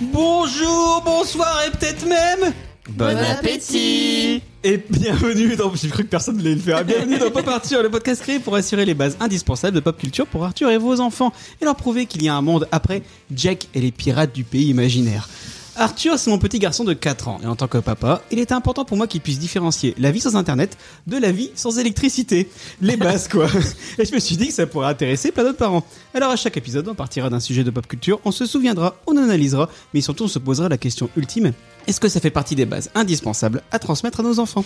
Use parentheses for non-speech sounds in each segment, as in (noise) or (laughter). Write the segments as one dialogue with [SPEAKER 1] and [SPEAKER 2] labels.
[SPEAKER 1] Bonjour, bonsoir et peut-être même
[SPEAKER 2] Bon appétit
[SPEAKER 1] et bienvenue dans. J'ai cru que personne ne l'allait le faire. Bienvenue dans Pop Arthur, le podcast créé pour assurer les bases indispensables de pop culture pour Arthur et vos enfants et leur prouver qu'il y a un monde après Jack et les pirates du pays imaginaire. Arthur, c'est mon petit garçon de 4 ans et en tant que papa, il est important pour moi qu'il puisse différencier la vie sans internet de la vie sans électricité. Les bases, quoi. Et je me suis dit que ça pourrait intéresser plein d'autres parents. Alors à chaque épisode, on partira d'un sujet de pop culture, on se souviendra, on analysera, mais surtout on se posera la question ultime est-ce que ça fait partie des bases indispensables à transmettre à nos enfants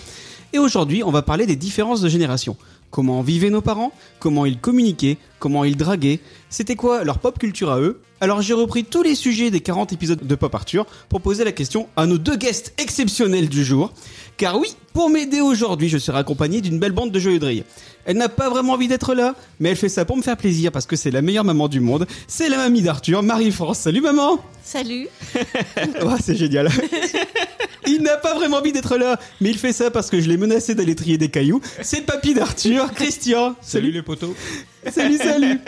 [SPEAKER 1] Et aujourd'hui, on va parler des différences de génération. Comment vivaient nos parents Comment ils communiquaient Comment ils draguaient C'était quoi leur pop culture à eux Alors j'ai repris tous les sujets des 40 épisodes de Pop Arthur pour poser la question à nos deux guests exceptionnels du jour. Car oui, pour m'aider aujourd'hui, je serai accompagné d'une belle bande de joyeux drilles. Elle n'a pas vraiment envie d'être là, mais elle fait ça pour me faire plaisir parce que c'est la meilleure maman du monde. C'est la mamie d'Arthur, Marie-France. Salut maman
[SPEAKER 2] Salut
[SPEAKER 1] (laughs) Ouais, c'est génial. Il n'a pas vraiment envie d'être là, mais il fait ça parce que je l'ai menacé d'aller trier des cailloux. C'est papy (laughs) d'Arthur, Christian.
[SPEAKER 3] Salut les poteaux.
[SPEAKER 1] Salut, (laughs) salut.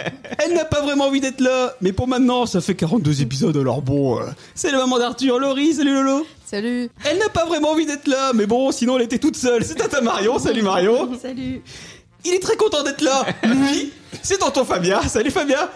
[SPEAKER 1] Elle n'a pas vraiment envie d'être là, mais pour maintenant, ça fait 42 épisodes, alors bon. euh, c'est la maman d'Arthur, Laurie, salut Lolo.
[SPEAKER 2] Salut
[SPEAKER 1] Elle n'a pas vraiment envie d'être là, mais bon, sinon elle était toute seule. C'est Tata Marion, salut Marion.
[SPEAKER 2] Salut
[SPEAKER 1] Il est très content d'être là. Lui, c'est tonton Fabien. Salut Fabien.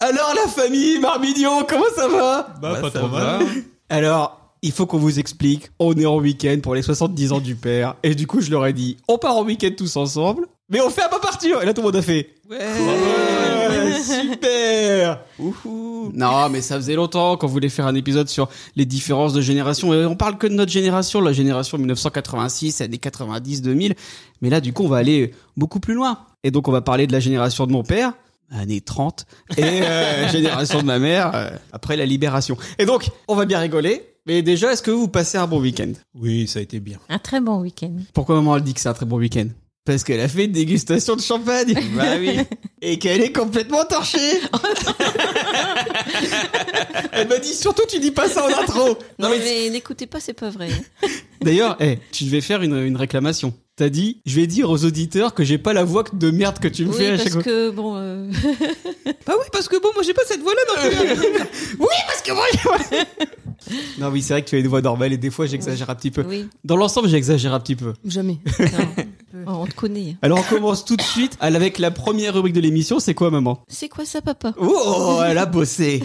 [SPEAKER 1] Alors la famille, Marmignon, comment ça va
[SPEAKER 3] Bah,
[SPEAKER 4] Bah,
[SPEAKER 3] pas
[SPEAKER 4] ça
[SPEAKER 3] trop
[SPEAKER 4] va.
[SPEAKER 3] mal.
[SPEAKER 1] Alors, il faut qu'on vous explique, on est en week-end pour les 70 ans du père, et du coup je leur ai dit, on part en week-end tous ensemble, mais on fait un pas partir Et là tout le monde a fait, ouais, super Ouhou. Non, mais ça faisait longtemps qu'on voulait faire un épisode sur les différences de génération, et on parle que de notre génération, la génération 1986, années 90, 2000, mais là du coup on va aller beaucoup plus loin. Et donc on va parler de la génération de mon père, années 30, et euh, (laughs) génération de ma mère, euh, après la libération. Et donc, on va bien rigoler. Mais déjà, est-ce que vous passez un bon week-end
[SPEAKER 3] Oui, ça a été bien.
[SPEAKER 2] Un très bon week-end.
[SPEAKER 1] Pourquoi maman elle dit que c'est un très bon week-end Parce qu'elle a fait une dégustation de champagne. (laughs) Bah oui. Et qu'elle est complètement torchée. (laughs) elle m'a dit surtout tu dis pas ça en intro.
[SPEAKER 2] Non mais, n'écoutez pas, c'est pas vrai.
[SPEAKER 1] D'ailleurs, eh, tu devais faire une, une réclamation. T'as dit, je vais dire aux auditeurs que j'ai pas la voix de merde que tu me
[SPEAKER 2] Oui,
[SPEAKER 1] fais à chaque
[SPEAKER 2] parce
[SPEAKER 1] fois.
[SPEAKER 2] que bon... euh,
[SPEAKER 1] Bah oui, parce que bon, moi j'ai pas cette voix-là (laughs) non oui, parce que moi j'ai. (laughs) non, oui, c'est vrai que tu as une voix normale et des fois j'exagère un petit peu. (laughs)
[SPEAKER 2] oui,
[SPEAKER 1] Dans l'ensemble, j'exagère un petit peu.
[SPEAKER 5] Jamais.
[SPEAKER 2] non, Oh, on te connaît. hein.
[SPEAKER 1] Alors on commence tout de suite avec la première rubrique de l'émission, c'est quoi maman
[SPEAKER 2] C'est quoi ça, papa
[SPEAKER 1] Oh, elle a bossé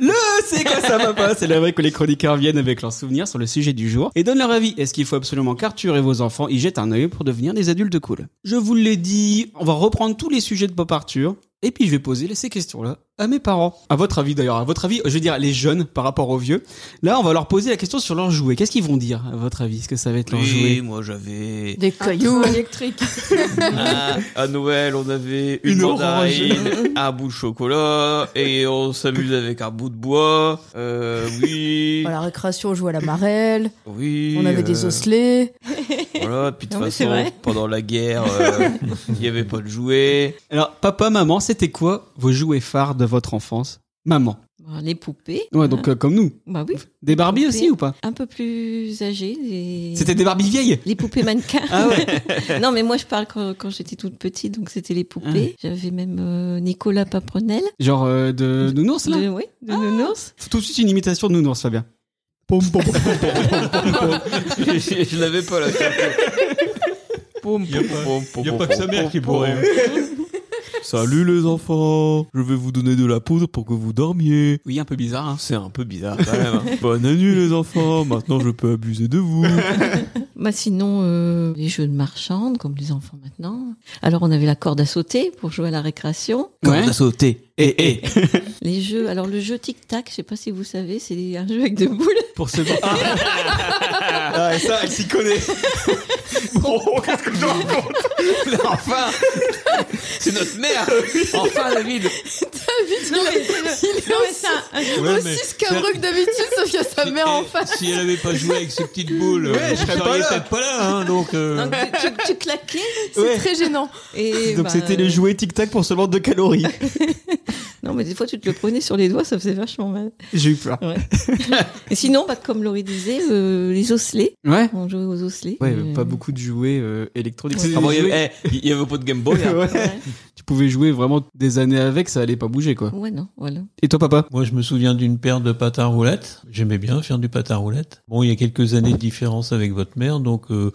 [SPEAKER 1] Le C'est quoi ça papa C'est la rubrique où les chroniqueurs viennent avec leurs souvenirs sur le sujet du jour et donnent leur avis. Est-ce qu'il faut absolument qu'Arthur et vos enfants y jettent un œil pour devenir des adultes cool Je vous l'ai dit, on va reprendre tous les sujets de Pop Arthur et puis je vais poser ces questions-là à mes parents. À votre avis d'ailleurs, à votre avis, je veux dire les jeunes par rapport aux vieux. Là, on va leur poser la question sur leurs jouets. Qu'est-ce qu'ils vont dire à votre avis Est-ce que ça va être leur jouet
[SPEAKER 4] moi j'avais.
[SPEAKER 5] Des cailloux électriques.
[SPEAKER 4] Ah, (laughs) à Noël, on avait une,
[SPEAKER 1] Une orange.
[SPEAKER 4] mandarine, (laughs) un bout de chocolat, et on s'amusait avec un bout de bois. Euh, oui.
[SPEAKER 5] À la récréation, on jouait à la marelle.
[SPEAKER 4] Oui.
[SPEAKER 5] On avait des
[SPEAKER 4] euh,
[SPEAKER 5] osselets.
[SPEAKER 4] Voilà, puis de
[SPEAKER 2] Non,
[SPEAKER 4] toute
[SPEAKER 2] mais c'est
[SPEAKER 4] façon,
[SPEAKER 2] vrai.
[SPEAKER 4] pendant la guerre, euh, il n'y avait pas de jouets. (laughs)
[SPEAKER 1] Alors, papa, maman, c'était quoi vos jouets phares de votre enfance Maman.
[SPEAKER 2] Bon, Les poupées.
[SPEAKER 1] Ouais, donc euh, comme nous.
[SPEAKER 2] Bah oui,
[SPEAKER 1] Des Barbies
[SPEAKER 2] Poupées.
[SPEAKER 1] aussi ou pas
[SPEAKER 2] un peu plus âgées. les-
[SPEAKER 1] C'était des Barbies vieilles
[SPEAKER 2] Les poupées mannequins.
[SPEAKER 1] Ah ouais
[SPEAKER 2] (laughs)
[SPEAKER 1] Ah.
[SPEAKER 2] non, mais moi je parle quand, quand j'étais toute petite, donc c'était les poupées. J'avais même euh, Nicolas Paprenel.
[SPEAKER 1] Genre euh, de nounours là Ah.
[SPEAKER 2] De, oui, de nounours.
[SPEAKER 1] Tout de suite une imitation de nounours, Fabien. Pom, pom, pom, pom, pom, pom, pom.
[SPEAKER 4] je je l'avais pas la
[SPEAKER 3] Y a pas- y a pas que sa mère qui pourrait.
[SPEAKER 4] (laughs) Salut les enfants, je vais vous donner de la poudre pour que vous dormiez. Ah,
[SPEAKER 1] Oui, un peu bizarre. hein.
[SPEAKER 4] C'est un
[SPEAKER 3] (laughs)
[SPEAKER 4] peu bizarre quand même. hein. Bonne nuit les enfants, maintenant je peux abuser de vous.
[SPEAKER 2] Bah sinon, euh, les jeux de marchande, comme les enfants maintenant. Alors on avait la corde à sauter pour jouer à la récréation.
[SPEAKER 4] (laughs)
[SPEAKER 1] Ouais.
[SPEAKER 4] sauté.
[SPEAKER 1] Et,
[SPEAKER 4] eh.
[SPEAKER 1] et.
[SPEAKER 2] Les jeux, alors le jeu tic-tac, je sais pas si vous savez, c'est un jeu avec deux boules.
[SPEAKER 1] Pour ce Ah, Ah, et ça, elle s'y connaît. bon, qu'est-ce que je raconte
[SPEAKER 4] Enfin (laughs) C'est notre
[SPEAKER 1] (laughs)
[SPEAKER 4] mère Enfin David
[SPEAKER 5] (laughs) Non, mais c'est
[SPEAKER 3] Ouais, mais
[SPEAKER 5] aussi scabreux que d'habitude, sauf qu'il y a sa mère en
[SPEAKER 3] eh,
[SPEAKER 5] face.
[SPEAKER 3] Si elle avait pas joué avec ses petites boules,
[SPEAKER 1] Ouais,
[SPEAKER 3] euh,
[SPEAKER 1] je
[SPEAKER 3] vous
[SPEAKER 1] serais pas
[SPEAKER 3] seriez
[SPEAKER 1] là.
[SPEAKER 3] peut-être pas là, hein, donc. euh,
[SPEAKER 2] Donc tu, tu- tu claquais.
[SPEAKER 5] C'est très gênant.
[SPEAKER 2] Et
[SPEAKER 1] Donc
[SPEAKER 4] (laughs)
[SPEAKER 2] bah,
[SPEAKER 1] c'était
[SPEAKER 2] euh,
[SPEAKER 1] les jouets tic-tac pour se vendre de calories.
[SPEAKER 2] Non, mais des fois, tu te le prenais sur les doigts, ça faisait vachement mal.
[SPEAKER 1] (laughs) J'ai eu peur.
[SPEAKER 2] Et sinon, bah, comme Laurie disait, euh, les osselets.
[SPEAKER 1] Ouais.
[SPEAKER 2] On jouait aux osselets.
[SPEAKER 1] Ouais,
[SPEAKER 2] Euh,
[SPEAKER 1] pas beaucoup de jouets euh, électroniques.
[SPEAKER 2] Ouais.
[SPEAKER 1] C'est des
[SPEAKER 4] Ah bon,
[SPEAKER 1] (laughs)
[SPEAKER 4] il
[SPEAKER 1] jouets-
[SPEAKER 4] y avait- eh, il y avait pas de Game Boy.
[SPEAKER 1] (laughs)
[SPEAKER 4] hein.
[SPEAKER 1] Ouais.
[SPEAKER 2] Ouais.
[SPEAKER 1] Tu pouvais jouer vraiment des années avec, ça allait pas bouger quoi.
[SPEAKER 2] Ouais, non, voilà.
[SPEAKER 1] Et toi papa
[SPEAKER 3] Moi, je me souviens d'une paire de patins roulettes. J'aimais bien faire du patin roulette. Bon, il y a quelques années de différence avec votre mère, donc euh,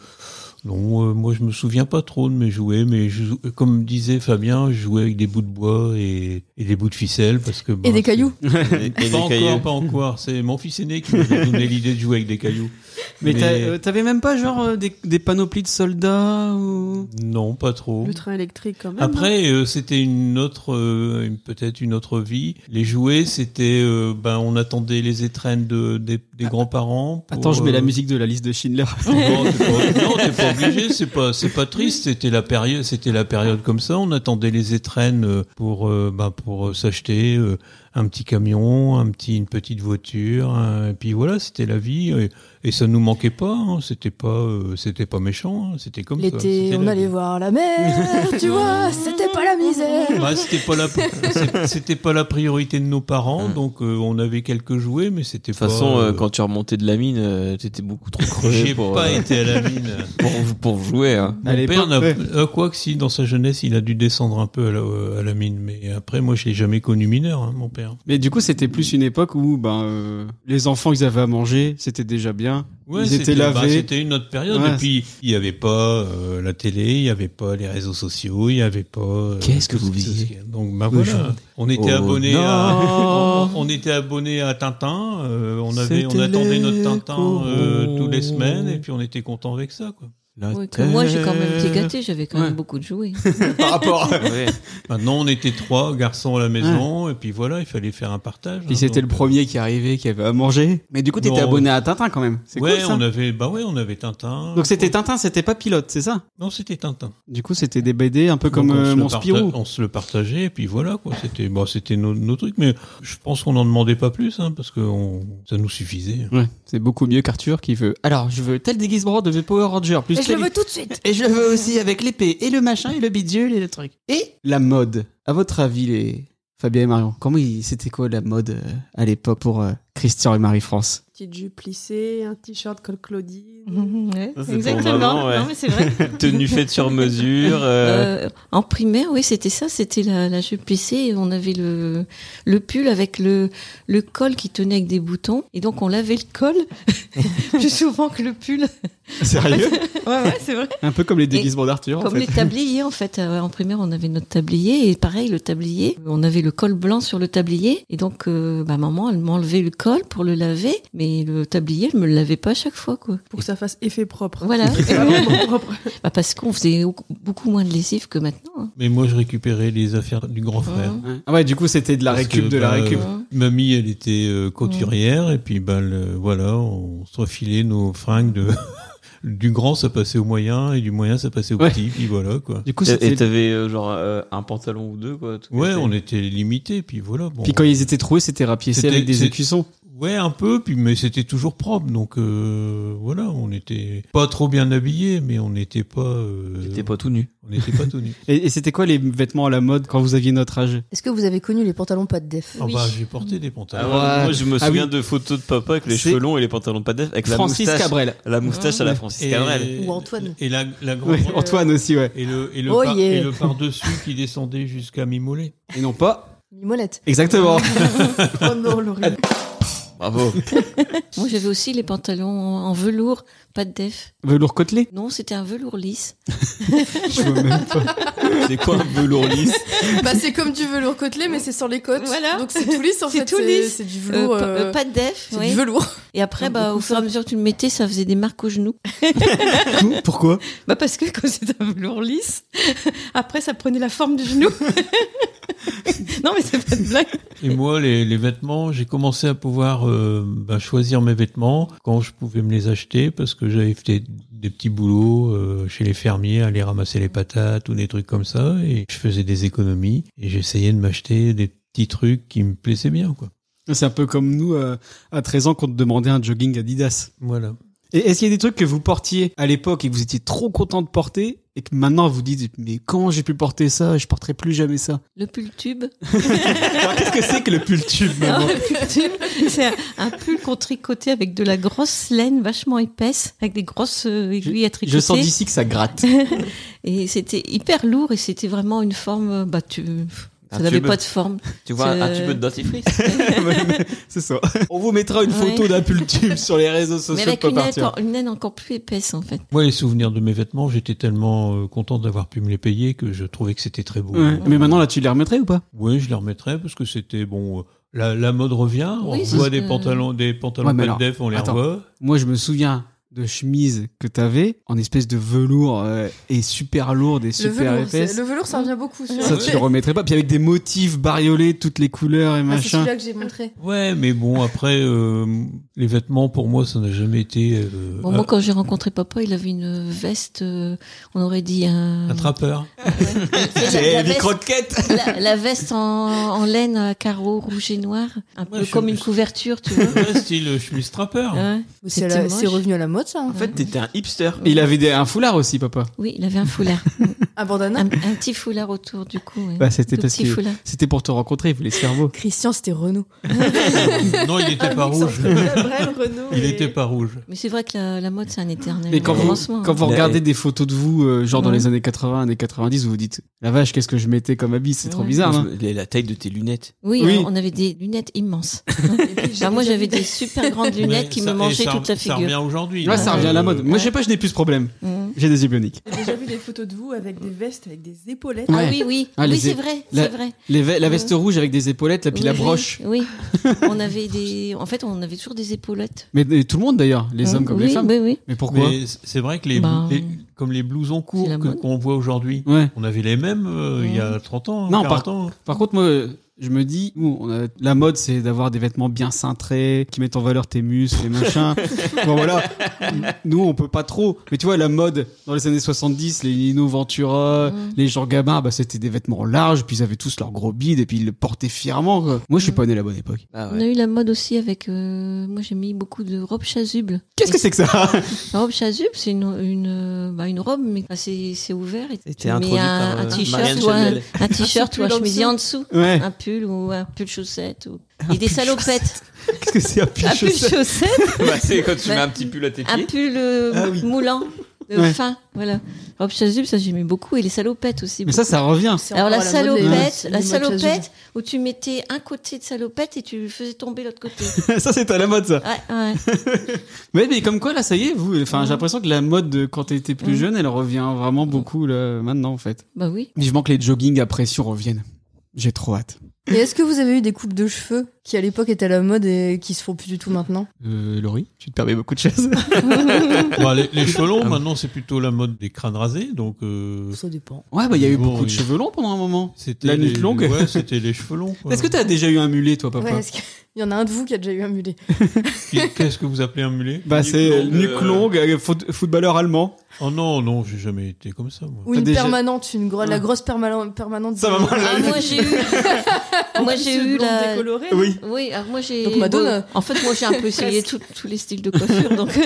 [SPEAKER 3] non, euh, moi je me souviens pas trop de mes jouets, mais je, jou- comme disait Fabien, je jouais avec des bouts de bois et, et des bouts de ficelle parce que bah,
[SPEAKER 5] Et des cailloux.
[SPEAKER 4] Et- et
[SPEAKER 3] c'est-
[SPEAKER 4] des
[SPEAKER 3] Pas encore,
[SPEAKER 4] cailloux.
[SPEAKER 3] pas encore. C'est mon fils aîné qui m'a (laughs) donné l'idée de jouer avec des cailloux.
[SPEAKER 1] Mais,
[SPEAKER 3] Mais-
[SPEAKER 1] t'as- euh, t'avais même pas genre euh, des, des panoplies de soldats ou.
[SPEAKER 3] Non, pas trop.
[SPEAKER 5] Le hein. train électrique, quand même.
[SPEAKER 3] Après, euh, c'était une autre, euh, une- peut-être une autre vie. Les jouets, c'était, euh, ben, on attendait les étrennes de, des, des grands-parents. pour,
[SPEAKER 4] Oh,
[SPEAKER 1] Attends, je mets la
[SPEAKER 3] euh,
[SPEAKER 1] musique de la liste de Schindler.
[SPEAKER 3] Non, t'es pas, non, t'es pas obligé, c'est pas, c'est pas triste. C'était la période, c'était la période comme ça. On attendait les étrennes euh, pour, euh, bah, pour euh, s'acheter euh, un petit camion, un petit, une petite voiture. hein. et puis voilà, c'était la vie. Et, et ça nous manquait pas. hein. c'était pas, euh, c'était pas méchant. hein. c'était comme ça.
[SPEAKER 5] L'été,
[SPEAKER 3] C'était
[SPEAKER 5] on
[SPEAKER 3] la
[SPEAKER 5] allait
[SPEAKER 3] vie.
[SPEAKER 5] voir la mer, tu (laughs) vois, c'était pas la misère.
[SPEAKER 3] Ouais, Bah, c'était pas la, c'est- c'était pas la priorité de nos parents.
[SPEAKER 4] Hum.
[SPEAKER 3] Donc euh, on avait quelques jouets, mais c'était
[SPEAKER 4] De toute façon,
[SPEAKER 3] pas,
[SPEAKER 4] euh,
[SPEAKER 3] euh,
[SPEAKER 4] quand tu remontais de la mine, euh, t'étais beaucoup trop crevé
[SPEAKER 3] j'ai
[SPEAKER 4] pour,
[SPEAKER 3] pas
[SPEAKER 4] euh,
[SPEAKER 3] été à la mine.
[SPEAKER 4] pour, pour jouer. hein.
[SPEAKER 1] À
[SPEAKER 3] Mon
[SPEAKER 1] l'époque,
[SPEAKER 3] père n'a
[SPEAKER 1] ouais.
[SPEAKER 3] euh, quoi que si dans sa jeunesse il a dû descendre un peu à la, à la mine, mais après moi je l'ai jamais connu mineur, hein, mon père.
[SPEAKER 1] Mais du coup, c'était plus une époque où ben euh, les enfants ils avaient à manger, c'était déjà bien. Ils étaient
[SPEAKER 3] c'était- bah,
[SPEAKER 1] lavés.
[SPEAKER 3] c'était une autre période.
[SPEAKER 1] Ouais,
[SPEAKER 3] et puis il n'y avait pas euh, la télé, il n'y avait pas les réseaux sociaux, il n'y avait pas. euh,
[SPEAKER 4] Qu'est-ce que
[SPEAKER 3] tout
[SPEAKER 4] vous
[SPEAKER 3] ce- tout ce
[SPEAKER 4] oubliez
[SPEAKER 3] qu'il y a. Donc bah,
[SPEAKER 4] Le
[SPEAKER 3] voilà,
[SPEAKER 4] jour.
[SPEAKER 3] on était
[SPEAKER 4] Oh,
[SPEAKER 3] abonné
[SPEAKER 4] non.
[SPEAKER 3] à, on, on était abonné à Tintin. euh, on avait, on
[SPEAKER 4] C'était
[SPEAKER 3] attendait notre
[SPEAKER 4] les
[SPEAKER 3] Tintin euh,
[SPEAKER 4] corons.
[SPEAKER 3] tous les semaines et puis on était content avec ça. Quoi.
[SPEAKER 4] La
[SPEAKER 2] Ouais, comme moi, j'ai quand même été
[SPEAKER 4] terre.
[SPEAKER 2] gâtée, j'avais quand même
[SPEAKER 1] Ouais.
[SPEAKER 2] beaucoup de
[SPEAKER 4] (laughs)
[SPEAKER 2] jouets.
[SPEAKER 1] Par rapport.
[SPEAKER 4] Ouais.
[SPEAKER 3] Maintenant on était trois garçons à la maison et puis voilà, il fallait faire un partage.
[SPEAKER 1] Puis
[SPEAKER 3] hein,
[SPEAKER 1] c'était
[SPEAKER 3] donc,
[SPEAKER 1] le premier qui arrivait, qui avait à manger. Mais du coup, t'étais
[SPEAKER 3] Non.
[SPEAKER 1] abonné à Tintin quand même. C'est
[SPEAKER 3] Ouais,
[SPEAKER 1] cool, ça.
[SPEAKER 3] on avait, bah ouais, on avait Tintin.
[SPEAKER 1] Donc c'était Tintin, c'était pas pilote, c'est ça
[SPEAKER 3] Non, c'était Tintin.
[SPEAKER 1] Du coup, c'était des BD un peu comme
[SPEAKER 3] Donc, on
[SPEAKER 1] euh,
[SPEAKER 3] se le
[SPEAKER 1] mon
[SPEAKER 3] parta-
[SPEAKER 1] Spirou.
[SPEAKER 3] On se le partageait, et puis voilà, quoi. C'était, bon, c'était nos, nos trucs, mais je pense qu'on n'en demandait pas plus, hein, parce que on- ça nous suffisait.
[SPEAKER 1] Ouais, c'est beaucoup mieux qu'Arthur qui veut. Alors, je veux tel déguisement de Power Ranger plus
[SPEAKER 5] Et je le
[SPEAKER 1] tel-
[SPEAKER 5] veux tout de suite.
[SPEAKER 1] Et je le veux aussi avec l'épée et le machin et le bidule et le truc. Et la mode. À votre avis, les Fabien et Marion, comment il- c'était quoi la mode euh, à l'époque pour euh, Christian et Marie-France
[SPEAKER 6] Petite jupe plissée, un t-shirt col Claudine.
[SPEAKER 2] Ouais,
[SPEAKER 4] Ça, c'est pour
[SPEAKER 2] exactement.
[SPEAKER 4] maman, ouais.
[SPEAKER 2] Non, mais c'est vrai.
[SPEAKER 4] Tenue faite sur mesure. euh,
[SPEAKER 2] Euh, en primaire, oui, c'était ça, c'était la, la jupe plissée. et On avait le, le pull avec le, le col qui tenait avec des boutons. Et donc, on lavait le col (laughs) plus souvent que le pull.
[SPEAKER 1] Sérieux
[SPEAKER 2] Ouais, ouais, c'est vrai.
[SPEAKER 1] Un peu comme les déguisements d'Arthur. en
[SPEAKER 2] Comme
[SPEAKER 1] fait.
[SPEAKER 2] les tabliers, en fait. Euh, En primaire, on avait notre tablier. Et pareil, le tablier, Euh, on avait le col blanc sur le tablier. Et donc, euh, bah, maman, elle m'enlevait le col pour le laver. Mais le tablier, elle me le lavait pas à chaque fois, quoi.
[SPEAKER 6] Pour que ça fasse effet propre. (laughs)
[SPEAKER 2] Voilà.
[SPEAKER 1] (laughs)
[SPEAKER 6] Vraiment propre.
[SPEAKER 2] Bah, parce qu'on faisait beaucoup moins de lessive que maintenant. hein.
[SPEAKER 3] Mais moi, je récupérais les affaires du grand frère.
[SPEAKER 2] Mmh.
[SPEAKER 1] Ah ouais, du coup, c'était de la
[SPEAKER 3] Parce
[SPEAKER 1] récup
[SPEAKER 3] que,
[SPEAKER 1] de la
[SPEAKER 3] bah,
[SPEAKER 1] récup.
[SPEAKER 2] euh,
[SPEAKER 3] Mamie, elle était euh, couturière, et puis, ben, le- voilà, on se refilait nos fringues de, (laughs) du grand, ça passait au moyen, et du moyen, ça passait au
[SPEAKER 1] Ouais.
[SPEAKER 3] petit, puis voilà, quoi.
[SPEAKER 1] Du coup,
[SPEAKER 4] Et
[SPEAKER 1] c'était.
[SPEAKER 4] t'avais euh, genre euh, un pantalon ou deux, quoi. tout
[SPEAKER 3] Ouais,
[SPEAKER 4] cassé.
[SPEAKER 3] on était limités, puis voilà. Bon.
[SPEAKER 1] Puis quand ils étaient troués, c'était rapiécé
[SPEAKER 3] C'était-
[SPEAKER 1] avec des
[SPEAKER 3] c'est-
[SPEAKER 1] écussons.
[SPEAKER 3] Ouais, un peu, puis mais c'était toujours propre, donc euh, voilà, on était pas trop bien habillés, mais on n'était pas, euh,
[SPEAKER 4] T'étais pas tout nu.
[SPEAKER 3] on n'était pas tout
[SPEAKER 5] (laughs)
[SPEAKER 3] nus.
[SPEAKER 1] Et, et c'était quoi les vêtements à la mode quand vous aviez notre âge
[SPEAKER 5] Est-ce que vous avez connu les pantalons pas de def
[SPEAKER 3] Ah bah j'ai porté des pantalons.
[SPEAKER 1] ouais.
[SPEAKER 4] Moi, je me
[SPEAKER 1] Ah
[SPEAKER 4] souviens
[SPEAKER 1] oui.
[SPEAKER 4] de photos de papa avec les
[SPEAKER 1] C'est-
[SPEAKER 4] cheveux longs et les pantalons pas d'eff, avec la
[SPEAKER 1] Francis
[SPEAKER 4] moustache. (laughs)
[SPEAKER 1] Cabrel.
[SPEAKER 4] La moustache à la Francis Cabrel.
[SPEAKER 5] Ou Antoine.
[SPEAKER 3] Et la, la grande.
[SPEAKER 1] Ouais, Antoine aussi, ouais.
[SPEAKER 3] Et le et le,
[SPEAKER 5] Oh
[SPEAKER 3] par,
[SPEAKER 5] yeah.
[SPEAKER 3] et le par-dessus qui descendait jusqu'à mi-mollet.
[SPEAKER 1] Et non pas.
[SPEAKER 5] Mimolette.
[SPEAKER 2] (laughs)
[SPEAKER 1] Exactement.
[SPEAKER 6] Oh non, Laurie.
[SPEAKER 4] Bravo.
[SPEAKER 2] Moi, j'avais aussi les pantalons en velours, pas de def.
[SPEAKER 1] Velours côtelé.
[SPEAKER 2] Non, c'était un velours lisse.
[SPEAKER 1] Je vois même pas.
[SPEAKER 4] C'est quoi un velours lisse
[SPEAKER 5] (laughs) Bah, c'est comme du velours côtelé, mais c'est sans les côtes.
[SPEAKER 2] Voilà.
[SPEAKER 5] Donc, c'est tout lisse, en
[SPEAKER 2] C'est
[SPEAKER 5] fait.
[SPEAKER 2] tout
[SPEAKER 5] c'est-
[SPEAKER 2] lisse.
[SPEAKER 5] C'est du
[SPEAKER 2] Euh,
[SPEAKER 5] velours.
[SPEAKER 2] pa-
[SPEAKER 5] euh,
[SPEAKER 2] euh, pas de def.
[SPEAKER 5] C'est
[SPEAKER 2] ouais.
[SPEAKER 5] du velours.
[SPEAKER 2] Et après, bah, au fur et à mesure que tu le mettais, ça faisait des marques aux genoux.
[SPEAKER 1] Pourquoi
[SPEAKER 2] (laughs) Bah, parce que quand c'était un velours lisse, (laughs) après, ça prenait la forme du genou. (laughs) non, mais c'est pas de blague.
[SPEAKER 3] Et moi les, les vêtements, j'ai commencé à pouvoir euh, bah, choisir mes vêtements quand je pouvais me les acheter parce que j'avais fait des petits boulots euh, chez les fermiers, aller ramasser les patates ou des trucs comme ça et je faisais des économies et j'essayais de m'acheter des petits trucs qui me plaisaient bien quoi.
[SPEAKER 1] C'est un peu comme nous, euh, à 13 ans, qu'on te demandait un jogging Adidas.
[SPEAKER 3] Voilà.
[SPEAKER 1] Et est-ce qu'il y a des trucs que vous portiez à l'époque et que vous étiez trop content de porter et que maintenant vous dites mais comment j'ai pu porter ça Je porterai plus jamais
[SPEAKER 2] (laughs)
[SPEAKER 1] ça.
[SPEAKER 2] Le pull tube.
[SPEAKER 1] Alors qu'est-ce que c'est que le pull tube
[SPEAKER 2] Non,
[SPEAKER 1] maman
[SPEAKER 2] le pull tube, c'est un- un pull qu'on tricotait avec de la grosse laine vachement épaisse, avec des grosses euh, aiguilles à tricoter.
[SPEAKER 1] Je sens d'ici que ça gratte.
[SPEAKER 2] Et c'était hyper lourd et c'était vraiment une forme. euh, Bah, tu...
[SPEAKER 4] Un
[SPEAKER 2] Ça n'avait
[SPEAKER 4] tube.
[SPEAKER 2] pas de forme.
[SPEAKER 4] Tu vois, un
[SPEAKER 2] C'est-
[SPEAKER 4] petit peu de dentifrice.
[SPEAKER 1] c'est ça. On vous mettra une photo
[SPEAKER 2] Ouais.
[SPEAKER 1] d'un pull tube sur les réseaux sociaux
[SPEAKER 2] Mais avec
[SPEAKER 1] pour
[SPEAKER 2] une laine,
[SPEAKER 1] partir.
[SPEAKER 2] encore- une laine encore plus épaisse, en fait.
[SPEAKER 3] Moi, les souvenirs de mes vêtements, j'étais tellement euh, content d'avoir pu me les payer que je trouvais que c'était très beau.
[SPEAKER 1] Ouais. Mais maintenant là tu les remettrais ou pas
[SPEAKER 3] Oui, je les remettrais parce que c'était bon. euh, La, la mode revient.
[SPEAKER 2] Oui,
[SPEAKER 3] on
[SPEAKER 2] c'est
[SPEAKER 3] voit
[SPEAKER 2] ce
[SPEAKER 3] des
[SPEAKER 2] que-
[SPEAKER 3] pantalons, des pantalons
[SPEAKER 1] Ouais, mais
[SPEAKER 3] pas de
[SPEAKER 1] alors,
[SPEAKER 3] def, on les
[SPEAKER 1] attends.
[SPEAKER 3] revoit.
[SPEAKER 1] Moi, je me souviens de chemises que t'avais en espèce de velours euh, et super lourde et
[SPEAKER 5] Le
[SPEAKER 1] super
[SPEAKER 5] velours,
[SPEAKER 1] épaisse.
[SPEAKER 5] c'est- le velours, ça revient beaucoup. sur-
[SPEAKER 1] Ça, tu le
[SPEAKER 6] Ah,
[SPEAKER 1] remettrais pas. Puis avec des motifs bariolés, toutes les couleurs et
[SPEAKER 5] Ah, c'est
[SPEAKER 1] machin.
[SPEAKER 5] celui-là que j'ai montré.
[SPEAKER 3] Ouais, mais bon, après, euh, les vêtements, pour moi, ça n'a jamais été euh,
[SPEAKER 2] Bon, moi, quand j'ai rencontré papa, il avait une veste, euh, on aurait dit
[SPEAKER 3] un,
[SPEAKER 2] un.
[SPEAKER 3] un trappeur.
[SPEAKER 2] la,
[SPEAKER 1] les
[SPEAKER 2] la veste,
[SPEAKER 1] croquettes
[SPEAKER 2] la- la veste en, en laine à carreaux rouge et noir, un peu
[SPEAKER 3] je-
[SPEAKER 2] comme une
[SPEAKER 3] je- Ah.
[SPEAKER 2] couverture, tu
[SPEAKER 3] (laughs)
[SPEAKER 2] vois.
[SPEAKER 3] Ouais, style euh, chemise trappeur.
[SPEAKER 2] Ouais.
[SPEAKER 5] C'est
[SPEAKER 2] C'était
[SPEAKER 5] à la-
[SPEAKER 2] moche.
[SPEAKER 5] c'est revenu à la mode, ça. hein.
[SPEAKER 4] En fait, t'étais un hipster.
[SPEAKER 1] Il avait des- un foulard aussi, papa.
[SPEAKER 2] Oui, il avait un foulard.
[SPEAKER 5] Un bandana.
[SPEAKER 2] un, un petit foulard autour du cou. ouais.
[SPEAKER 1] Bah, c'était
[SPEAKER 2] Tout
[SPEAKER 1] parce
[SPEAKER 2] petit
[SPEAKER 1] que-
[SPEAKER 2] foulard.
[SPEAKER 1] C'était pour te rencontrer, vous les cerveaux.
[SPEAKER 5] Christian, c'était Renault.
[SPEAKER 3] Non, il
[SPEAKER 2] Ah,
[SPEAKER 3] n'était pas rouge. Il n'était pas rouge.
[SPEAKER 2] Mais c'est vrai que la, la mode, c'est un éternel.
[SPEAKER 1] Mais quand vous,
[SPEAKER 2] avancement,
[SPEAKER 1] quand
[SPEAKER 2] hein.
[SPEAKER 1] vous
[SPEAKER 4] Mais-
[SPEAKER 1] regardez des photos de vous, euh, genre dans
[SPEAKER 2] Ouais.
[SPEAKER 1] les années 80, années 90, vous vous dites La vache, qu'est-ce que je mettais comme habit C'est trop
[SPEAKER 2] Ouais.
[SPEAKER 1] bizarre,
[SPEAKER 4] Moi,
[SPEAKER 1] hein
[SPEAKER 4] je me- la- La taille de tes lunettes.
[SPEAKER 2] Oui,
[SPEAKER 1] Oui.
[SPEAKER 2] alors, on avait des lunettes immenses. Enfin, moi, j'avais des super grandes lunettes
[SPEAKER 3] Mais
[SPEAKER 2] qui
[SPEAKER 3] ça-
[SPEAKER 2] me
[SPEAKER 3] et
[SPEAKER 2] mangeaient
[SPEAKER 3] ça-
[SPEAKER 2] toute la
[SPEAKER 3] Ça revient
[SPEAKER 2] figure.
[SPEAKER 3] aujourd'hui.
[SPEAKER 1] Là, ça revient à la
[SPEAKER 3] Euh,
[SPEAKER 1] mode. Moi, je sais pas, je n'ai plus ce problème.
[SPEAKER 2] Mhm.
[SPEAKER 1] J'ai des yeux bioniques.
[SPEAKER 6] J'ai déjà vu des photos de vous avec des vestes, avec des
[SPEAKER 5] (laughs)
[SPEAKER 6] épaulettes.
[SPEAKER 2] Ah
[SPEAKER 1] Ouais.
[SPEAKER 2] oui, oui,
[SPEAKER 1] Ah, les-
[SPEAKER 2] oui, c'est vrai,
[SPEAKER 1] la-
[SPEAKER 2] c'est vrai.
[SPEAKER 1] Les ve- la veste rouge avec des épaulettes, là, puis
[SPEAKER 2] Oui,
[SPEAKER 1] la
[SPEAKER 2] oui,
[SPEAKER 1] broche.
[SPEAKER 2] Oui, on avait des. En fait, on avait toujours des épaulettes.
[SPEAKER 1] Mais mais tout le monde d'ailleurs, les hommes comme
[SPEAKER 2] Hein, Euh, oui,
[SPEAKER 1] les femmes.
[SPEAKER 2] Oui, oui.
[SPEAKER 1] Mais pourquoi
[SPEAKER 3] Mais c- c'est vrai que les,
[SPEAKER 2] Ben,
[SPEAKER 3] les- comme les blousons courts
[SPEAKER 2] c'est la
[SPEAKER 3] que-
[SPEAKER 2] mode.
[SPEAKER 3] qu'on voit aujourd'hui,
[SPEAKER 1] Ouais.
[SPEAKER 3] on avait les mêmes euh, il y a 30 ans,
[SPEAKER 1] Non,
[SPEAKER 3] 40 ans. hein.
[SPEAKER 1] Par contre, moi, je me dis, nous, on a- la mode, c'est d'avoir des vêtements bien cintrés, qui mettent en valeur tes muscles, les
[SPEAKER 2] (laughs)
[SPEAKER 1] machins. bon, voilà. Nous, on peut pas trop. Mais tu vois, la mode, dans les années 70, les Nino Ventura,
[SPEAKER 2] Mm.
[SPEAKER 1] les Jean Gabin, bah, c'était des vêtements larges, puis ils avaient tous leur gros bide, et puis ils le portaient fièrement, quoi. Moi, je suis pas né à la bonne époque.
[SPEAKER 4] Ah (laughs)
[SPEAKER 2] On a eu la mode aussi avec. euh, Moi, j'ai mis beaucoup de robes chasubles.
[SPEAKER 1] Qu'est-ce que c'est que ça (laughs)
[SPEAKER 2] La robe chasuble, c'est une, une, euh, bah, une robe, mais assez c'est ouvert. Et
[SPEAKER 4] C'était
[SPEAKER 2] tu mets
[SPEAKER 4] introduit
[SPEAKER 2] un,
[SPEAKER 4] par,
[SPEAKER 2] un
[SPEAKER 4] euh,
[SPEAKER 2] t-shirt
[SPEAKER 4] Marianne
[SPEAKER 2] ou un,
[SPEAKER 4] Chanel.
[SPEAKER 2] un t-shirt
[SPEAKER 6] (laughs) pull
[SPEAKER 2] ou un
[SPEAKER 6] en
[SPEAKER 2] chemisier
[SPEAKER 6] dessous.
[SPEAKER 2] en dessous.
[SPEAKER 1] Ouais.
[SPEAKER 2] Un pull ou un pull chaussette. Ou... Et des
[SPEAKER 1] pull
[SPEAKER 2] salopettes.
[SPEAKER 1] Qu'est-ce que c'est un pull
[SPEAKER 2] Un pull
[SPEAKER 1] chaussette
[SPEAKER 2] chaussette,
[SPEAKER 4] Bah, c'est quand tu
[SPEAKER 2] Ouais.
[SPEAKER 4] mets un petit pull à tes
[SPEAKER 2] un
[SPEAKER 4] pieds.
[SPEAKER 2] pull euh,
[SPEAKER 1] Ah oui.
[SPEAKER 2] moulant, de
[SPEAKER 1] Ouais.
[SPEAKER 2] fin. Voilà. Robe chasuble, ça j'aimais beaucoup. Et les salopettes aussi.
[SPEAKER 1] Mais ça, ça revient.
[SPEAKER 2] Alors la salopette,
[SPEAKER 5] les-
[SPEAKER 2] la
[SPEAKER 5] les
[SPEAKER 2] salopette où tu mettais un côté de salopette et tu faisais tomber l'autre côté.
[SPEAKER 1] (laughs) ça, c'est à la mode, ça.
[SPEAKER 2] Ouais, ouais.
[SPEAKER 1] Ouais, mais comme quoi, là, ça y est, vous, enfin, j'ai
[SPEAKER 2] Mm.
[SPEAKER 1] l'impression que la mode de quand t'étais plus
[SPEAKER 2] Mm.
[SPEAKER 1] jeune, elle revient vraiment beaucoup, là, maintenant, en fait.
[SPEAKER 2] Bah oui.
[SPEAKER 1] Vivement que les joggings à pression reviennent. J'ai trop hâte.
[SPEAKER 5] Et est-ce que vous avez eu des coupes de cheveux qui à l'époque étaient à la mode et qui se font plus du tout maintenant
[SPEAKER 1] Euh, Laurie, tu te permets beaucoup de choses.
[SPEAKER 3] Bah, les, les cheveux longs,
[SPEAKER 1] Ah.
[SPEAKER 3] maintenant, c'est plutôt la mode des crânes rasés. Donc, euh,
[SPEAKER 5] Ça dépend.
[SPEAKER 1] (laughs) Ouais, bah il y a eu
[SPEAKER 4] Oh,
[SPEAKER 3] Bon,
[SPEAKER 1] beaucoup de
[SPEAKER 3] oui.
[SPEAKER 1] cheveux longs pendant un moment.
[SPEAKER 3] c'était
[SPEAKER 1] La
[SPEAKER 3] les-
[SPEAKER 1] nuque longue.
[SPEAKER 3] Ouais, c'était les cheveux longs. quoi.
[SPEAKER 1] Est-ce que t'as déjà eu un mulet, toi, papa
[SPEAKER 5] Ouais, est-ce qu'il y en a un de vous qui a déjà eu un mulet
[SPEAKER 3] Qu'est- Qu'est-ce que vous appelez un mulet
[SPEAKER 1] Bah
[SPEAKER 4] Nuque
[SPEAKER 1] c'est
[SPEAKER 4] longue,
[SPEAKER 1] nuque
[SPEAKER 4] euh,
[SPEAKER 1] longue, euh, foot- footballeur allemand.
[SPEAKER 3] Oh non, non, j'ai jamais été comme ça, moi.
[SPEAKER 5] Ou
[SPEAKER 1] T'as
[SPEAKER 5] une
[SPEAKER 1] déjà-
[SPEAKER 5] permanente, une gro- la grosse permanente permanente.
[SPEAKER 1] Ça
[SPEAKER 5] de-
[SPEAKER 1] va mal.
[SPEAKER 2] Ah, moi j'ai eu. moi j'ai eu la. Oui, alors moi j'ai.
[SPEAKER 5] Donc, Madonna.
[SPEAKER 2] Bon, en fait, moi j'ai un peu essayé tout- tous les styles de coiffure. Donc euh,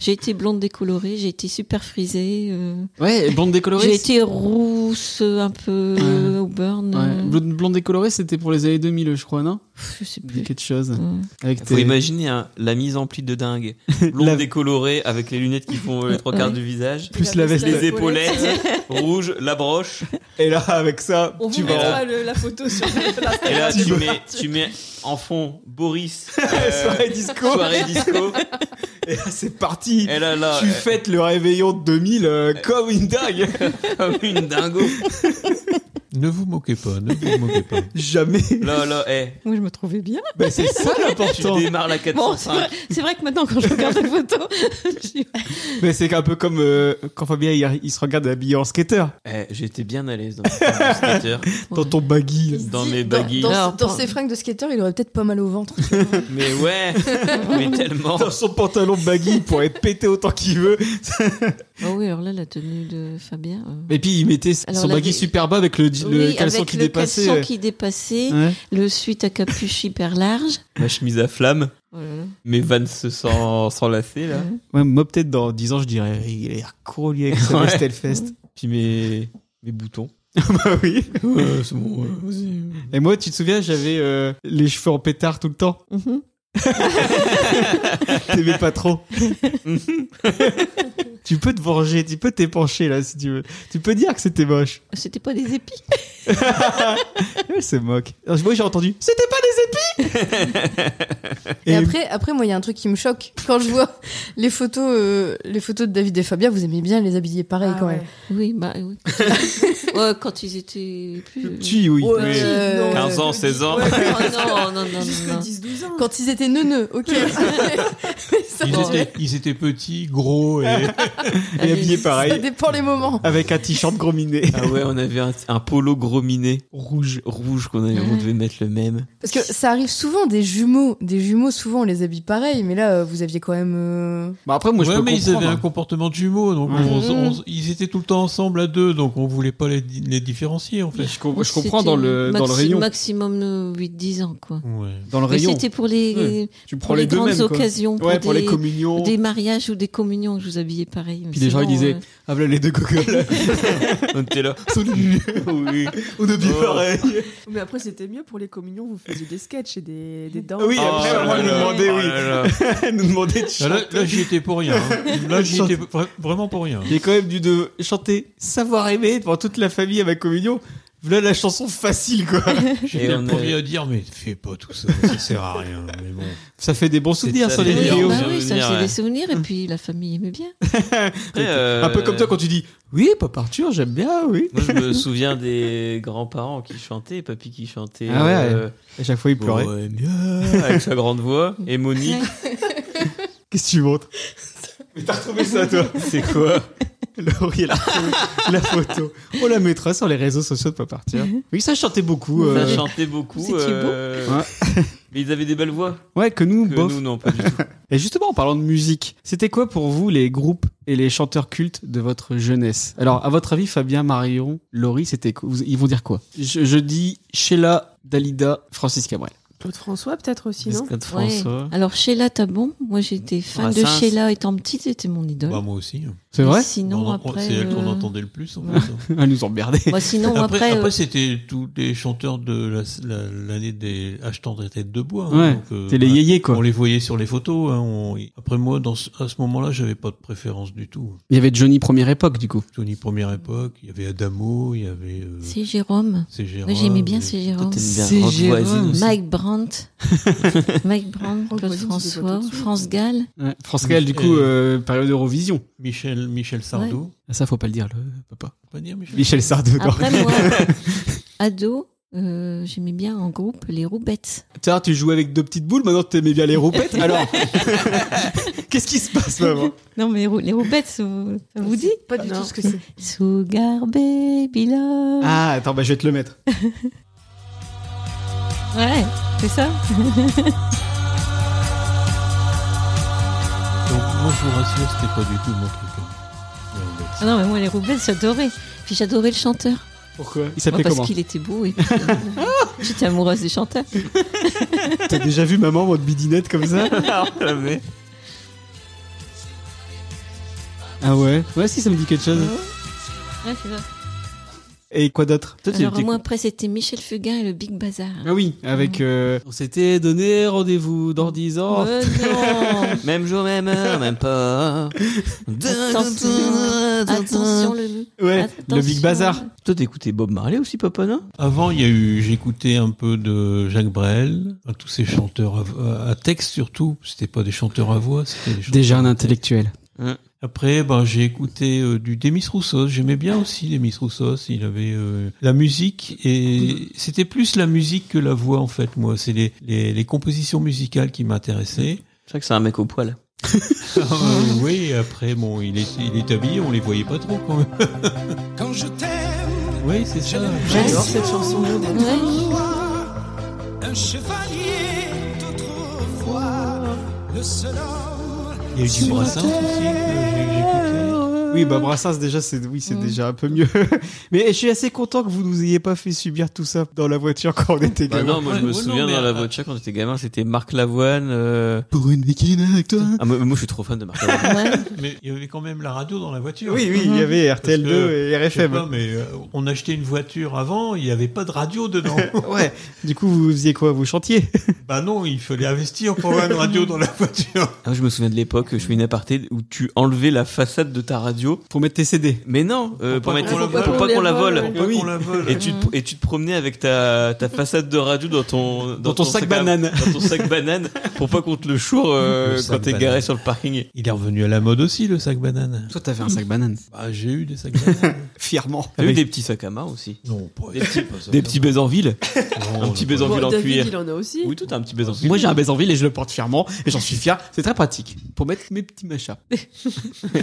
[SPEAKER 2] j'ai été blonde décolorée, j'ai été super frisée, euh,
[SPEAKER 1] Ouais, blonde
[SPEAKER 2] j'ai
[SPEAKER 1] décolorée.
[SPEAKER 2] été rousse euh, un peu
[SPEAKER 1] Ouais.
[SPEAKER 2] au burn.
[SPEAKER 1] Ouais,
[SPEAKER 2] euh,
[SPEAKER 1] blonde blonde décolorée, c'était pour les années 2000, je crois, non
[SPEAKER 2] pff, je sais
[SPEAKER 1] Il y a
[SPEAKER 2] plus.
[SPEAKER 1] Quelque chose.
[SPEAKER 2] Ouais.
[SPEAKER 1] Avec
[SPEAKER 4] Faut
[SPEAKER 1] tes...
[SPEAKER 4] imaginer hein, la mise en pli
[SPEAKER 1] (laughs)
[SPEAKER 4] de dingue. Blonde
[SPEAKER 1] La-
[SPEAKER 4] décolorée avec les lunettes qui font euh, les (laughs) trois quarts
[SPEAKER 2] Ouais.
[SPEAKER 4] du visage.
[SPEAKER 1] Plus la veste.
[SPEAKER 4] Les
[SPEAKER 5] (laughs)
[SPEAKER 4] épaulettes, rouge, la broche.
[SPEAKER 1] Et là, avec ça,
[SPEAKER 6] On
[SPEAKER 1] tu
[SPEAKER 6] vous
[SPEAKER 1] vas.
[SPEAKER 4] verra.
[SPEAKER 6] mettra le- la
[SPEAKER 4] (laughs)
[SPEAKER 6] photo sur
[SPEAKER 4] Et là,
[SPEAKER 1] Tu
[SPEAKER 4] tu
[SPEAKER 1] vois.
[SPEAKER 4] mets, tu mets en fond Boris. euh,
[SPEAKER 1] (laughs) Soirée disco.
[SPEAKER 4] soirée disco.
[SPEAKER 1] (laughs) Et là, c'est parti.
[SPEAKER 4] Et là, là,
[SPEAKER 1] tu
[SPEAKER 4] euh,
[SPEAKER 1] fêtes le réveillon de 2000 euh, comme une dingue.
[SPEAKER 4] (laughs) comme une dingo.
[SPEAKER 3] Ne vous moquez pas, ne vous moquez pas.
[SPEAKER 1] Jamais. (laughs)
[SPEAKER 4] Là, là, eh.
[SPEAKER 2] Moi je me trouvais bien.
[SPEAKER 1] Bah, c'est ça
[SPEAKER 4] (laughs) Tu
[SPEAKER 1] l'important.
[SPEAKER 4] démarres la
[SPEAKER 2] Bon, c'est
[SPEAKER 4] 405.
[SPEAKER 2] vrai, c'est vrai que maintenant quand je regarde la photo, je-
[SPEAKER 1] Mais c'est un peu comme euh, quand Fabien il, il se regarde habillé en skater
[SPEAKER 4] Eh, J'étais bien à l'aise dans mon skater.
[SPEAKER 1] dans ton baggy. là.
[SPEAKER 4] Dans
[SPEAKER 5] Si,
[SPEAKER 4] mes baggy.
[SPEAKER 5] Dans,
[SPEAKER 2] Alors,
[SPEAKER 5] dans
[SPEAKER 2] pour-
[SPEAKER 5] ses fringues de skater, il aurait peut-être pas mal au ventre.
[SPEAKER 4] Mais
[SPEAKER 6] (laughs)
[SPEAKER 4] ouais, mais tellement.
[SPEAKER 1] dans son pantalon baggy il pourrait péter autant qu'il veut.
[SPEAKER 2] Ah oui, alors là, la tenue de Fabien. euh,
[SPEAKER 1] Et puis il mettait
[SPEAKER 2] Alors,
[SPEAKER 1] son
[SPEAKER 2] la-
[SPEAKER 1] baggy super bas avec le le, le
[SPEAKER 2] Oui,
[SPEAKER 1] caleçon
[SPEAKER 2] avec
[SPEAKER 1] qui
[SPEAKER 2] le
[SPEAKER 1] dépassait. euh. Hein.
[SPEAKER 2] caleçon
[SPEAKER 1] ouais.
[SPEAKER 2] qui dépassait,
[SPEAKER 1] Ouais.
[SPEAKER 2] le suite à capuche hyper large.
[SPEAKER 4] Ma chemise à flamme,
[SPEAKER 2] Oh là là.
[SPEAKER 4] mes vannes se sans, sans lacets, là.
[SPEAKER 1] Ouais, moi, peut-être dans 10 ans, je dirais, il a l'air cool avec sa
[SPEAKER 4] Ouais. (laughs)
[SPEAKER 1] Stelfest.
[SPEAKER 4] Puis mes, mes boutons.
[SPEAKER 1] bah oui.
[SPEAKER 3] (laughs) Ouais, c'est bon, ouais, vas-y.
[SPEAKER 1] Et moi, tu te souviens, j'avais euh, les cheveux en pétard tout le temps.
[SPEAKER 2] Mhm.
[SPEAKER 1] (laughs) T'aimais pas trop. (laughs) tu peux te venger, tu peux t'épancher là si tu veux. Tu peux dire que c'était moche.
[SPEAKER 2] C'était pas des épis.
[SPEAKER 1] Elle se moque. Alors, Moi, j'ai entendu, c'était pas des épis
[SPEAKER 5] Et, après, après, moi, il y a un truc qui me choque. Quand je vois les photos, euh, les photos de David et Fabien, vous aimez bien les habiller pareil
[SPEAKER 6] Ah
[SPEAKER 5] quand
[SPEAKER 6] ouais.
[SPEAKER 5] même.
[SPEAKER 2] Oui, bah
[SPEAKER 1] (laughs)
[SPEAKER 2] oui. Ouais, quand ils étaient plus.
[SPEAKER 1] tu, oui.
[SPEAKER 4] Oui.
[SPEAKER 6] petits, non,
[SPEAKER 4] 15 ans,
[SPEAKER 6] euh,
[SPEAKER 4] 16 ans.
[SPEAKER 6] ouais,
[SPEAKER 2] (laughs) Oh, non, non, non, non,
[SPEAKER 6] Jusque
[SPEAKER 5] euh,
[SPEAKER 2] non.
[SPEAKER 6] 10-12 ans.
[SPEAKER 5] Quand ils étaient neuneux, ok. (laughs) Mais ça,
[SPEAKER 3] Ils,
[SPEAKER 2] Ouais.
[SPEAKER 3] étaient, ils étaient petits, gros et.
[SPEAKER 1] Et
[SPEAKER 2] Allez.
[SPEAKER 1] habillé
[SPEAKER 5] ça
[SPEAKER 1] pareil,
[SPEAKER 5] dépend les moments.
[SPEAKER 1] avec un t-shirt gros miné.
[SPEAKER 4] Ah ouais, on avait un, un polo gros miné,
[SPEAKER 1] Rouge.
[SPEAKER 4] rouge, qu'on avait, on
[SPEAKER 2] Ouais.
[SPEAKER 4] devait mettre le même.
[SPEAKER 5] Parce que ça arrive souvent des jumeaux, des jumeaux souvent on les habille pareil, mais là euh, vous aviez quand même. euh,
[SPEAKER 1] Bah après, moi, je
[SPEAKER 3] ouais,
[SPEAKER 1] peux
[SPEAKER 3] mais ils avaient un
[SPEAKER 1] comprendre.
[SPEAKER 3] comportement de jumeaux, donc
[SPEAKER 1] Ouais.
[SPEAKER 3] on- on-
[SPEAKER 5] Mhm.
[SPEAKER 3] ils étaient tout le temps ensemble à deux, donc on voulait pas les, les différencier en fait.
[SPEAKER 1] Je, com- je comprends dans le,
[SPEAKER 2] C'était
[SPEAKER 1] dans le
[SPEAKER 2] maxi-
[SPEAKER 1] rayon.
[SPEAKER 2] Maximum euh, 8-10 ans, quoi.
[SPEAKER 3] Ouais.
[SPEAKER 1] Dans le
[SPEAKER 2] Mais
[SPEAKER 1] rayon.
[SPEAKER 2] c'était pour les,
[SPEAKER 1] Ouais. Tu
[SPEAKER 2] pour les, grandes
[SPEAKER 1] mêmes, quoi.
[SPEAKER 2] occasions, pour,
[SPEAKER 1] Ouais, pour
[SPEAKER 2] des,
[SPEAKER 1] les communions.
[SPEAKER 2] des mariages ou des communions, je vous habillais pareil.
[SPEAKER 1] Puis les gens, ils
[SPEAKER 2] Sinon, euh,
[SPEAKER 1] disaient, Ah, voilà les deux
[SPEAKER 2] (laughs)
[SPEAKER 1] cocoles.
[SPEAKER 4] On était là.
[SPEAKER 1] Salut.
[SPEAKER 4] Oui.
[SPEAKER 1] On est bien
[SPEAKER 4] Oh.
[SPEAKER 1] pareil.
[SPEAKER 6] Mais après, c'était mieux pour les communions, vous faisiez des sketchs et des, des danses.
[SPEAKER 1] Ah Oui,
[SPEAKER 4] Oh
[SPEAKER 1] après,
[SPEAKER 4] là
[SPEAKER 1] on va
[SPEAKER 4] là
[SPEAKER 1] nous
[SPEAKER 4] là.
[SPEAKER 1] demander,
[SPEAKER 4] Oh
[SPEAKER 1] oui.
[SPEAKER 4] là là.
[SPEAKER 1] Elle nous demandait de
[SPEAKER 3] Ah, là,
[SPEAKER 1] chanter.
[SPEAKER 3] là, j'y étais pour rien. (laughs) hein. Là, j'y
[SPEAKER 1] Chanter.
[SPEAKER 3] étais vra- vraiment pour rien.
[SPEAKER 1] J'ai quand même dû de chanter Savoir aimer devant toute la famille à ma communion. Voilà la chanson facile,
[SPEAKER 4] (laughs)
[SPEAKER 1] quoi.
[SPEAKER 4] Et
[SPEAKER 3] J'étais le
[SPEAKER 4] on
[SPEAKER 3] premier
[SPEAKER 4] avait-
[SPEAKER 3] à dire, mais fais pas tout ça, ça sert à rien. Mais bon.
[SPEAKER 1] Ça fait des bons souvenirs
[SPEAKER 4] ça,
[SPEAKER 1] sur les
[SPEAKER 4] les
[SPEAKER 2] Oui,
[SPEAKER 1] vidéos. Hum.
[SPEAKER 2] bah
[SPEAKER 4] Des hein.
[SPEAKER 2] oui, ça
[SPEAKER 4] souvenirs,
[SPEAKER 2] faisait
[SPEAKER 4] ouais.
[SPEAKER 2] des souvenirs et puis la famille aimait bien.
[SPEAKER 4] Après, euh,
[SPEAKER 1] Un peu comme toi quand tu dis Oui, Pop Arthur, j'aime bien, oui.
[SPEAKER 4] Moi, je me souviens des grands-parents qui chantaient, papy qui chantait.
[SPEAKER 1] Ah ouais, À chaque fois, il pleurait.
[SPEAKER 4] Bohemia, avec sa grande voix. Et Monique,
[SPEAKER 1] Qu'est-ce que tu montres (laughs) Mais t'as retrouvé ça, toi
[SPEAKER 4] (laughs)
[SPEAKER 1] C'est quoi Laurie, elle a retrouvé la photo. On la mettra sur les réseaux sociaux de Pop Arthur. Oui, ça chantait beaucoup.
[SPEAKER 4] Mm-hmm. ça
[SPEAKER 1] euh,
[SPEAKER 4] chantait beaucoup.
[SPEAKER 2] C'était
[SPEAKER 4] euh,
[SPEAKER 1] beau.
[SPEAKER 4] (laughs) Mais ils avaient des belles voix.
[SPEAKER 1] Ouais, que nous,
[SPEAKER 4] Que
[SPEAKER 1] bof.
[SPEAKER 4] nous, non, pas du
[SPEAKER 1] (laughs)
[SPEAKER 4] tout.
[SPEAKER 1] Et justement, en parlant de musique, c'était quoi pour vous les groupes et les chanteurs cultes de votre jeunesse Alors, à votre avis, Fabien, Marion, Laurie, c'était quoi Vous- Ils vont dire quoi je, je dis Sheila, Dalida, Francis Cabrel.
[SPEAKER 6] Claude François, peut-être aussi, non
[SPEAKER 4] Pascal
[SPEAKER 1] Oh,
[SPEAKER 2] Ouais.
[SPEAKER 4] François.
[SPEAKER 2] Alors Sheila Tabon, moi j'étais fan de
[SPEAKER 4] Brassens.
[SPEAKER 2] Sheila étant petite, c'était mon idole.
[SPEAKER 3] Bah, moi aussi.
[SPEAKER 1] C'est
[SPEAKER 2] Mais
[SPEAKER 1] vrai
[SPEAKER 2] Sinon
[SPEAKER 3] On en-
[SPEAKER 2] après.
[SPEAKER 3] C'est elle qu'on
[SPEAKER 2] euh,
[SPEAKER 3] entendait le plus en
[SPEAKER 2] ouais.
[SPEAKER 3] fait. hein.
[SPEAKER 1] Elle nous emmerdait.
[SPEAKER 2] moi,
[SPEAKER 3] (laughs)
[SPEAKER 2] sinon
[SPEAKER 3] Après,
[SPEAKER 2] après.
[SPEAKER 3] après,
[SPEAKER 2] euh,
[SPEAKER 3] c'était tous les chanteurs de la- la- l'année des achetants des têtes de bois. hein,
[SPEAKER 1] Ouais,
[SPEAKER 3] donc, euh,
[SPEAKER 1] C'était les
[SPEAKER 3] bah,
[SPEAKER 1] yéyés, quoi.
[SPEAKER 3] On les voyait sur les photos. hein, on- Après moi, dans ce- à ce moment-là, j'avais pas de préférence du tout.
[SPEAKER 1] Il y avait Johnny Première Époque, du coup.
[SPEAKER 3] Johnny Première Époque, il y avait Adamo, il y avait euh,
[SPEAKER 2] C'est Jérôme.
[SPEAKER 3] c'est Gérard, euh,
[SPEAKER 2] Moi j'aimais bien
[SPEAKER 3] et-
[SPEAKER 2] c'est Jérôme.
[SPEAKER 4] T'aimes bien
[SPEAKER 1] C'est
[SPEAKER 4] Rock
[SPEAKER 1] Jérôme.
[SPEAKER 4] Voisine aussi.
[SPEAKER 2] Mike Brandt, Mike Brandt,
[SPEAKER 6] Oh,
[SPEAKER 2] Claude
[SPEAKER 6] vas-y, tu les vois
[SPEAKER 2] François,
[SPEAKER 6] tout de suite.
[SPEAKER 2] France Gall.
[SPEAKER 1] Ouais. France Gall, du
[SPEAKER 3] Et-
[SPEAKER 1] coup, euh, période Eurovision.
[SPEAKER 3] Michel, Michel Sardou.
[SPEAKER 1] Ah, Ça, faut pas le dire, le papa.
[SPEAKER 3] Faut Pas dire Michel.
[SPEAKER 1] Michel Sardou. non.
[SPEAKER 2] Après moi, ado, euh, j'aimais bien en groupe les Roubettes.
[SPEAKER 1] (laughs) Tu vois, tu jouais avec deux petites boules, maintenant t'aimais bien les roupettes. Alors, (laughs) qu'est-ce qui se passe, maman (laughs)
[SPEAKER 2] Non mais rou- les Roubettes, ça vous ça vous dit
[SPEAKER 5] Pas du
[SPEAKER 6] Non.
[SPEAKER 5] tout ce que c'est.
[SPEAKER 2] Sugar Baby Love.
[SPEAKER 1] Ah, attends, bah, je vais te le mettre.
[SPEAKER 2] Ouais, c'est ça.
[SPEAKER 3] Donc, moi, je vous rassure, c'était pas du tout mon truc. hein. Mais en
[SPEAKER 2] Ah
[SPEAKER 3] fait,
[SPEAKER 2] non mais moi les Roubettes j'adorais. Puis j'adorais le chanteur.
[SPEAKER 1] Pourquoi Il
[SPEAKER 2] Moi,
[SPEAKER 1] s'appelait
[SPEAKER 2] parce
[SPEAKER 1] comment
[SPEAKER 2] qu'il était beau et puis, euh, j'étais amoureuse des chanteurs.
[SPEAKER 1] T'as déjà vu maman votre bidinette comme ça (laughs) Ah ouais Ouais, si, ça me dit quelque chose.
[SPEAKER 2] Ouais, c'est ça.
[SPEAKER 1] Et quoi d'autre Toi, tu
[SPEAKER 2] Alors
[SPEAKER 1] étais-
[SPEAKER 2] moi Mm. après c'était Michel Fugain et le Big Bazar.
[SPEAKER 1] Ah oui, avec. euh, On s'était donné rendez-vous dans 10 ans.
[SPEAKER 2] Euh, non
[SPEAKER 4] Même jour, même heure, même pas.
[SPEAKER 2] Attention, attention le
[SPEAKER 1] Ouais,
[SPEAKER 2] attention.
[SPEAKER 1] le Big Bazar.
[SPEAKER 4] Toi, t'écoutais Bob Marley aussi, papa, non
[SPEAKER 3] Avant, il y a eu, j'écoutais un peu de Jacques Brel, hein, tous ces chanteurs à, vo- à texte surtout. C'était pas des chanteurs à voix, c'était des chanteurs
[SPEAKER 1] Déjà un
[SPEAKER 3] à texte.
[SPEAKER 1] intellectuel.
[SPEAKER 3] Après, ben, j'ai écouté euh, du Demis Roussos. J'aimais bien aussi Demis Roussos. Il avait euh, la musique et c'était plus la musique que la voix en fait. Moi, c'est les, les, les compositions musicales qui
[SPEAKER 7] (laughs)
[SPEAKER 3] m'intéressaient.
[SPEAKER 4] Je crois que c'est un mec au poil.
[SPEAKER 3] Ah, euh, oui, après, bon, il est, il est habillé, on les voyait pas trop quand même.
[SPEAKER 7] (laughs) Quand je t'aime,
[SPEAKER 3] Oui, c'est ça.
[SPEAKER 6] J'adore cette chanson.
[SPEAKER 2] Ouais.
[SPEAKER 7] un chevalier d'autrefois, le seul homme.
[SPEAKER 3] Il y a eu du Brassens aussi que j'ai- j'ai écouté.
[SPEAKER 2] Euh.
[SPEAKER 1] Oui, bah Brassens, déjà, c'est oui, c'est
[SPEAKER 5] Mm.
[SPEAKER 1] déjà un peu mieux. (laughs) Mais je suis assez content que vous nous ayez pas fait subir tout ça dans la voiture quand on était
[SPEAKER 4] Bah
[SPEAKER 1] gamin.
[SPEAKER 4] non, moi je me
[SPEAKER 3] Ouais, ouais,
[SPEAKER 4] souviens
[SPEAKER 3] non, mais,
[SPEAKER 4] dans la
[SPEAKER 3] euh,
[SPEAKER 4] voiture quand j'étais gamin, c'était Marc Lavoine. euh,
[SPEAKER 1] Pour une bikini avec toi
[SPEAKER 4] Ah, moi, moi, je suis trop fan de Marc Lavoine.
[SPEAKER 2] Ouais.
[SPEAKER 3] Mais il y avait quand même la radio dans la voiture.
[SPEAKER 1] Oui, oui, il y avait RTL2
[SPEAKER 3] que-
[SPEAKER 1] et
[SPEAKER 3] Je sais pas,
[SPEAKER 1] RFM.
[SPEAKER 3] mais euh, on achetait une voiture avant, il n'y avait pas de
[SPEAKER 1] (laughs)
[SPEAKER 3] radio dedans.
[SPEAKER 1] Ouais. Du coup, vous faisiez quoi Vous chantiez
[SPEAKER 3] bah non, il fallait investir pour avoir une radio dans la voiture. (laughs)
[SPEAKER 4] Ah, je me souviens de l'époque, je fais une aparté où tu enlevais la façade de ta radio.
[SPEAKER 1] Pour mettre tes CD.
[SPEAKER 4] Mais non, euh,
[SPEAKER 3] Pour
[SPEAKER 4] pour,
[SPEAKER 3] pas
[SPEAKER 4] mettre-
[SPEAKER 3] qu'on la
[SPEAKER 4] pour
[SPEAKER 3] vole.
[SPEAKER 4] pas qu'on la vole.
[SPEAKER 3] Pour pas
[SPEAKER 1] oui.
[SPEAKER 3] qu'on la vole.
[SPEAKER 4] Et tu, te, et tu te promenais avec ta, ta façade de radio dans ton, dans
[SPEAKER 1] ton sac
[SPEAKER 4] à-
[SPEAKER 1] banane.
[SPEAKER 4] Dans ton sac banane pour pas qu'on te le choure euh,
[SPEAKER 3] Le
[SPEAKER 4] quand
[SPEAKER 3] sac
[SPEAKER 4] t'es
[SPEAKER 3] banane.
[SPEAKER 4] garé sur le parking.
[SPEAKER 3] Il est revenu à la mode aussi, le sac banane.
[SPEAKER 1] Toi, t'avais un sac banane. Ah
[SPEAKER 3] Bah, j'ai eu des sacs bananes.
[SPEAKER 1] Fièrement.
[SPEAKER 4] T'as eu des petits sacs à main aussi.
[SPEAKER 3] (laughs) non, pas
[SPEAKER 4] Des petits, des petits baisers en ville. un petit baiser en ville en
[SPEAKER 6] David,
[SPEAKER 4] cuir.
[SPEAKER 6] il en a aussi.
[SPEAKER 4] Oui, tout un petit baiser en ville.
[SPEAKER 1] Moi, j'ai un en ville et je le porte fièrement et j'en suis fier. C'est très pratique pour mettre mes petits machins.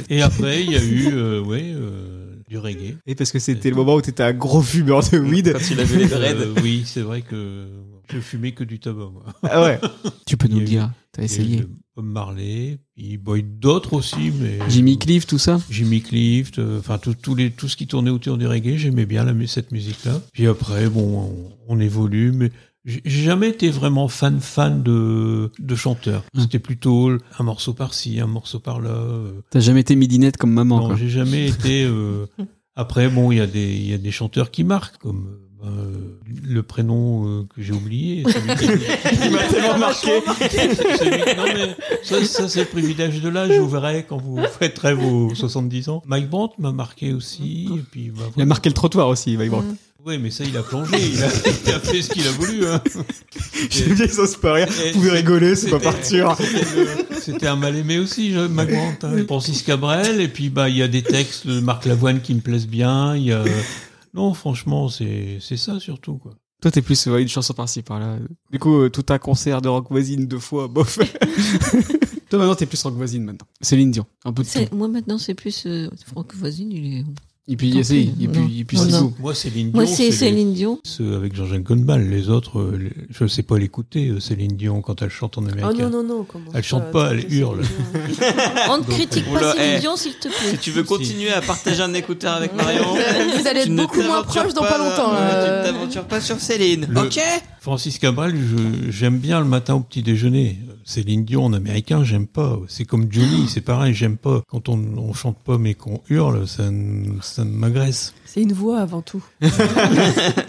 [SPEAKER 3] Et après, il y a eu, euh, ouais, euh, du reggae.
[SPEAKER 1] Et parce que c'était le moment où t'étais un gros fumeur de (laughs) weed.
[SPEAKER 4] Quand il avait les dreads.
[SPEAKER 3] Euh, oui, c'est vrai que je fumais que du tabac, moi.
[SPEAKER 1] Ah ouais. Tu peux nous
[SPEAKER 3] Il y a
[SPEAKER 1] le dire. T'as
[SPEAKER 3] Il y a
[SPEAKER 1] essayé.
[SPEAKER 3] eu le Bob Marley, puis bon, il y a eu d'autres aussi, mais.
[SPEAKER 1] Jimmy Cliff, tout ça.
[SPEAKER 3] Jimmy Clift, euh, enfin tout, tous les, tout ce qui tournait autour du reggae, j'aimais bien la, mu- cette musique-là. Puis après, bon, on, on évolue, mais j'ai j'ai jamais été vraiment fan fan de, de chanteurs. C'était plutôt un morceau par-ci, un morceau par-là. euh.
[SPEAKER 1] T'as jamais été midinette comme maman.
[SPEAKER 3] Non,
[SPEAKER 1] quoi. (laughs)
[SPEAKER 3] j'ai jamais été. euh, Après, bon, il y a des il y a des chanteurs qui marquent, comme euh, ben, euh, le prénom euh, que
[SPEAKER 1] (laughs)
[SPEAKER 3] j'ai oublié. celui qui-
[SPEAKER 1] Il m'a tellement marqué.
[SPEAKER 3] celui- non, mais ça, ça, c'est le privilège de l'âge. Vous verrez
[SPEAKER 1] (laughs)
[SPEAKER 3] quand vous fêterez vos 70 ans. Mike Brandt m'a marqué aussi. Et puis, bah,
[SPEAKER 1] Il a marqué le trottoir aussi, Mike
[SPEAKER 2] Mm.
[SPEAKER 1] Brandt.
[SPEAKER 3] Oui, mais ça, il a plongé. Il a, il a fait ce qu'il a voulu. hein.
[SPEAKER 1] (laughs) J'aime bien que ça se parie.
[SPEAKER 3] Et
[SPEAKER 1] Vous pouvez rigoler, (laughs) c'est pas
[SPEAKER 3] c'était-
[SPEAKER 1] partir.
[SPEAKER 3] C'était un mal aimé aussi, je- Mike Brandt. hein. Francis Cabrel. Et puis, bah, il y a des textes de Marc Lavoine qui me plaisent bien. Il y a... Non, franchement, c'est c'est ça surtout. Quoi.
[SPEAKER 1] Toi, t'es plus euh, une chanson par-ci, par-là. Du coup, euh, tout un concert de rock voisine deux fois, bof. Toi, maintenant, t'es plus rock voisine, maintenant. Céline Dion, un peu de
[SPEAKER 2] C'est-
[SPEAKER 1] tout.
[SPEAKER 2] Moi maintenant c'est plus euh, Franck Voisine, il est.
[SPEAKER 1] Et puis,
[SPEAKER 2] Tant
[SPEAKER 1] essayez.
[SPEAKER 2] pis,
[SPEAKER 1] Et
[SPEAKER 2] non.
[SPEAKER 1] puis, et puis,
[SPEAKER 2] Non,
[SPEAKER 1] c'est
[SPEAKER 2] non.
[SPEAKER 1] tout.
[SPEAKER 3] Moi, Céline Dion.
[SPEAKER 2] Moi c'est
[SPEAKER 3] les-
[SPEAKER 1] (laughs)
[SPEAKER 2] Céline Dion.
[SPEAKER 3] ceux avec Jean-Jacques Goldman, les autres, euh, les- je sais pas l'écouter, euh, Céline Dion, quand elle chante en américain.
[SPEAKER 6] Oh non, non, non, comment
[SPEAKER 3] Elle chante pas, elle hurle.
[SPEAKER 2] On ne critique
[SPEAKER 4] Oula,
[SPEAKER 2] pas Céline
[SPEAKER 4] eh.
[SPEAKER 2] Dion s'il te
[SPEAKER 4] Si
[SPEAKER 2] plaît.
[SPEAKER 4] tu veux continuer à partager un écouteur avec Marion,
[SPEAKER 5] (laughs) Vous allez
[SPEAKER 4] tu
[SPEAKER 5] être
[SPEAKER 4] ne
[SPEAKER 5] beaucoup moins
[SPEAKER 4] t'aventures
[SPEAKER 5] proches dans pas longtemps.
[SPEAKER 4] euh,
[SPEAKER 5] là.
[SPEAKER 4] Tu ne t'aventures pas sur Céline.
[SPEAKER 3] Le-
[SPEAKER 4] Ok
[SPEAKER 3] Francis Cabrel, je- j'aime bien le matin au petit déjeuner. Céline Dion en américain, j'aime pas. C'est comme Johnny, c'est pareil, j'aime pas. Quand on, on chante pas mais qu'on hurle, ça, n- ça m'agresse.
[SPEAKER 6] C'est une voix avant tout.
[SPEAKER 3] Et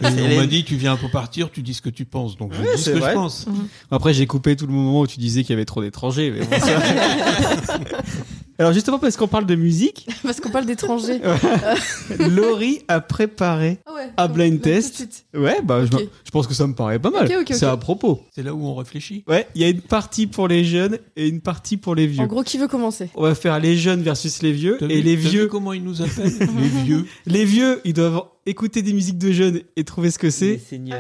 [SPEAKER 3] On
[SPEAKER 4] Céline.
[SPEAKER 3] m'a dit, tu viens pour partir, tu dis ce que tu penses. Donc je
[SPEAKER 1] Ouais,
[SPEAKER 3] dis
[SPEAKER 1] c'est
[SPEAKER 3] ce que
[SPEAKER 1] vrai. Mm-hmm.
[SPEAKER 3] je pense.
[SPEAKER 1] Après, j'ai coupé tout le moment où tu disais qu'il y avait trop d'étrangers. mais bon, ça- (laughs) Alors, justement, parce qu'on parle de musique,
[SPEAKER 5] Parce qu'on parle d'étrangers.
[SPEAKER 1] Laurie a préparé.
[SPEAKER 5] Ah ouais.
[SPEAKER 1] Un blind
[SPEAKER 5] Là, tout de
[SPEAKER 1] test.
[SPEAKER 5] suite.
[SPEAKER 1] Ouais, bah, je,
[SPEAKER 5] Ok.
[SPEAKER 1] je pense que ça me paraît pas mal.
[SPEAKER 5] Ok, ok, ok.
[SPEAKER 1] C'est à propos.
[SPEAKER 3] C'est là où on réfléchit.
[SPEAKER 1] Ouais, il y a une partie pour les jeunes et une partie pour les vieux.
[SPEAKER 5] En gros, qui veut commencer
[SPEAKER 1] On va faire les jeunes versus les vieux.
[SPEAKER 3] T'as
[SPEAKER 1] Et
[SPEAKER 3] vu-
[SPEAKER 1] les
[SPEAKER 3] t'as vu
[SPEAKER 1] vieux,
[SPEAKER 3] comment ils
[SPEAKER 1] (laughs)
[SPEAKER 3] nous appellent Les vieux.
[SPEAKER 1] les vieux, ils doivent écouter des musiques de jeunes et trouver ce que c'est.
[SPEAKER 5] Ah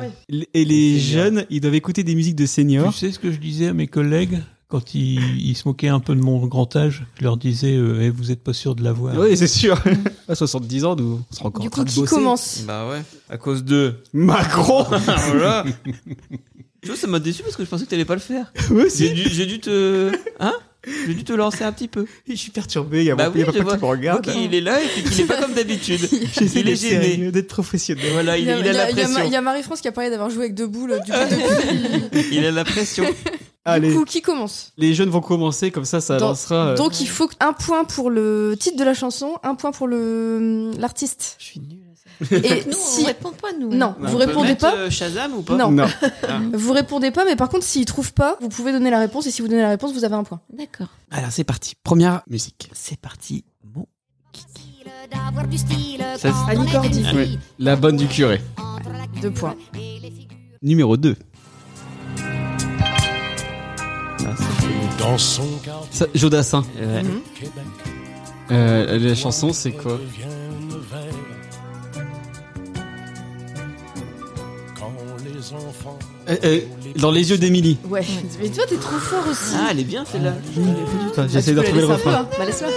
[SPEAKER 1] Et les jeunes, ils doivent écouter des musiques de
[SPEAKER 3] Tu
[SPEAKER 1] seniors.
[SPEAKER 3] sais ce que je disais à mes collègues quand ils, ils se moquaient un peu de mon grand âge Je leur disais, euh, Eh, vous n'êtes pas sûr de l'avoir.
[SPEAKER 1] Oui, c'est sûr. À 70 ans, nous, on sera encore
[SPEAKER 5] Du
[SPEAKER 1] en train
[SPEAKER 5] coup,
[SPEAKER 1] de
[SPEAKER 5] qui
[SPEAKER 1] bosser.
[SPEAKER 5] commence
[SPEAKER 4] Bah ouais, (laughs) à cause de.
[SPEAKER 1] Macron
[SPEAKER 4] voilà. Tu vois, ça m'a déçu parce que je pensais que t'allais pas le faire.
[SPEAKER 1] Oui,
[SPEAKER 4] J'ai
[SPEAKER 1] si.
[SPEAKER 4] dû, j'ai dû te. Hein J'ai dû te lancer un petit peu.
[SPEAKER 1] Je suis perturbé, il y a
[SPEAKER 4] Bah
[SPEAKER 1] mon- il y a
[SPEAKER 4] oui, je
[SPEAKER 1] papa qui me
[SPEAKER 4] vois.
[SPEAKER 1] regarde.
[SPEAKER 4] Ok, il est là et puis qu'il est pas comme d'habitude.
[SPEAKER 1] (laughs) J'essaie
[SPEAKER 4] Il est
[SPEAKER 1] d'être
[SPEAKER 4] gêné.
[SPEAKER 1] sérieux, d'être professionnel.
[SPEAKER 4] Voilà, Bah, il, il a,
[SPEAKER 5] il y
[SPEAKER 4] la
[SPEAKER 5] il y a Ma-
[SPEAKER 4] pression.
[SPEAKER 5] il y a Marie-France qui a parlé d'avoir joué avec deux boules. Du coup,
[SPEAKER 4] Il a la pression.
[SPEAKER 1] Allez,
[SPEAKER 5] du coup, qui commence
[SPEAKER 1] les jeunes vont commencer, comme ça, ça
[SPEAKER 5] Dans-
[SPEAKER 1] lancera... euh,
[SPEAKER 5] Donc, il faut que- un point pour le titre de la chanson, un point pour le euh, l'artiste.
[SPEAKER 6] Je suis nulle à
[SPEAKER 5] (laughs)
[SPEAKER 6] ça.
[SPEAKER 5] Et
[SPEAKER 2] Nous
[SPEAKER 5] si
[SPEAKER 2] on répond pas nous.
[SPEAKER 5] non,
[SPEAKER 4] On
[SPEAKER 5] (laughs) vous
[SPEAKER 4] peut
[SPEAKER 5] répondez
[SPEAKER 4] mettre,
[SPEAKER 5] pas.
[SPEAKER 4] euh, Shazam ou pas
[SPEAKER 5] Non.
[SPEAKER 1] Non.
[SPEAKER 5] Vous répondez pas, mais par contre, s'il trouve pas, vous pouvez donner la réponse. Et si vous donnez la réponse, vous avez un point.
[SPEAKER 2] D'accord.
[SPEAKER 1] (laughs) Alors, c'est parti. Première musique.
[SPEAKER 4] C'est parti. Bon.
[SPEAKER 8] D'avoir du style
[SPEAKER 4] Ça,
[SPEAKER 8] quand
[SPEAKER 6] c'est-
[SPEAKER 8] on
[SPEAKER 6] Annie Cordy.
[SPEAKER 8] est une
[SPEAKER 1] Oui.
[SPEAKER 8] fille.
[SPEAKER 1] La bonne du curé.
[SPEAKER 8] Entre la
[SPEAKER 5] Deux points.
[SPEAKER 8] culture et les figures.
[SPEAKER 1] Numéro 2.
[SPEAKER 7] Dans son quartier
[SPEAKER 1] Ça, Jodassin.
[SPEAKER 4] Ouais.
[SPEAKER 6] Mhm.
[SPEAKER 7] Québec,
[SPEAKER 1] Euh, la chanson, c'est quoi
[SPEAKER 7] deviennent verts. Quand les enfants
[SPEAKER 1] Euh, euh, Dans les yeux d'Émilie.
[SPEAKER 5] Ouais. Mais toi, t'es trop fort aussi.
[SPEAKER 4] Ah, elle est bien celle-là.
[SPEAKER 1] Putain, J'essaie de retrouver le refrain.
[SPEAKER 5] Bah, laisse-la.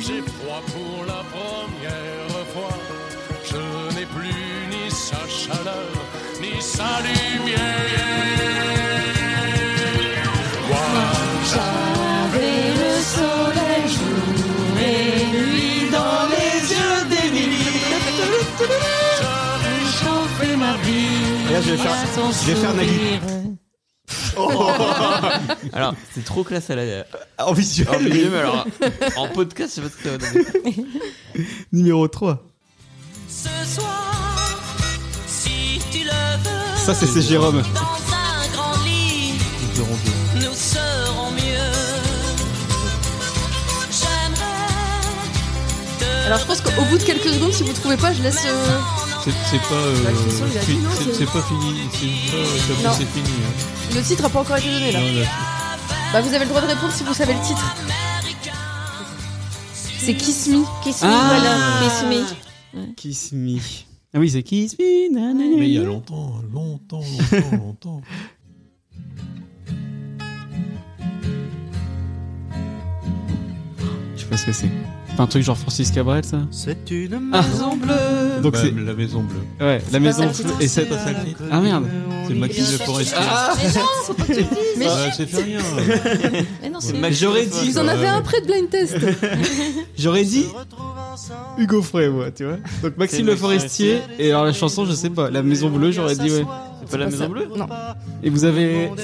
[SPEAKER 7] J'ai froid pour la première fois. Je n'ai plus ni sa chaleur, ni sa lumière. Moi,
[SPEAKER 2] le soleil jour et nuit dans
[SPEAKER 7] vie.
[SPEAKER 1] Et là, je vais faire- je vais faire Nagui.
[SPEAKER 4] Alors, c'est trop classe à la.
[SPEAKER 1] En visuel,
[SPEAKER 4] En
[SPEAKER 1] mais-
[SPEAKER 4] vidéo, mais alors, en podcast, je sais pas ce que ça va donner.
[SPEAKER 1] numéro 3.
[SPEAKER 9] Ce soir, si tu le veux,
[SPEAKER 1] Ça, c'est c'est Jérôme.
[SPEAKER 9] dans un grand lit, nous serons mieux. J'aimerais
[SPEAKER 5] Alors je pense qu'au bout de quelques secondes, si vous trouvez pas, je laisse. euh,
[SPEAKER 3] C'est c'est pas. euh,
[SPEAKER 6] La chanson, il a dit
[SPEAKER 3] fi-
[SPEAKER 6] non,
[SPEAKER 3] c'est-
[SPEAKER 6] c'est-
[SPEAKER 3] c'est pas fini. C'est pas. euh,
[SPEAKER 5] Non.
[SPEAKER 3] ça, C'est fini. hein.
[SPEAKER 5] Le titre a pas encore été donné là.
[SPEAKER 3] Non, là,
[SPEAKER 5] Bah vous avez le droit de répondre si vous savez le titre. C'est Kiss Me.
[SPEAKER 2] Kiss me,
[SPEAKER 1] Ah.
[SPEAKER 2] voilà, kiss me.
[SPEAKER 1] Kiss Me. Ah oui, c'est Kiss Me. na, na, na,
[SPEAKER 3] Mais il y a
[SPEAKER 1] na.
[SPEAKER 3] longtemps, longtemps, longtemps, longtemps.
[SPEAKER 1] Je sais pas ce que c'est. C'est un truc genre Francis Cabrel, ça
[SPEAKER 10] C'est une
[SPEAKER 1] Ah.
[SPEAKER 10] maison
[SPEAKER 1] (laughs)
[SPEAKER 10] bleue.
[SPEAKER 1] Donc
[SPEAKER 3] Bah,
[SPEAKER 1] c'est.
[SPEAKER 3] la maison bleue.
[SPEAKER 1] Ouais, la maison.
[SPEAKER 5] ça,
[SPEAKER 1] bleue Et c'est.
[SPEAKER 3] pas ça que
[SPEAKER 1] Ah merde.
[SPEAKER 3] C'est Maxime Le Forestier.
[SPEAKER 5] Mais
[SPEAKER 3] Bah, c'est fait
[SPEAKER 5] (laughs)
[SPEAKER 3] rien.
[SPEAKER 2] Mais non, c'est
[SPEAKER 4] Max-
[SPEAKER 1] J'aurais dit.
[SPEAKER 5] vous en avez un près de blind
[SPEAKER 1] (laughs)
[SPEAKER 5] test.
[SPEAKER 1] J'aurais dit
[SPEAKER 10] On se retrouve ensemble.
[SPEAKER 1] Hugo Frey, moi, tu vois. Donc Maxime
[SPEAKER 4] C'est
[SPEAKER 1] Le
[SPEAKER 4] Maxime
[SPEAKER 1] Forestier. Et alors la chanson, je sais pas. La maison bleue, j'aurais dit, ouais.
[SPEAKER 4] C'est pas la maison bleue
[SPEAKER 5] Non.
[SPEAKER 1] Et vous avez.
[SPEAKER 5] Et vous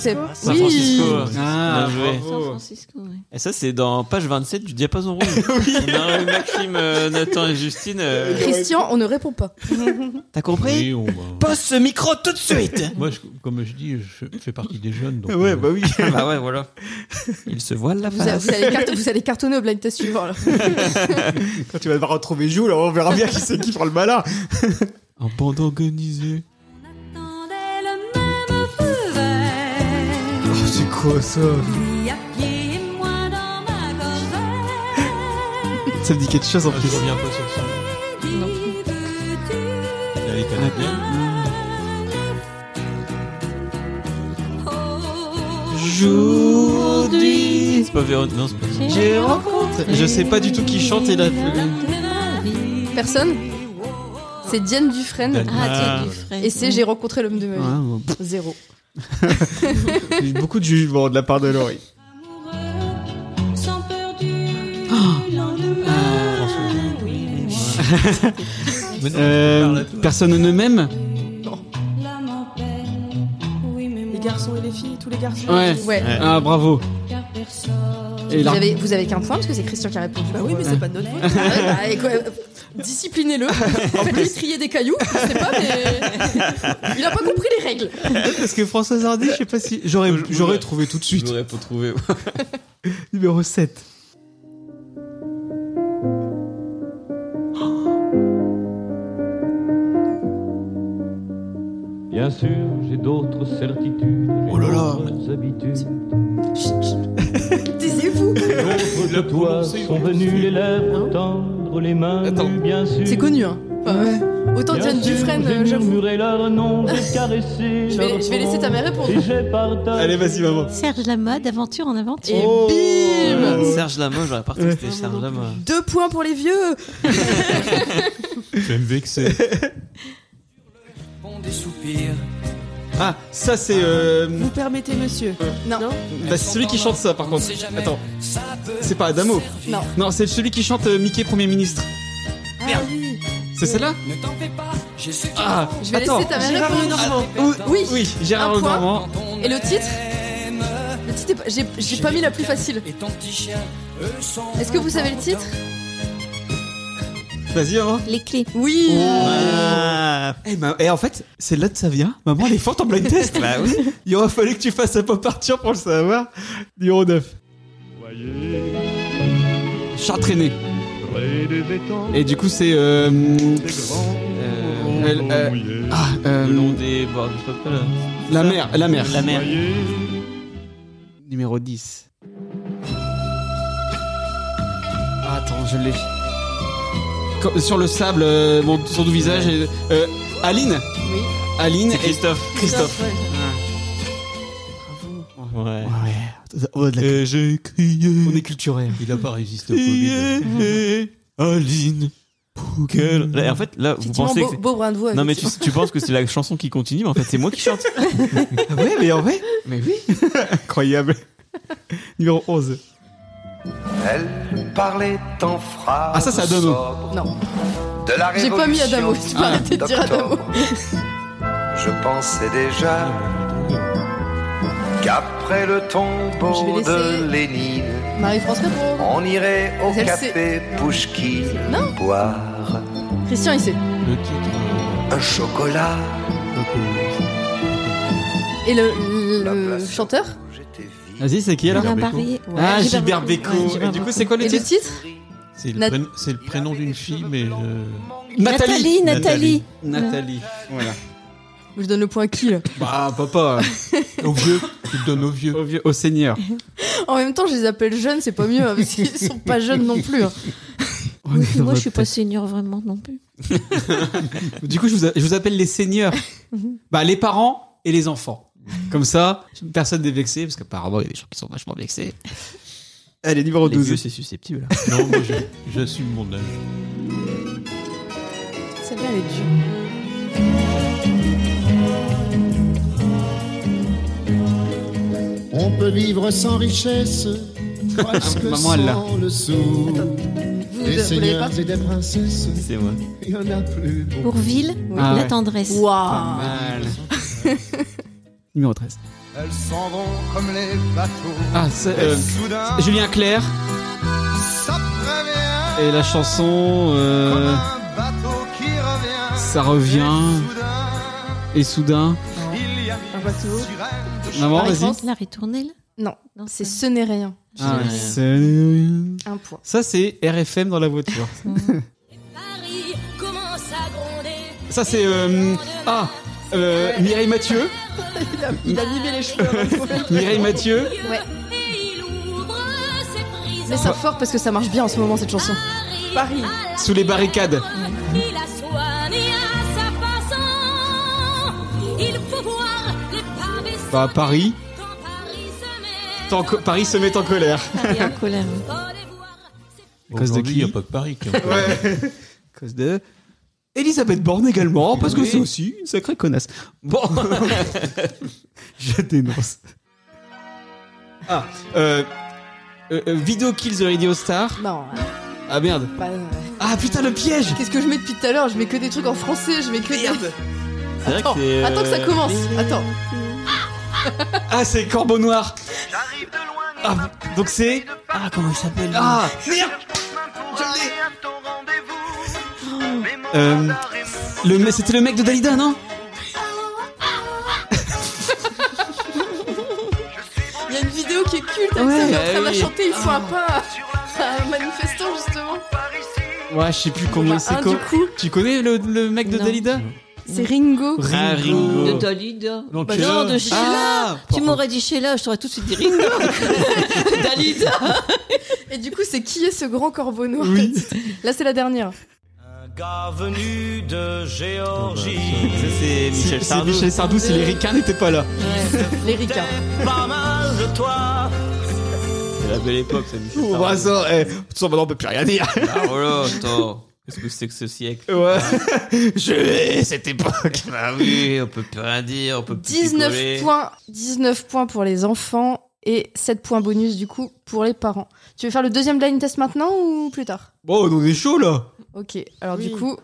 [SPEAKER 5] savez-
[SPEAKER 4] San Francisco.
[SPEAKER 1] Ah,
[SPEAKER 4] Bien joué.
[SPEAKER 1] bravo.
[SPEAKER 2] San Francisco, ouais.
[SPEAKER 4] Et ça, c'est dans page 27 du
[SPEAKER 1] (laughs)
[SPEAKER 4] diapason rouge. On a eu Maxime, euh, Nathan et Justine. euh,
[SPEAKER 5] Christian, on ne répond pas.
[SPEAKER 4] T'as compris
[SPEAKER 3] Oui, on va-
[SPEAKER 4] Pose ce micro tout de suite
[SPEAKER 3] Moi, je- comme je dis, je fais partie des jeunes. Donc,
[SPEAKER 1] Ouais,
[SPEAKER 3] euh,
[SPEAKER 1] bah oui.
[SPEAKER 4] (laughs) Ah bah ouais, voilà. Il se voile la
[SPEAKER 5] Ah, Vous, allez-
[SPEAKER 4] face.
[SPEAKER 1] (laughs)
[SPEAKER 5] vous allez carte- vous allez cartonner au blind test suivant. alors.
[SPEAKER 1] Quand tu vas devoir retrouver Jules, on verra bien qui c'est qui fera le malin.
[SPEAKER 4] En bande organisée.
[SPEAKER 9] attendait le même feu vert.
[SPEAKER 1] Oh, c'est quoi ça
[SPEAKER 9] Lui à pied et moi dans ma corvette.
[SPEAKER 1] Ça me dit quelque chose en
[SPEAKER 3] ah, je
[SPEAKER 1] plus.
[SPEAKER 3] reviens pas sur ça.
[SPEAKER 9] Dis, veux-tu
[SPEAKER 3] Il y a les Canadiens.
[SPEAKER 1] Aujourd'hui,
[SPEAKER 4] C'est pas Véronique. Non, c'est pas
[SPEAKER 1] j'ai rencontré. Je sais pas du tout qui chante et la.
[SPEAKER 5] Personne. C'est Diane Dufresne.
[SPEAKER 3] Dan-
[SPEAKER 2] Ah,
[SPEAKER 3] Ah,
[SPEAKER 2] tiens, du frais.
[SPEAKER 5] Et c'est J'ai rencontré l'homme de ma vie. Zéro.
[SPEAKER 1] J'ai eu beaucoup de jugements de la part de Laurie.
[SPEAKER 9] amoureux, sans peur du
[SPEAKER 3] François.
[SPEAKER 1] Oh.
[SPEAKER 2] Ah.
[SPEAKER 9] lendemain. Oui, mais moi,
[SPEAKER 3] Mais non, parle à
[SPEAKER 1] Euh,
[SPEAKER 3] toi.
[SPEAKER 1] personne ne m'aime
[SPEAKER 9] l'âme en peine. Oui, mais
[SPEAKER 6] Les
[SPEAKER 9] moi,
[SPEAKER 6] garçons et les filles, tous les garçons.
[SPEAKER 1] Ouais.
[SPEAKER 5] Ouais.
[SPEAKER 1] Ah, bravo.
[SPEAKER 9] car personne.
[SPEAKER 1] Et
[SPEAKER 5] Vous
[SPEAKER 1] là.
[SPEAKER 5] avez, vous avez qu'un point parce que c'est Christian qui a répondu.
[SPEAKER 6] Bah oui, mais c'est pas de notre faute.
[SPEAKER 5] Ah ouais, bah, et quoi, euh, Disciplinez-le. Faites-lui trier des cailloux. Je sais pas, mais. Il a pas compris les règles.
[SPEAKER 1] Parce que Françoise Hardy, je sais pas si. J'aurais, j'aurais trouvé tout de
[SPEAKER 4] Je
[SPEAKER 1] suite.
[SPEAKER 4] l'aurais pas trouvé.
[SPEAKER 1] Numéro 7.
[SPEAKER 7] Bien sûr, j'ai d'autres certitudes.
[SPEAKER 1] Oh là là.
[SPEAKER 7] habitudes.
[SPEAKER 5] Taisez-vous.
[SPEAKER 7] D'autres de toi sont venues les lèvres tendres, les mains
[SPEAKER 1] Attends.
[SPEAKER 7] nues, bien sûr.
[SPEAKER 5] C'est connu, hein. Enfin, Autant
[SPEAKER 7] Bien
[SPEAKER 5] Diane
[SPEAKER 7] sûr,
[SPEAKER 5] Dufresne,
[SPEAKER 7] j'ai
[SPEAKER 5] euh, j'avoue.
[SPEAKER 7] murmuré leur
[SPEAKER 5] (laughs)
[SPEAKER 7] nom, j'ai caressé
[SPEAKER 5] Je vais,
[SPEAKER 7] leur
[SPEAKER 5] je vais laisser ta mère répondre.
[SPEAKER 7] Et j'ai partagé.
[SPEAKER 1] Allez, vas-y, maman.
[SPEAKER 2] Serge Lama, d'aventure en aventure.
[SPEAKER 5] Et
[SPEAKER 1] Oh.
[SPEAKER 5] bim
[SPEAKER 4] Serge Lama, j'aurais pas retrouvé que c'était Serge Lama.
[SPEAKER 5] Deux points pour les vieux.
[SPEAKER 3] Je vais me vexer.
[SPEAKER 10] Bon des soupirs.
[SPEAKER 1] Ah, ça c'est. Euh...
[SPEAKER 6] Vous permettez, monsieur.
[SPEAKER 5] Non.
[SPEAKER 1] Bah, c'est celui qui chante ça par
[SPEAKER 10] On
[SPEAKER 1] contre.
[SPEAKER 10] sait jamais.
[SPEAKER 1] Attends,
[SPEAKER 10] Ça peut
[SPEAKER 1] c'est pas Adamo.
[SPEAKER 10] servir.
[SPEAKER 5] Non.
[SPEAKER 1] Non, c'est celui qui chante euh, Mickey Premier Ministre.
[SPEAKER 10] Merde.
[SPEAKER 1] C'est celle-là
[SPEAKER 10] Ne t'en fais pas, j'ai ce qu'il
[SPEAKER 1] Ah,
[SPEAKER 10] faut.
[SPEAKER 5] Je vais
[SPEAKER 1] attends.
[SPEAKER 5] laisser ta mère
[SPEAKER 6] Gérard
[SPEAKER 5] répondre.
[SPEAKER 1] Ah, oui,
[SPEAKER 5] Oui.
[SPEAKER 1] oui, Gérard
[SPEAKER 5] Un point.
[SPEAKER 1] Lenormand.
[SPEAKER 10] Quand on
[SPEAKER 5] Et le titre
[SPEAKER 10] aime,
[SPEAKER 5] Le titre est pas- J'ai j'ai pas mis la plus facile.
[SPEAKER 10] Et ton petit chien, eux sont
[SPEAKER 5] Est-ce que vous savez le titre
[SPEAKER 1] Vas-y, maman.
[SPEAKER 2] Les clés.
[SPEAKER 5] Oui.
[SPEAKER 1] Ah. Eh ben, et en fait, c'est là que ça vient. Maman, elle est forte en blind (laughs) test.
[SPEAKER 4] Bah oui.
[SPEAKER 1] Il aurait fallu que tu fasses un peu partir pour le savoir. Numéro 9.
[SPEAKER 7] Voyez,
[SPEAKER 1] Charles Traîné.
[SPEAKER 7] près des étangs,
[SPEAKER 1] Et du coup, c'est. Euh,
[SPEAKER 7] des grands
[SPEAKER 4] Euh,
[SPEAKER 1] elle- euh,
[SPEAKER 7] mouillés.
[SPEAKER 1] ah, euh,
[SPEAKER 4] le long des bords du peuple. là.
[SPEAKER 1] la mer, la mer.
[SPEAKER 4] La mer.
[SPEAKER 7] Voyez,
[SPEAKER 1] Numéro 10. Attends, je l'ai. Quand- Sur le sable, euh, mon, son doux visage. et- euh, Aline
[SPEAKER 5] Oui.
[SPEAKER 1] Aline
[SPEAKER 4] C'est
[SPEAKER 1] et
[SPEAKER 4] Christophe.
[SPEAKER 1] Christophe.
[SPEAKER 4] Ouais.
[SPEAKER 1] Ouais. Oh, de la-
[SPEAKER 3] Et j'ai
[SPEAKER 1] On est
[SPEAKER 3] crié.
[SPEAKER 1] culturé.
[SPEAKER 3] Il a pas résisté au Covid.
[SPEAKER 4] Crier,
[SPEAKER 1] (laughs)
[SPEAKER 4] Aline, pour qu'elle- Là, En fait, là, vous
[SPEAKER 5] Effectivement,
[SPEAKER 4] pensez que
[SPEAKER 5] beau,
[SPEAKER 4] c'est-
[SPEAKER 5] beau brin de voix.
[SPEAKER 4] Non mais tu, tu penses que c'est la chanson qui continue, mais en fait c'est moi qui chante.
[SPEAKER 1] Ah (laughs) ouais, mais en vrai Mais oui Incroyable Numéro 11.
[SPEAKER 11] Elle parlait en phrase.
[SPEAKER 1] Ah, ça, c'est Adamo.
[SPEAKER 5] Non.
[SPEAKER 11] De la
[SPEAKER 5] J'ai pas mis
[SPEAKER 11] révolution
[SPEAKER 5] Adamo, tu peux
[SPEAKER 11] Ah.
[SPEAKER 5] arrêter de dire Adamo.
[SPEAKER 11] d'octobre. je pensais déjà qu'après le tombeau
[SPEAKER 5] Je vais laisser
[SPEAKER 11] de Lénine,
[SPEAKER 5] Marie-France Repro.
[SPEAKER 11] on irait au
[SPEAKER 5] Mais elle
[SPEAKER 11] café Pouchki
[SPEAKER 5] Non.
[SPEAKER 11] boire
[SPEAKER 5] Christian, il sait.
[SPEAKER 3] Le titre. euh,
[SPEAKER 11] un chocolat.
[SPEAKER 5] Et le, le chanteur
[SPEAKER 11] J'étais vite
[SPEAKER 1] Vas-y, c'est qui alors
[SPEAKER 2] Alain
[SPEAKER 3] Gilbert Bécaud.
[SPEAKER 2] Barrier. Ouais,
[SPEAKER 1] Ah, Gilbert
[SPEAKER 2] Gilbert
[SPEAKER 1] Bécaud.
[SPEAKER 2] Bécaud. Ouais,
[SPEAKER 1] Et
[SPEAKER 2] Gilbert
[SPEAKER 1] du coup,
[SPEAKER 2] Bécaud.
[SPEAKER 1] c'est quoi le
[SPEAKER 5] Et le
[SPEAKER 1] titre
[SPEAKER 5] titre
[SPEAKER 3] C'est le,
[SPEAKER 5] Nat-
[SPEAKER 3] prénom- c'est le prénom d'une fille, mais. euh,
[SPEAKER 2] Nathalie, Nathalie.
[SPEAKER 1] Nathalie. Voilà.
[SPEAKER 5] Je donne le point à qui là
[SPEAKER 1] Bah, papa, (laughs)
[SPEAKER 3] Au vieux. Tu le donnes au vieux.
[SPEAKER 1] au, vieux, au seigneur.
[SPEAKER 5] En même temps, je les appelle jeunes, c'est pas mieux, hein, parce qu'ils sont pas jeunes non plus. hein.
[SPEAKER 2] Oui, moi, je suis pas senior vraiment non plus.
[SPEAKER 1] Du coup, je vous, a- je vous appelle les seigneurs. bah, les parents et les enfants. Comme ça, personne n'est vexé, parce qu'apparemment, il y a des gens qui sont vachement vexés. Allez, numéro
[SPEAKER 4] Les
[SPEAKER 1] 12.
[SPEAKER 4] vieux, c'est susceptible.
[SPEAKER 3] Non, moi, je- j'assume mon âge.
[SPEAKER 5] Celle-là, elle est dure.
[SPEAKER 12] On peut vivre sans
[SPEAKER 1] (laughs)
[SPEAKER 12] richesse, presque
[SPEAKER 1] Maman, elle l'a.
[SPEAKER 12] sans le sou.
[SPEAKER 5] Vous,
[SPEAKER 12] Des
[SPEAKER 5] vous l'avez pas
[SPEAKER 12] seigneurs et des princesses,
[SPEAKER 4] C'est moi.
[SPEAKER 12] il y en a plus beaucoup.
[SPEAKER 2] Bourville,
[SPEAKER 1] Ah
[SPEAKER 2] la
[SPEAKER 1] ouais.
[SPEAKER 2] tendresse.
[SPEAKER 1] Pas
[SPEAKER 5] Waouh
[SPEAKER 1] mal. (laughs) numéro 13.
[SPEAKER 10] Elles s'en vont comme les bateaux.
[SPEAKER 1] Ah, c'est,
[SPEAKER 10] Et
[SPEAKER 1] euh,
[SPEAKER 10] soudain,
[SPEAKER 1] Julien Clerc
[SPEAKER 10] ça prévient
[SPEAKER 1] et la chanson
[SPEAKER 10] comme
[SPEAKER 1] euh,
[SPEAKER 10] un bateau qui revient.
[SPEAKER 1] Ça revient
[SPEAKER 10] Et soudain,
[SPEAKER 1] et soudain.
[SPEAKER 10] il y a
[SPEAKER 5] Un bateau.
[SPEAKER 1] Ah, Maman,
[SPEAKER 5] Marie-France.
[SPEAKER 1] vas-y.
[SPEAKER 5] Pense.
[SPEAKER 2] La ritournelle
[SPEAKER 5] Non,
[SPEAKER 2] Non,
[SPEAKER 5] c'est
[SPEAKER 2] ça.
[SPEAKER 5] ce n'est rien.
[SPEAKER 1] Ah ouais.
[SPEAKER 4] rien.
[SPEAKER 1] Salut.
[SPEAKER 5] Un point.
[SPEAKER 1] Ça, c'est RFM dans la voiture.
[SPEAKER 9] Paris commence à gronder.
[SPEAKER 1] Ça, c'est. euh, ah euh, Mireille Mathieu.
[SPEAKER 5] Il a, il a mimé les cheveux. hein.
[SPEAKER 1] (laughs) Mireille Mathieu.
[SPEAKER 5] Ouais.
[SPEAKER 9] Et il ouvre ses prisons.
[SPEAKER 5] Mais ça fort parce que ça marche bien en ce moment cette chanson.
[SPEAKER 9] Paris.
[SPEAKER 1] Sous les barricades.
[SPEAKER 9] Il a soigné à sa façon. Il faut voir les pavés
[SPEAKER 1] Bah, Paris.
[SPEAKER 9] quand Paris se met.
[SPEAKER 1] Tant que- Paris se met en colère.
[SPEAKER 2] Paris en colère.
[SPEAKER 9] Faut les voir.
[SPEAKER 1] À cause de
[SPEAKER 3] Aujourd'hui,
[SPEAKER 1] qui
[SPEAKER 3] il n'y a pas que Paris qui est en colère.
[SPEAKER 1] cause de. Elisabeth Borne également, parce que c'est aussi une sacrée connasse.
[SPEAKER 4] (laughs)
[SPEAKER 1] Bon. Je dénonce. Ah, euh. euh, euh, Video Kills the Radio Star.
[SPEAKER 5] Non, euh,
[SPEAKER 1] Ah merde.
[SPEAKER 5] pas- euh,
[SPEAKER 1] Ah putain, le piège
[SPEAKER 5] Qu'est-ce que je mets depuis tout à l'heure Je mets que des trucs en français, je mets que des...
[SPEAKER 4] C'est vrai
[SPEAKER 5] Attends,
[SPEAKER 4] que c'est. euh,
[SPEAKER 5] attends que ça commence. Attends.
[SPEAKER 1] Ah, c'est Corbeau Noir. Ah, donc c'est.
[SPEAKER 4] Ah, comment il s'appelle lui
[SPEAKER 1] Ah Merde Je l'ai euh, le me- C'était le mec de Dalida, non
[SPEAKER 5] Il y a une vidéo qui est culte avec
[SPEAKER 1] Ouais,
[SPEAKER 5] ça, il est
[SPEAKER 1] bah
[SPEAKER 5] en train de la
[SPEAKER 1] oui.
[SPEAKER 5] chanter, il faut un pas à un manifestant justement.
[SPEAKER 1] Ouais, je sais plus comment
[SPEAKER 4] Ah,
[SPEAKER 5] Bah,
[SPEAKER 1] c'est.
[SPEAKER 5] un,
[SPEAKER 1] co-
[SPEAKER 5] du coup.
[SPEAKER 1] Tu connais le, le mec de
[SPEAKER 2] Non.
[SPEAKER 1] Dalida
[SPEAKER 5] C'est Ringo.
[SPEAKER 4] Ah, Ringo.
[SPEAKER 2] De Dalida.
[SPEAKER 3] Non,
[SPEAKER 2] Bah
[SPEAKER 3] Sheila.
[SPEAKER 2] non, de Sheila.
[SPEAKER 1] Ah
[SPEAKER 2] tu m'aurais dit Sheila, je t'aurais tout de suite dit (laughs) Ringo. Dalida.
[SPEAKER 5] Et du coup, c'est qui est ce grand corbeau noir
[SPEAKER 1] Oui.
[SPEAKER 5] (laughs) Là, c'est la dernière.
[SPEAKER 10] Un gars venu de
[SPEAKER 4] Ça,
[SPEAKER 10] Géorgie.
[SPEAKER 1] C'est
[SPEAKER 4] c'est Michel
[SPEAKER 1] c'est
[SPEAKER 4] Sardou.
[SPEAKER 1] Michel Sardou, si les ricains n'étaient pas là.
[SPEAKER 5] Les Ricards.
[SPEAKER 10] Pas mal de toi.
[SPEAKER 4] C'est la belle époque, ça, Michel
[SPEAKER 1] Oh,
[SPEAKER 4] Sardou.
[SPEAKER 1] bah ça, eh, ça, maintenant, on peut plus rien dire.
[SPEAKER 4] Ah, voilà, attends. Qu'est-ce que c'est que ce siècle
[SPEAKER 1] Ouais. (laughs) Je hais cette
[SPEAKER 4] (laughs)
[SPEAKER 1] époque.
[SPEAKER 4] Ah oui, on peut plus rien dire, on peut plus
[SPEAKER 5] 19
[SPEAKER 4] picoler.
[SPEAKER 5] points. 19 points pour les enfants et 7 points bonus du coup pour les parents. Tu veux faire le deuxième blind test maintenant ou plus tard
[SPEAKER 1] Bon, on est chaud là.
[SPEAKER 5] Ok, alors du coup,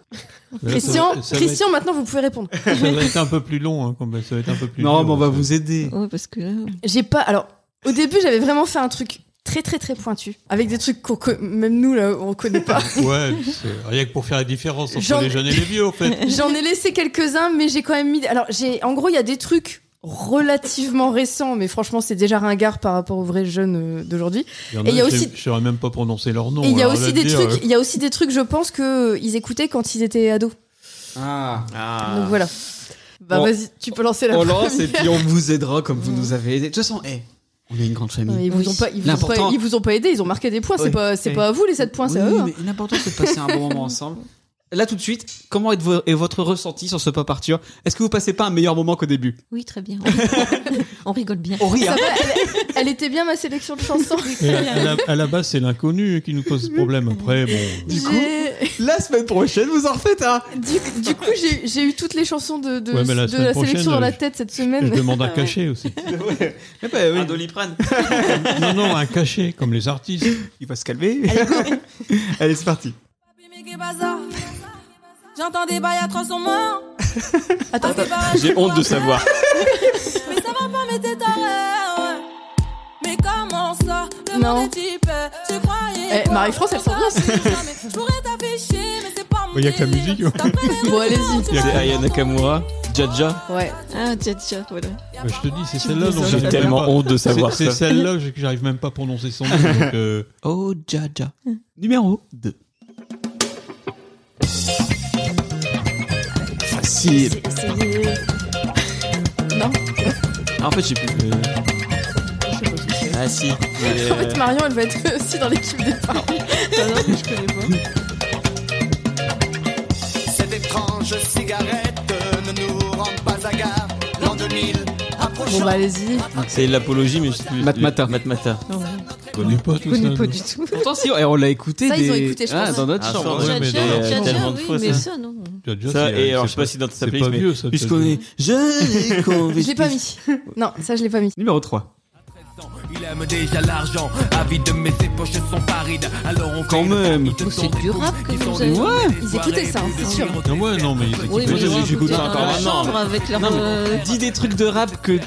[SPEAKER 3] Là,
[SPEAKER 5] Christian,
[SPEAKER 3] ça va- ça va
[SPEAKER 5] Christian maintenant vous pouvez répondre. (laughs)
[SPEAKER 3] être- Ça va être un peu plus long. hein, quand même, ça va être un peu plus
[SPEAKER 1] Non,
[SPEAKER 3] dur,
[SPEAKER 1] mais on va
[SPEAKER 3] ça.
[SPEAKER 1] vous aider.
[SPEAKER 2] Ouais, parce que là.
[SPEAKER 5] J'ai pas. Alors, au début, j'avais vraiment fait un truc très très très pointu avec des trucs qu'on co- même nous là on
[SPEAKER 3] (laughs)
[SPEAKER 5] connaît pas.
[SPEAKER 3] Ouais, c'est- rien que pour faire la différence entre
[SPEAKER 5] J'en-
[SPEAKER 3] les jeunes et les vieux, en
[SPEAKER 5] (laughs)
[SPEAKER 3] fait.
[SPEAKER 5] J'en ai laissé quelques-uns, mais j'ai quand même mis. Alors, j'ai. En gros, il y a des trucs relativement récents, mais franchement, c'est déjà ringard par rapport aux vrais jeunes euh, d'aujourd'hui.
[SPEAKER 3] en
[SPEAKER 5] Et il y a
[SPEAKER 3] je sais-
[SPEAKER 5] aussi-
[SPEAKER 3] Je saurais même pas prononcer leur nom.
[SPEAKER 5] Et il y a
[SPEAKER 3] alors là,
[SPEAKER 5] aussi
[SPEAKER 3] de
[SPEAKER 5] des
[SPEAKER 3] dire,
[SPEAKER 5] trucs.
[SPEAKER 3] euh,
[SPEAKER 5] Il y a aussi des trucs, je pense que euh, ils écoutaient quand ils étaient ados.
[SPEAKER 1] Ah.
[SPEAKER 4] Ah.
[SPEAKER 5] Donc voilà. Bah
[SPEAKER 1] Bon.
[SPEAKER 5] vas-y, tu peux lancer la
[SPEAKER 1] On
[SPEAKER 5] première.
[SPEAKER 1] lance et puis on vous aidera comme vous nous avez aidé. De toute façon, eh, on est une grande famille.
[SPEAKER 5] Non, Ils vous, ont pas, ils, vous ont pas-
[SPEAKER 1] L'important-
[SPEAKER 5] ils vous ont pas aidé, ils ont marqué des points.
[SPEAKER 1] Oui.
[SPEAKER 5] C'est pas, c'est
[SPEAKER 1] Oui.
[SPEAKER 5] pas à vous les 7 points, c'est à
[SPEAKER 1] Oui,
[SPEAKER 5] eux. hein.
[SPEAKER 1] mais l'important c'est de passer un bon moment ensemble. Là tout de suite, comment est, vo- est votre ressenti sur ce pas partir Est-ce que vous passez pas un meilleur moment qu'au début
[SPEAKER 2] Oui, très (laughs) bien. On rigole bien.
[SPEAKER 1] On rit.
[SPEAKER 5] Ça
[SPEAKER 1] hein.
[SPEAKER 5] va, elle, elle était bien ma sélection de chansons.
[SPEAKER 3] et à, à la, à la base, c'est l'inconnu qui nous pose problème. Après, bon.
[SPEAKER 1] Du coup,
[SPEAKER 5] J'ai-
[SPEAKER 1] (laughs) La semaine prochaine, vous en refaites un.
[SPEAKER 5] Du, du coup, j'ai j'ai eu toutes les chansons de, de,
[SPEAKER 3] Ouais, mais la
[SPEAKER 5] de
[SPEAKER 3] semaine
[SPEAKER 5] la
[SPEAKER 3] prochaine,
[SPEAKER 5] sélection dans la
[SPEAKER 3] je-
[SPEAKER 5] tête cette
[SPEAKER 3] Je
[SPEAKER 5] semaine.
[SPEAKER 3] demande un cachet aussi.
[SPEAKER 1] Eh ben, oui.
[SPEAKER 4] Un doliprane.
[SPEAKER 3] Non, non, un cachet, comme les artistes.
[SPEAKER 1] Il va se calmer. (laughs) Allez, c'est parti.
[SPEAKER 9] Papi, mais qu'est bazar J'entends des bails atroces au moins.
[SPEAKER 5] Attends,
[SPEAKER 13] J'ai honte de savoir.
[SPEAKER 9] Mais ça va pas, mais t'es taré, ouais. Mais comment ça
[SPEAKER 5] Non.
[SPEAKER 9] Demandez type, euh, tu croyais.
[SPEAKER 5] Eh, Marie-France, elle s'en va.
[SPEAKER 9] Je pourrais t'afficher, mais c'est pas mon
[SPEAKER 13] Il y a que la
[SPEAKER 9] délire.
[SPEAKER 13] musique. hein.
[SPEAKER 5] Bon, allez-y.
[SPEAKER 13] Il y a que-
[SPEAKER 9] C'est Aya
[SPEAKER 4] Nakamura, Jaja.
[SPEAKER 5] Ouais.
[SPEAKER 2] Ah, tiens, tiens, voilà.
[SPEAKER 3] Ouais, je te dis, c'est celle-là. dont
[SPEAKER 13] J'ai
[SPEAKER 3] j'arrive
[SPEAKER 13] tellement
[SPEAKER 3] même pas-
[SPEAKER 13] honte de savoir
[SPEAKER 3] c'est,
[SPEAKER 13] ça.
[SPEAKER 3] C'est celle-là que j'arrive même pas à prononcer son nom. donc, euh,
[SPEAKER 1] Oh, Jaja. Numéro 2. Facile.
[SPEAKER 5] Non.
[SPEAKER 4] Ah, en fait, j'ai plus. euh, Ah, si. mais,
[SPEAKER 5] En fait,
[SPEAKER 4] euh,
[SPEAKER 5] Marion, elle va être (laughs) aussi dans l'équipe des parents. non, non, je connais pas.
[SPEAKER 10] Cette étrange cigarette ne nous rend pas hagards. L'an 2000 approche.
[SPEAKER 5] Bon, bah, allez-y.
[SPEAKER 4] C'est l'apologie, mais je sais plus.
[SPEAKER 1] Matmata.
[SPEAKER 4] Matmata.
[SPEAKER 5] Non,
[SPEAKER 3] je connais pas tout ça. donc.
[SPEAKER 5] tout.
[SPEAKER 1] Pourtant, si, on l'a écouté.
[SPEAKER 5] Ça,
[SPEAKER 1] des...
[SPEAKER 5] ils ont écouté, je
[SPEAKER 1] ah,
[SPEAKER 5] pense.
[SPEAKER 1] dans notre
[SPEAKER 4] Ah,
[SPEAKER 1] chambre.
[SPEAKER 4] ça,
[SPEAKER 1] ouais.
[SPEAKER 4] ouais, mais
[SPEAKER 2] Jaja,
[SPEAKER 4] dans-
[SPEAKER 2] Jaja,
[SPEAKER 4] tellement de
[SPEAKER 2] oui,
[SPEAKER 4] fois,
[SPEAKER 2] mais
[SPEAKER 4] ça.
[SPEAKER 2] ça, Oh, non.
[SPEAKER 3] Tu as déjà,
[SPEAKER 4] Ça,
[SPEAKER 3] c'est-
[SPEAKER 4] et alors,
[SPEAKER 3] c'est
[SPEAKER 4] je sais pas si dans
[SPEAKER 3] c'est
[SPEAKER 4] ta playlist,
[SPEAKER 3] pas
[SPEAKER 4] mais-
[SPEAKER 3] vieux, ça,
[SPEAKER 1] Puisqu'on
[SPEAKER 3] t'as-
[SPEAKER 1] est. Je
[SPEAKER 4] (laughs)
[SPEAKER 1] l'ai convaincu.
[SPEAKER 5] Je l'ai pas mis. Non, ça, je l'ai pas mis.
[SPEAKER 1] Numéro 3.
[SPEAKER 10] Il aime déjà l'argent, avide, mais ses poches sont parides. Alors on
[SPEAKER 1] Quand même.
[SPEAKER 2] C'est du rap que vous avez.
[SPEAKER 1] Ouais.
[SPEAKER 5] Ils écoutaient ça, hein, c'est sûr.
[SPEAKER 3] Ah ouais, non, mais ils écoutent
[SPEAKER 2] Oui,
[SPEAKER 3] ça,
[SPEAKER 2] mais ils
[SPEAKER 3] ils écoutent
[SPEAKER 2] écoutaient
[SPEAKER 3] ça
[SPEAKER 2] dans
[SPEAKER 3] encore
[SPEAKER 2] leur
[SPEAKER 1] maintenant.
[SPEAKER 2] chambre avec leur...
[SPEAKER 1] Non, mais-
[SPEAKER 2] euh,
[SPEAKER 1] Dis des trucs de rap que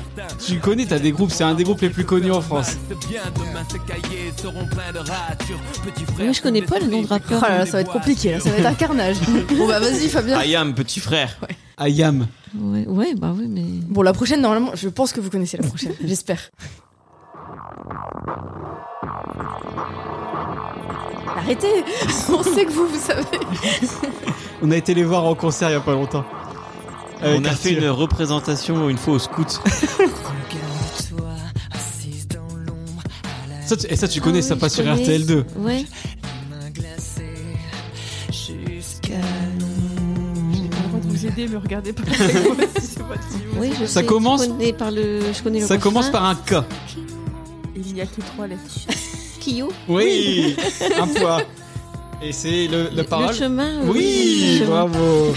[SPEAKER 1] tu connais, t'as des groupes, c'est un des groupes les plus connus en France.
[SPEAKER 2] Moi, je connais pas le nom de
[SPEAKER 5] Oh
[SPEAKER 2] rappeur.
[SPEAKER 5] là là, ça va être compliqué, là. ça va être un carnage. bon, bah, vas-y, Fabien.
[SPEAKER 4] Ayam, petit frère.
[SPEAKER 1] Ayam.
[SPEAKER 2] Ouais, ouais, bah oui, mais...
[SPEAKER 5] Bon, la prochaine, normalement, je pense que vous connaissez la prochaine, j'espère. Arrêtez (laughs) On sait que vous, vous savez.
[SPEAKER 1] On a été les voir en concert il y a pas longtemps. Euh, Avec
[SPEAKER 4] On a fait
[SPEAKER 1] Arthur.
[SPEAKER 4] une représentation une fois au scout.
[SPEAKER 1] Ça, tu- et ça, tu connais,
[SPEAKER 2] Ah
[SPEAKER 1] ça
[SPEAKER 2] oui,
[SPEAKER 1] passe
[SPEAKER 2] je
[SPEAKER 1] sur
[SPEAKER 2] connais.
[SPEAKER 1] RTL2.
[SPEAKER 2] Ouais.
[SPEAKER 6] Pour vous aider, me regardez pas. C'est pas si vous-
[SPEAKER 2] Oui, je
[SPEAKER 1] Ça
[SPEAKER 2] sais,
[SPEAKER 1] commence-
[SPEAKER 2] Je connais, par le... je connais le
[SPEAKER 1] Ça commence
[SPEAKER 2] refrain.
[SPEAKER 1] par un K.
[SPEAKER 6] Il n'y a que trois lettres.
[SPEAKER 2] Kyo.
[SPEAKER 1] Oui, un point. Et c'est le, la
[SPEAKER 2] Le
[SPEAKER 1] parole.
[SPEAKER 2] chemin.
[SPEAKER 1] oui,
[SPEAKER 2] le chemin.
[SPEAKER 1] bravo.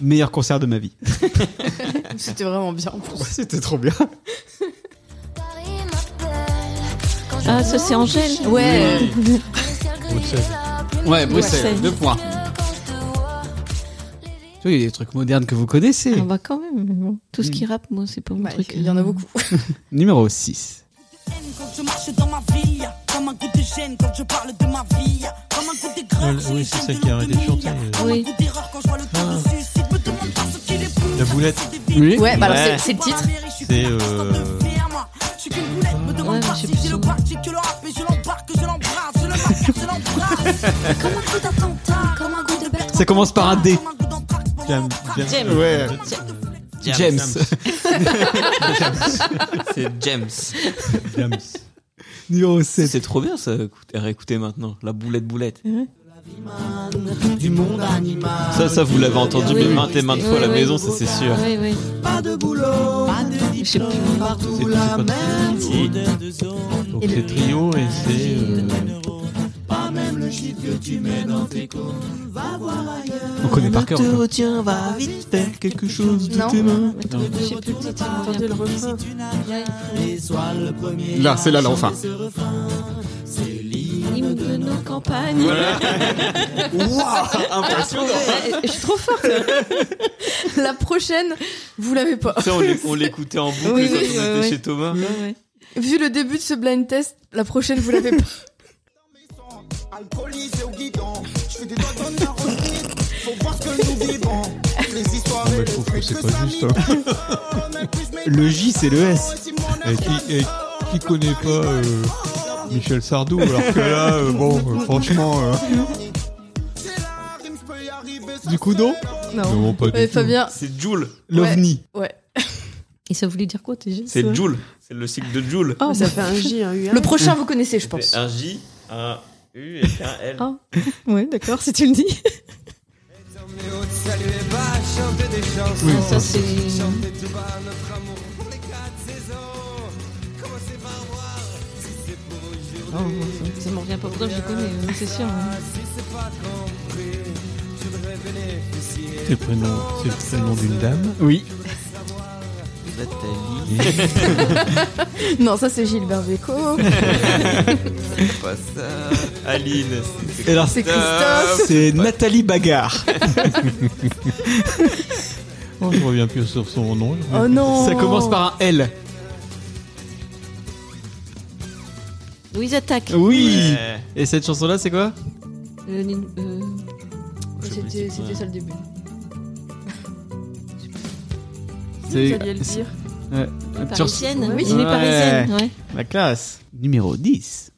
[SPEAKER 1] Meilleur concert de ma vie.
[SPEAKER 5] C'était vraiment bien en plus.
[SPEAKER 1] C'était trop bien.
[SPEAKER 2] Ah, ça c'est Angèle.
[SPEAKER 5] Ouais.
[SPEAKER 1] Ouais, Bruxelles,
[SPEAKER 2] Bruxelles.
[SPEAKER 1] deux points. Tu vois, il y a des trucs modernes que vous connaissez.
[SPEAKER 2] Ah bah quand même, mais bon. tout ce qui
[SPEAKER 1] Hmm.
[SPEAKER 2] rappe, moi, c'est pas mon
[SPEAKER 5] Bah,
[SPEAKER 2] truc. euh.
[SPEAKER 5] Il y en a beaucoup.
[SPEAKER 1] Numéro 6.
[SPEAKER 9] Quand je marche dans ma ville, y a comme un coup de gêne quand je parle de ma vie, y a comme un coup de
[SPEAKER 3] Ouais,
[SPEAKER 9] grave.
[SPEAKER 3] Euh, Oui, c'est celle qui a arrêté de chanter. euh.
[SPEAKER 2] Oui.
[SPEAKER 3] La boulette,
[SPEAKER 1] Oui.
[SPEAKER 5] Ouais, bah alors,
[SPEAKER 4] Ouais.
[SPEAKER 5] c'est- c'est le titre.
[SPEAKER 3] c'est. euh,
[SPEAKER 2] Ouais, mais je sais plus son nom. (laughs)
[SPEAKER 1] Ça commence par un D.
[SPEAKER 3] Jam- Jam-
[SPEAKER 2] Jam.
[SPEAKER 1] Ouais. James.
[SPEAKER 4] (laughs) C'est James.
[SPEAKER 3] Jams.
[SPEAKER 1] Numéro 7.
[SPEAKER 4] C'est trop bien ça écoute- à réécouter maintenant. La boulette boulette.
[SPEAKER 10] Du monde animal.
[SPEAKER 4] Ça, ça, vous l'avez entendu
[SPEAKER 2] Oui.
[SPEAKER 4] maintes et maintes fois à la
[SPEAKER 2] Oui,
[SPEAKER 4] maison,
[SPEAKER 2] oui.
[SPEAKER 4] ça c'est sûr.
[SPEAKER 2] Oui, oui.
[SPEAKER 10] Pas de boulot, pas de
[SPEAKER 2] Je sais plus.
[SPEAKER 3] C'est c'est pas Trio.
[SPEAKER 10] diplôme, de zone.
[SPEAKER 3] Donc c'est Trio et c'est. euh,
[SPEAKER 10] Pas même le chiffre que tu mets dans tes côtes. Va voir ailleurs.
[SPEAKER 1] On connaît par cœur. quoi.
[SPEAKER 10] Tiens, va vite faire quelque chose
[SPEAKER 5] Non.
[SPEAKER 10] mains.
[SPEAKER 2] Attends, je sais plus le titre. il me revient
[SPEAKER 6] Attendez le
[SPEAKER 2] pas.
[SPEAKER 6] refrain.
[SPEAKER 10] Et sois le premier.
[SPEAKER 1] Là, c'est là, là, enfin.
[SPEAKER 2] Hymne de nos campagnes. (laughs)
[SPEAKER 5] Ouais, Je suis trop forte. La prochaine, vous l'avez pas.
[SPEAKER 4] Ça, on l'é- on l'écoutait en boucle
[SPEAKER 5] Oui,
[SPEAKER 4] quand
[SPEAKER 5] oui,
[SPEAKER 4] on était
[SPEAKER 5] ouais,
[SPEAKER 4] chez Thomas.
[SPEAKER 2] Ouais, ouais.
[SPEAKER 5] Vu le début de ce blind test, la prochaine, vous l'avez pas.
[SPEAKER 10] Alcoolisé au guidon, je fais des doigts dans la routine. Faut voir ce que nous vivons. Les histoires
[SPEAKER 3] mais bah, je
[SPEAKER 10] et les
[SPEAKER 3] trouve que
[SPEAKER 10] trucs
[SPEAKER 3] c'est
[SPEAKER 10] que
[SPEAKER 3] pas
[SPEAKER 10] ça
[SPEAKER 3] juste,
[SPEAKER 10] m'y
[SPEAKER 3] hein.
[SPEAKER 10] donne.
[SPEAKER 1] Le J, c'est le S.
[SPEAKER 3] Et qui, et qui connaît pas euh, Michel Sardou alors que là, euh, bon, euh, franchement. euh,
[SPEAKER 1] Du coup, non
[SPEAKER 5] Non.
[SPEAKER 3] non, pas du
[SPEAKER 5] Ouais,
[SPEAKER 3] tout.
[SPEAKER 5] Fabien,
[SPEAKER 4] C'est Joule.
[SPEAKER 1] L'OVNI.
[SPEAKER 5] ouais.
[SPEAKER 2] Et ça voulait dire quoi déjà
[SPEAKER 4] C'est
[SPEAKER 2] ça
[SPEAKER 4] Joule. C'est le cycle de Joule.
[SPEAKER 1] Oh.
[SPEAKER 6] Mais ça fait un J, un U, un
[SPEAKER 5] Le prochain, vous connaissez, je pense.
[SPEAKER 4] C'est un J, un U et un L.
[SPEAKER 2] Ah. Ouais, d'accord, si tu le dis.
[SPEAKER 3] Oui,
[SPEAKER 2] Ça c'est. Oh, bon, ça- ça m'en revient pas. Pourtant, je connais, euh, c'est sûr. ouais.
[SPEAKER 3] c'est le prénom, c'est le prénom d'une dame.
[SPEAKER 1] Oui.
[SPEAKER 4] Nathalie.
[SPEAKER 5] non, ça c'est Gilbert
[SPEAKER 1] (laughs)
[SPEAKER 5] Bécaud.
[SPEAKER 4] C'est pas ça. Aline.
[SPEAKER 1] Et alors, C'est Nathalie Bagarre.
[SPEAKER 3] Oh, je reviens plus sur son nom.
[SPEAKER 5] Oh non.
[SPEAKER 1] Ça commence par un L.
[SPEAKER 2] Louise Attaque.
[SPEAKER 1] Oui. Et cette chanson-là, c'est quoi
[SPEAKER 2] Euh, nin- euh,
[SPEAKER 5] C'était c'était ça le début.
[SPEAKER 1] C'est-
[SPEAKER 6] Vous alliez le dire.
[SPEAKER 1] Ouais.
[SPEAKER 6] Elle est
[SPEAKER 1] Tu reço-
[SPEAKER 6] parisienne. Oui, elle est parisienne, ouais.
[SPEAKER 1] La classe. Numéro 10.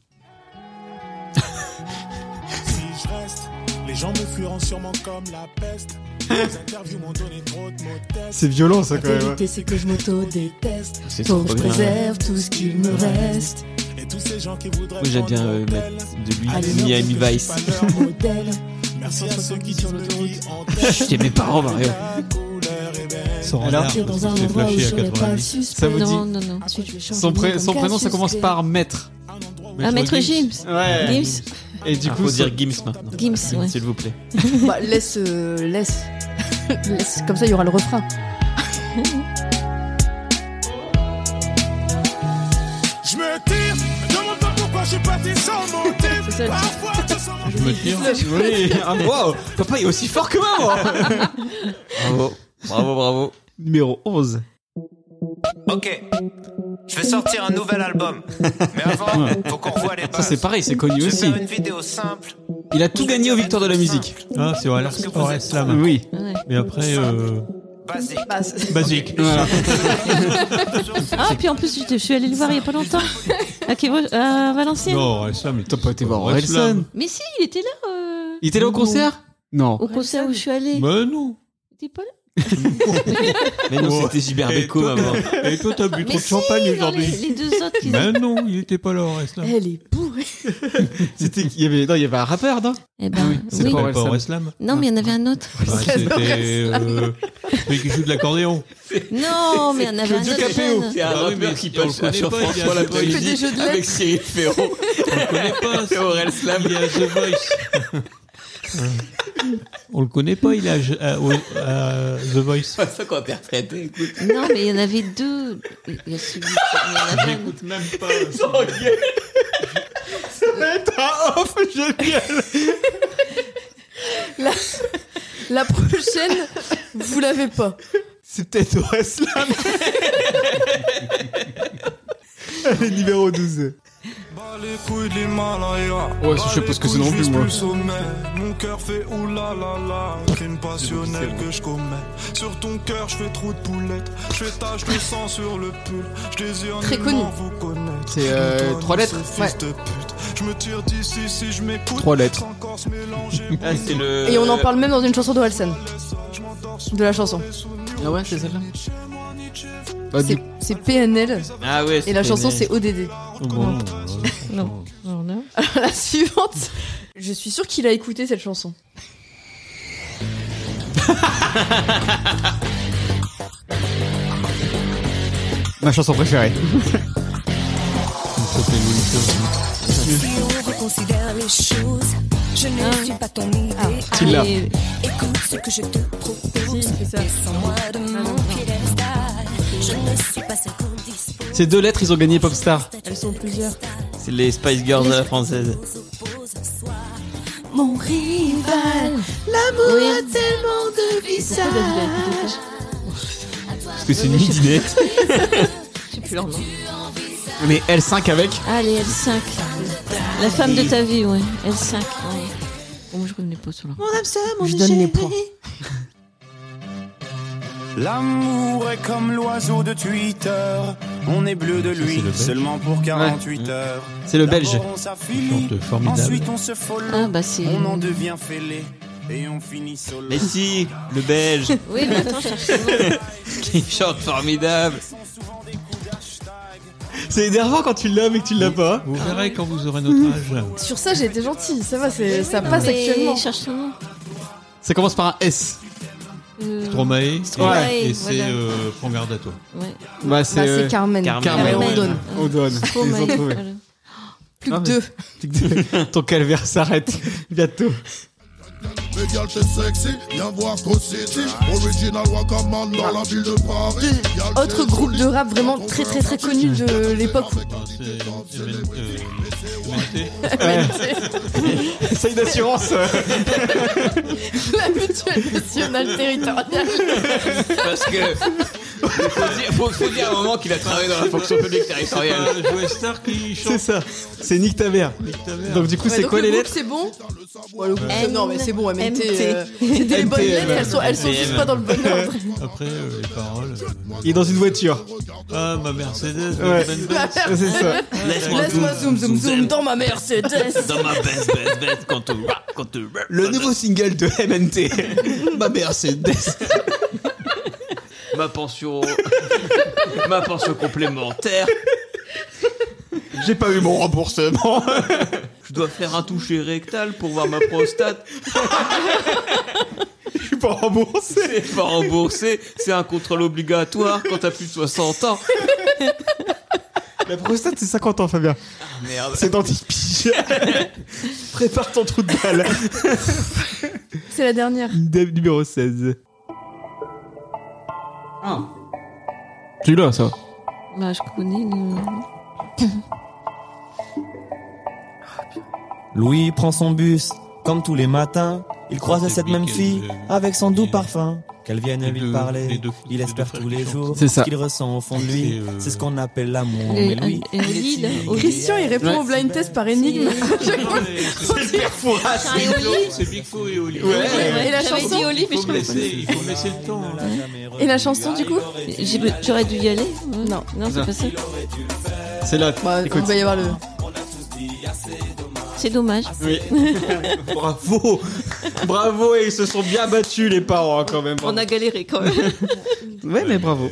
[SPEAKER 13] Si je reste, les gens me fuiront sûrement comme la peste. Les interviews m'ont donné trop de mots de tête.
[SPEAKER 1] C'est violent, ça, quand
[SPEAKER 13] La
[SPEAKER 1] même,
[SPEAKER 13] vérité,
[SPEAKER 1] ouais.
[SPEAKER 13] c'est que je m'auto-déteste.
[SPEAKER 1] C'est
[SPEAKER 13] Faut
[SPEAKER 1] trop
[SPEAKER 13] que je
[SPEAKER 1] bien.
[SPEAKER 13] préserve tout ce qu'il me reste. Et tous ces gens qui voudraient.
[SPEAKER 4] Moi, j'aime bien
[SPEAKER 13] prendre
[SPEAKER 4] euh,
[SPEAKER 13] mon
[SPEAKER 4] mettre de lui
[SPEAKER 13] Allez,
[SPEAKER 4] Miami
[SPEAKER 13] non,
[SPEAKER 4] Vice.
[SPEAKER 13] parce que je suis pas leur
[SPEAKER 4] (laughs)
[SPEAKER 13] modèle. Merci à ceux qui sur le
[SPEAKER 4] J'étais mes parents, Mario.
[SPEAKER 1] Alors
[SPEAKER 13] dans un endroit où je n'aurais pas le
[SPEAKER 1] Ça vous dit
[SPEAKER 2] Non, non,
[SPEAKER 5] Ah,
[SPEAKER 2] non. Ensuite, je vais changer
[SPEAKER 1] Son,
[SPEAKER 2] de
[SPEAKER 1] pré-
[SPEAKER 2] nom
[SPEAKER 1] son
[SPEAKER 2] comme
[SPEAKER 1] prénom, ça
[SPEAKER 2] Cassius
[SPEAKER 1] commence
[SPEAKER 2] Clay.
[SPEAKER 1] par Maître.
[SPEAKER 2] Ah, Maître Gims.
[SPEAKER 1] Ouais.
[SPEAKER 2] Gims.
[SPEAKER 1] Et du
[SPEAKER 4] Ah,
[SPEAKER 1] coup,
[SPEAKER 4] faut
[SPEAKER 1] son-
[SPEAKER 4] dire Gims maintenant.
[SPEAKER 2] Gims, ouais.
[SPEAKER 4] S'il vous plaît.
[SPEAKER 5] Bah, laisse, euh, laisse. (laughs) laisse. Comme ça, il y aura le refrain.
[SPEAKER 13] Je me tire, me demande pas pourquoi je suis parti sans
[SPEAKER 10] (laughs)
[SPEAKER 13] motif. Parfois, je sens mon
[SPEAKER 3] Je me tire.
[SPEAKER 1] Oui. Ah, wow. Papa il est aussi fort que maman.
[SPEAKER 4] Bravo. Bravo, bravo.
[SPEAKER 1] (laughs) Numéro 11.
[SPEAKER 10] Ok, je vais sortir un nouvel album. Mais avant,
[SPEAKER 1] Ouais.
[SPEAKER 10] faut qu'on revoie les bases.
[SPEAKER 1] Ça, c'est pareil, c'est connu
[SPEAKER 10] Je vais
[SPEAKER 1] aussi.
[SPEAKER 10] faire une vidéo simple.
[SPEAKER 1] Il a tout gagné aux victoires de la musique.
[SPEAKER 3] Ah, c'est Wallace Horace Lam.
[SPEAKER 1] Oui.
[SPEAKER 3] Mais après, euh,
[SPEAKER 10] Basique.
[SPEAKER 1] Bah,
[SPEAKER 3] basique.
[SPEAKER 2] Ah, puis en plus, je, je suis allée le voir il n'y a
[SPEAKER 1] (laughs)
[SPEAKER 2] pas longtemps. à, Quévo- à Valenciennes.
[SPEAKER 3] Non, Horace Lam, mais t'as pas été
[SPEAKER 1] voir Horace Lam.
[SPEAKER 2] Mais si, il était là. euh,
[SPEAKER 1] Il était là au concert Non.
[SPEAKER 2] Au concert où je suis allée.
[SPEAKER 3] Bah non.
[SPEAKER 2] Il était pas là.
[SPEAKER 4] Mais non,
[SPEAKER 3] Oh.
[SPEAKER 4] c'était Gilbert
[SPEAKER 3] Et
[SPEAKER 4] Bécaud,
[SPEAKER 3] toi,
[SPEAKER 4] maman.
[SPEAKER 3] Et toi, t'as bu
[SPEAKER 2] Mais
[SPEAKER 3] trop de
[SPEAKER 2] si,
[SPEAKER 3] champagne
[SPEAKER 2] dans
[SPEAKER 3] aujourd'hui.
[SPEAKER 2] les- les deux autres
[SPEAKER 1] Bah
[SPEAKER 2] qui-
[SPEAKER 3] Mais non, il était pas là, Horace
[SPEAKER 2] Eh
[SPEAKER 3] Lam.
[SPEAKER 5] Elle est bourrée.
[SPEAKER 1] C'était il y avait non, il y avait un rappeur, non
[SPEAKER 2] Eh ben,
[SPEAKER 1] Ah oui, c'est Ah.
[SPEAKER 2] oui.
[SPEAKER 1] pas
[SPEAKER 3] Pas
[SPEAKER 1] Orelsan.
[SPEAKER 3] Horace Lam.
[SPEAKER 2] Non, mais il y en avait un autre.
[SPEAKER 3] Bah, C'était euh, celui qui joue de l'accordéon.
[SPEAKER 2] Non, mais il y en avait un autre. jeune.
[SPEAKER 4] C'est un
[SPEAKER 3] Bah oui,
[SPEAKER 4] rappeur
[SPEAKER 3] mais
[SPEAKER 4] qui
[SPEAKER 3] si
[SPEAKER 4] passe
[SPEAKER 3] on le
[SPEAKER 4] sur
[SPEAKER 3] connaît pas, il y a
[SPEAKER 4] François
[SPEAKER 3] ce truc. Il fait des
[SPEAKER 4] l'après-midi
[SPEAKER 3] jeux de lettres.
[SPEAKER 4] avec Cyril Ferro.
[SPEAKER 3] On le connaît pas.
[SPEAKER 4] Et (laughs) Aurel Slam.
[SPEAKER 3] Il est à The Voice. On le connaît pas, il est à, Je- à- au- à The Voice.
[SPEAKER 4] C'est ça qu'on va faire traiter, écoute.
[SPEAKER 2] Non, mais il y en avait deux. Il y a celui qui- il y en avait un autre.
[SPEAKER 3] même pas.
[SPEAKER 1] Ça va être un off génial.
[SPEAKER 5] La,
[SPEAKER 1] (laughs)
[SPEAKER 5] la prochaine, vous l'avez pas.
[SPEAKER 1] C'est peut-être Horace Lam. (laughs) Allez, numéro 12.
[SPEAKER 7] Bas les couilles de l'Himalaya.
[SPEAKER 1] Ouais, je sais pas ce que c'est non plus, moi.
[SPEAKER 7] Plus sommet. Mon cœur fait oulala. Crime passionnel que je commets. Sur ton cœur, je fais trop de poulettes. Je fais tache de sang sur le pull. Je désire
[SPEAKER 5] Très
[SPEAKER 7] nullement
[SPEAKER 5] connu.
[SPEAKER 7] vous connaître.
[SPEAKER 1] C'est, euh,
[SPEAKER 7] Ni toi,
[SPEAKER 1] trois
[SPEAKER 7] ni
[SPEAKER 1] lettres,
[SPEAKER 7] ce
[SPEAKER 1] ouais.
[SPEAKER 7] fils de pute. Je me tire d'ici si je m'écoute.
[SPEAKER 1] Trois lettres.
[SPEAKER 7] Sans encore se
[SPEAKER 1] (laughs)
[SPEAKER 7] mélanger.
[SPEAKER 4] Ah, c'est le.
[SPEAKER 5] Et on
[SPEAKER 1] Euh,
[SPEAKER 5] en parle même dans une chanson de Walsen. De la chanson.
[SPEAKER 1] Ah ouais, c'est celle-là Ah, Bah,
[SPEAKER 5] C'est- C'est PNL.
[SPEAKER 4] Ah ouais,
[SPEAKER 5] Et la chanson, c'est ODD.
[SPEAKER 3] Bon, euh,
[SPEAKER 2] Non, non, non.
[SPEAKER 5] Alors, (laughs) la suivante. Je suis sûre qu'il a écouté cette chanson.
[SPEAKER 1] Ma chanson préférée.
[SPEAKER 14] Si on reconsidère les choses, je ne suis pas ton idée.
[SPEAKER 1] Tu
[SPEAKER 2] Ah,
[SPEAKER 1] l'as.
[SPEAKER 14] Écoute ce que je te propose. Et sans moi de mon piédestal, je ne suis pas celle qu'on dispose.
[SPEAKER 1] Ces deux lettres, ils ont gagné Popstar.
[SPEAKER 14] Elles sont plusieurs.
[SPEAKER 4] C'est les Spice Girls à la française.
[SPEAKER 14] Mon rival, l'amour a tellement de visages.
[SPEAKER 4] Parce que c'est une midinette.
[SPEAKER 2] Je sais plus leur nom.
[SPEAKER 1] Mais L5 avec.
[SPEAKER 2] Allez, L5. La femme de ta vie, ouais. L5. Ouais. Bon, moi, je connais pas sur là.
[SPEAKER 14] Mon âme sœur, mon
[SPEAKER 2] Je donne les points.
[SPEAKER 10] L'amour est comme l'oiseau de Twitter. On est bleu de lui seulement pour 48 heures.
[SPEAKER 1] C'est le Belge.
[SPEAKER 10] D'abord, on s'affilie,
[SPEAKER 3] Chante formidable.
[SPEAKER 10] Ensuite, on se follow.
[SPEAKER 2] Ah, bah, c'est-
[SPEAKER 10] On en devient fêlé. Et on finit solo.
[SPEAKER 4] Mais si, le
[SPEAKER 5] (laughs)
[SPEAKER 4] belge.
[SPEAKER 2] Oui, mais attends, cherche le nom.
[SPEAKER 4] Qui chante formidable.
[SPEAKER 1] C'est énervant quand tu l'as mais que tu l'as pas.
[SPEAKER 3] Vous verrez quand vous aurez notre âge.
[SPEAKER 5] Sur ça, j'ai été gentille. Ça va, c'est- ça passe
[SPEAKER 2] Mais
[SPEAKER 5] actuellement.
[SPEAKER 2] Cherche son nom.
[SPEAKER 1] Ça commence par un S.
[SPEAKER 2] Euh,
[SPEAKER 3] Stromae. et-
[SPEAKER 2] Stromae,
[SPEAKER 3] Et,
[SPEAKER 2] voilà.
[SPEAKER 3] c'est euh, Prends garde à toi.
[SPEAKER 2] ouais.
[SPEAKER 1] Bah,
[SPEAKER 5] Bah, c'est Oh Carmen. Ah,
[SPEAKER 1] Carmen.
[SPEAKER 5] Carmen, on donne.
[SPEAKER 1] On
[SPEAKER 5] (laughs)
[SPEAKER 1] donne. Ils ont
[SPEAKER 2] Stromae.
[SPEAKER 1] trouvé.
[SPEAKER 2] voilà.
[SPEAKER 5] Plus
[SPEAKER 1] Ah,
[SPEAKER 5] que
[SPEAKER 1] mais-
[SPEAKER 5] deux.
[SPEAKER 1] (laughs) Ton calvaire s'arrête bientôt.
[SPEAKER 15] Mais gal t'es sexy, viens voir qu'au City Original Wakaman dans la ville de Paris Gal, t'es
[SPEAKER 5] Autre groupe de rap vraiment très très très connu de l'époque. (laughs)
[SPEAKER 3] euh,
[SPEAKER 1] Essaye d'assurance.
[SPEAKER 5] La mutuelle nationale territoriale.
[SPEAKER 4] Parce que. Faut dire, faut, faut dire à un moment qu'il a travaillé dans la fonction publique territoriale.
[SPEAKER 1] (laughs) C'est ça. C'est Nick Taver.
[SPEAKER 3] hein.
[SPEAKER 1] Donc du coup,
[SPEAKER 5] Ouais,
[SPEAKER 1] c'est
[SPEAKER 5] donc
[SPEAKER 1] quoi
[SPEAKER 5] le
[SPEAKER 1] les
[SPEAKER 5] groupe,
[SPEAKER 1] lettres
[SPEAKER 5] C'est bon Ouais, le groupe, c'est- Non, mais c'est bon, MT.
[SPEAKER 1] MT.
[SPEAKER 5] euh, C'était les bonnes
[SPEAKER 1] MT,
[SPEAKER 5] lettres, elles sont, elles sont juste pas dans le bon (laughs) ordre.
[SPEAKER 3] Après, euh, les paroles. euh,
[SPEAKER 1] Il est dans une
[SPEAKER 5] (laughs)
[SPEAKER 1] voiture.
[SPEAKER 3] Ah, ma Mercedes, ma
[SPEAKER 1] Ouais.
[SPEAKER 3] Benz,
[SPEAKER 5] Ma
[SPEAKER 3] Benz.
[SPEAKER 5] mère- Laisse-moi zoom, zoom, zoom dans ma Mercedes.
[SPEAKER 4] Dans ma baisse, baisse, baisse, quand tu. Quand tu.
[SPEAKER 1] Le nouveau single de (laughs) MNT. Ma mère, c'est
[SPEAKER 4] Ma pension. ma pension complémentaire.
[SPEAKER 1] J'ai pas eu mon remboursement.
[SPEAKER 4] Je dois faire un toucher rectal pour voir ma prostate.
[SPEAKER 1] (laughs) Je suis pas remboursé.
[SPEAKER 4] C'est pas remboursé. C'est un contrôle obligatoire quand t'as plus de 60 ans.
[SPEAKER 1] La prostate, c'est 50 ans, Fabien.
[SPEAKER 4] Merde.
[SPEAKER 1] C'est dans 10 (laughs) piges. Prépare ton trou de balle.
[SPEAKER 5] C'est la dernière.
[SPEAKER 1] Dave numéro 16. Ah. Tu l'as, ça
[SPEAKER 2] Bah, je connais le.
[SPEAKER 16] Louis prend son bus, comme tous les matins. Il croise cette même fille, avec son doux parfum. Qu'elle vienne lui parler, il espère tous les jours.
[SPEAKER 1] C'est ça.
[SPEAKER 16] Ce qu'il ressent au fond de lui, c'est euh, ce qu'on appelle l'amour.
[SPEAKER 5] Et-
[SPEAKER 16] Mais lui,
[SPEAKER 5] et- et
[SPEAKER 16] il est
[SPEAKER 5] Lille,
[SPEAKER 16] timide.
[SPEAKER 5] Christian, il répond au blind test par énigme.
[SPEAKER 3] C'est C'est Bigfoot et Oli.
[SPEAKER 5] Ouais, ouais. Et la
[SPEAKER 2] J'avais
[SPEAKER 5] chanson
[SPEAKER 2] dit Oli,
[SPEAKER 3] Il
[SPEAKER 2] mais je
[SPEAKER 3] faut me laisser- il faut me laisser le temps.
[SPEAKER 5] Et la chanson, du coup
[SPEAKER 2] J'aurais dû y aller
[SPEAKER 5] Non.
[SPEAKER 2] Non, c'est pas ça.
[SPEAKER 1] C'est là.
[SPEAKER 5] Bah,
[SPEAKER 1] Écoute.
[SPEAKER 5] il va y avoir le.
[SPEAKER 2] C'est dommage.
[SPEAKER 1] Oui. (laughs) Bravo. Bravo, et ils se sont bien battus, les parents, hein, quand même.
[SPEAKER 2] On a galéré quand (laughs) même.
[SPEAKER 1] Ouais, mais bravo.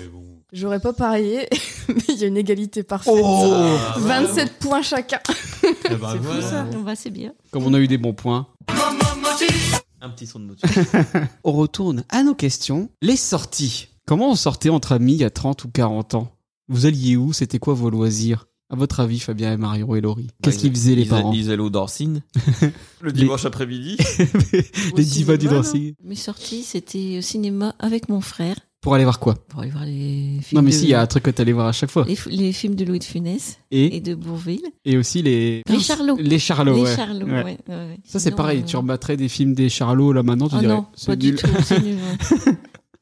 [SPEAKER 5] J'aurais pas parié, (laughs) mais il y a une égalité parfaite.
[SPEAKER 1] Oh
[SPEAKER 3] Ah,
[SPEAKER 5] 27 points chacun.
[SPEAKER 1] Eh ben,
[SPEAKER 5] fou,
[SPEAKER 1] voilà.
[SPEAKER 5] On
[SPEAKER 2] va, c'est bien.
[SPEAKER 1] Comme on a eu des bons points.
[SPEAKER 4] Un petit son de motif.
[SPEAKER 1] on retourne à nos questions. Les sorties. Comment on sortait entre amis à 30 ou 40 ans Vous alliez où C'était quoi vos loisirs À votre avis, Fabien et Marion et Laurie Qu'est-ce qu'ils faisaient les parents
[SPEAKER 4] Bah, Ah, Ils allaient au Dorcine. Le dimanche après-midi.
[SPEAKER 1] Les divas du dancing.
[SPEAKER 2] Mes sorties, c'était au cinéma avec mon frère.
[SPEAKER 1] Pour aller voir quoi
[SPEAKER 2] Pour aller voir les films.
[SPEAKER 1] Non mais
[SPEAKER 2] de-
[SPEAKER 1] si, il y a un truc que t'allais voir à chaque fois.
[SPEAKER 2] Les, f- les films de Louis de Funès
[SPEAKER 1] Et
[SPEAKER 2] de Bourville.
[SPEAKER 1] Et aussi les...
[SPEAKER 2] Les Charlots.
[SPEAKER 1] Les Charlots,
[SPEAKER 2] Les
[SPEAKER 1] ouais.
[SPEAKER 2] Charlots, ouais, ouais, ouais.
[SPEAKER 1] Ça c'est
[SPEAKER 2] Sinon,
[SPEAKER 1] pareil,
[SPEAKER 2] euh,
[SPEAKER 1] tu remettrais des films des Charlots là maintenant, tu
[SPEAKER 2] Ah
[SPEAKER 1] dirais...
[SPEAKER 2] non,
[SPEAKER 1] c'est
[SPEAKER 2] pas du
[SPEAKER 1] nul.
[SPEAKER 2] tout. c'est nul,
[SPEAKER 1] (laughs)
[SPEAKER 2] ouais.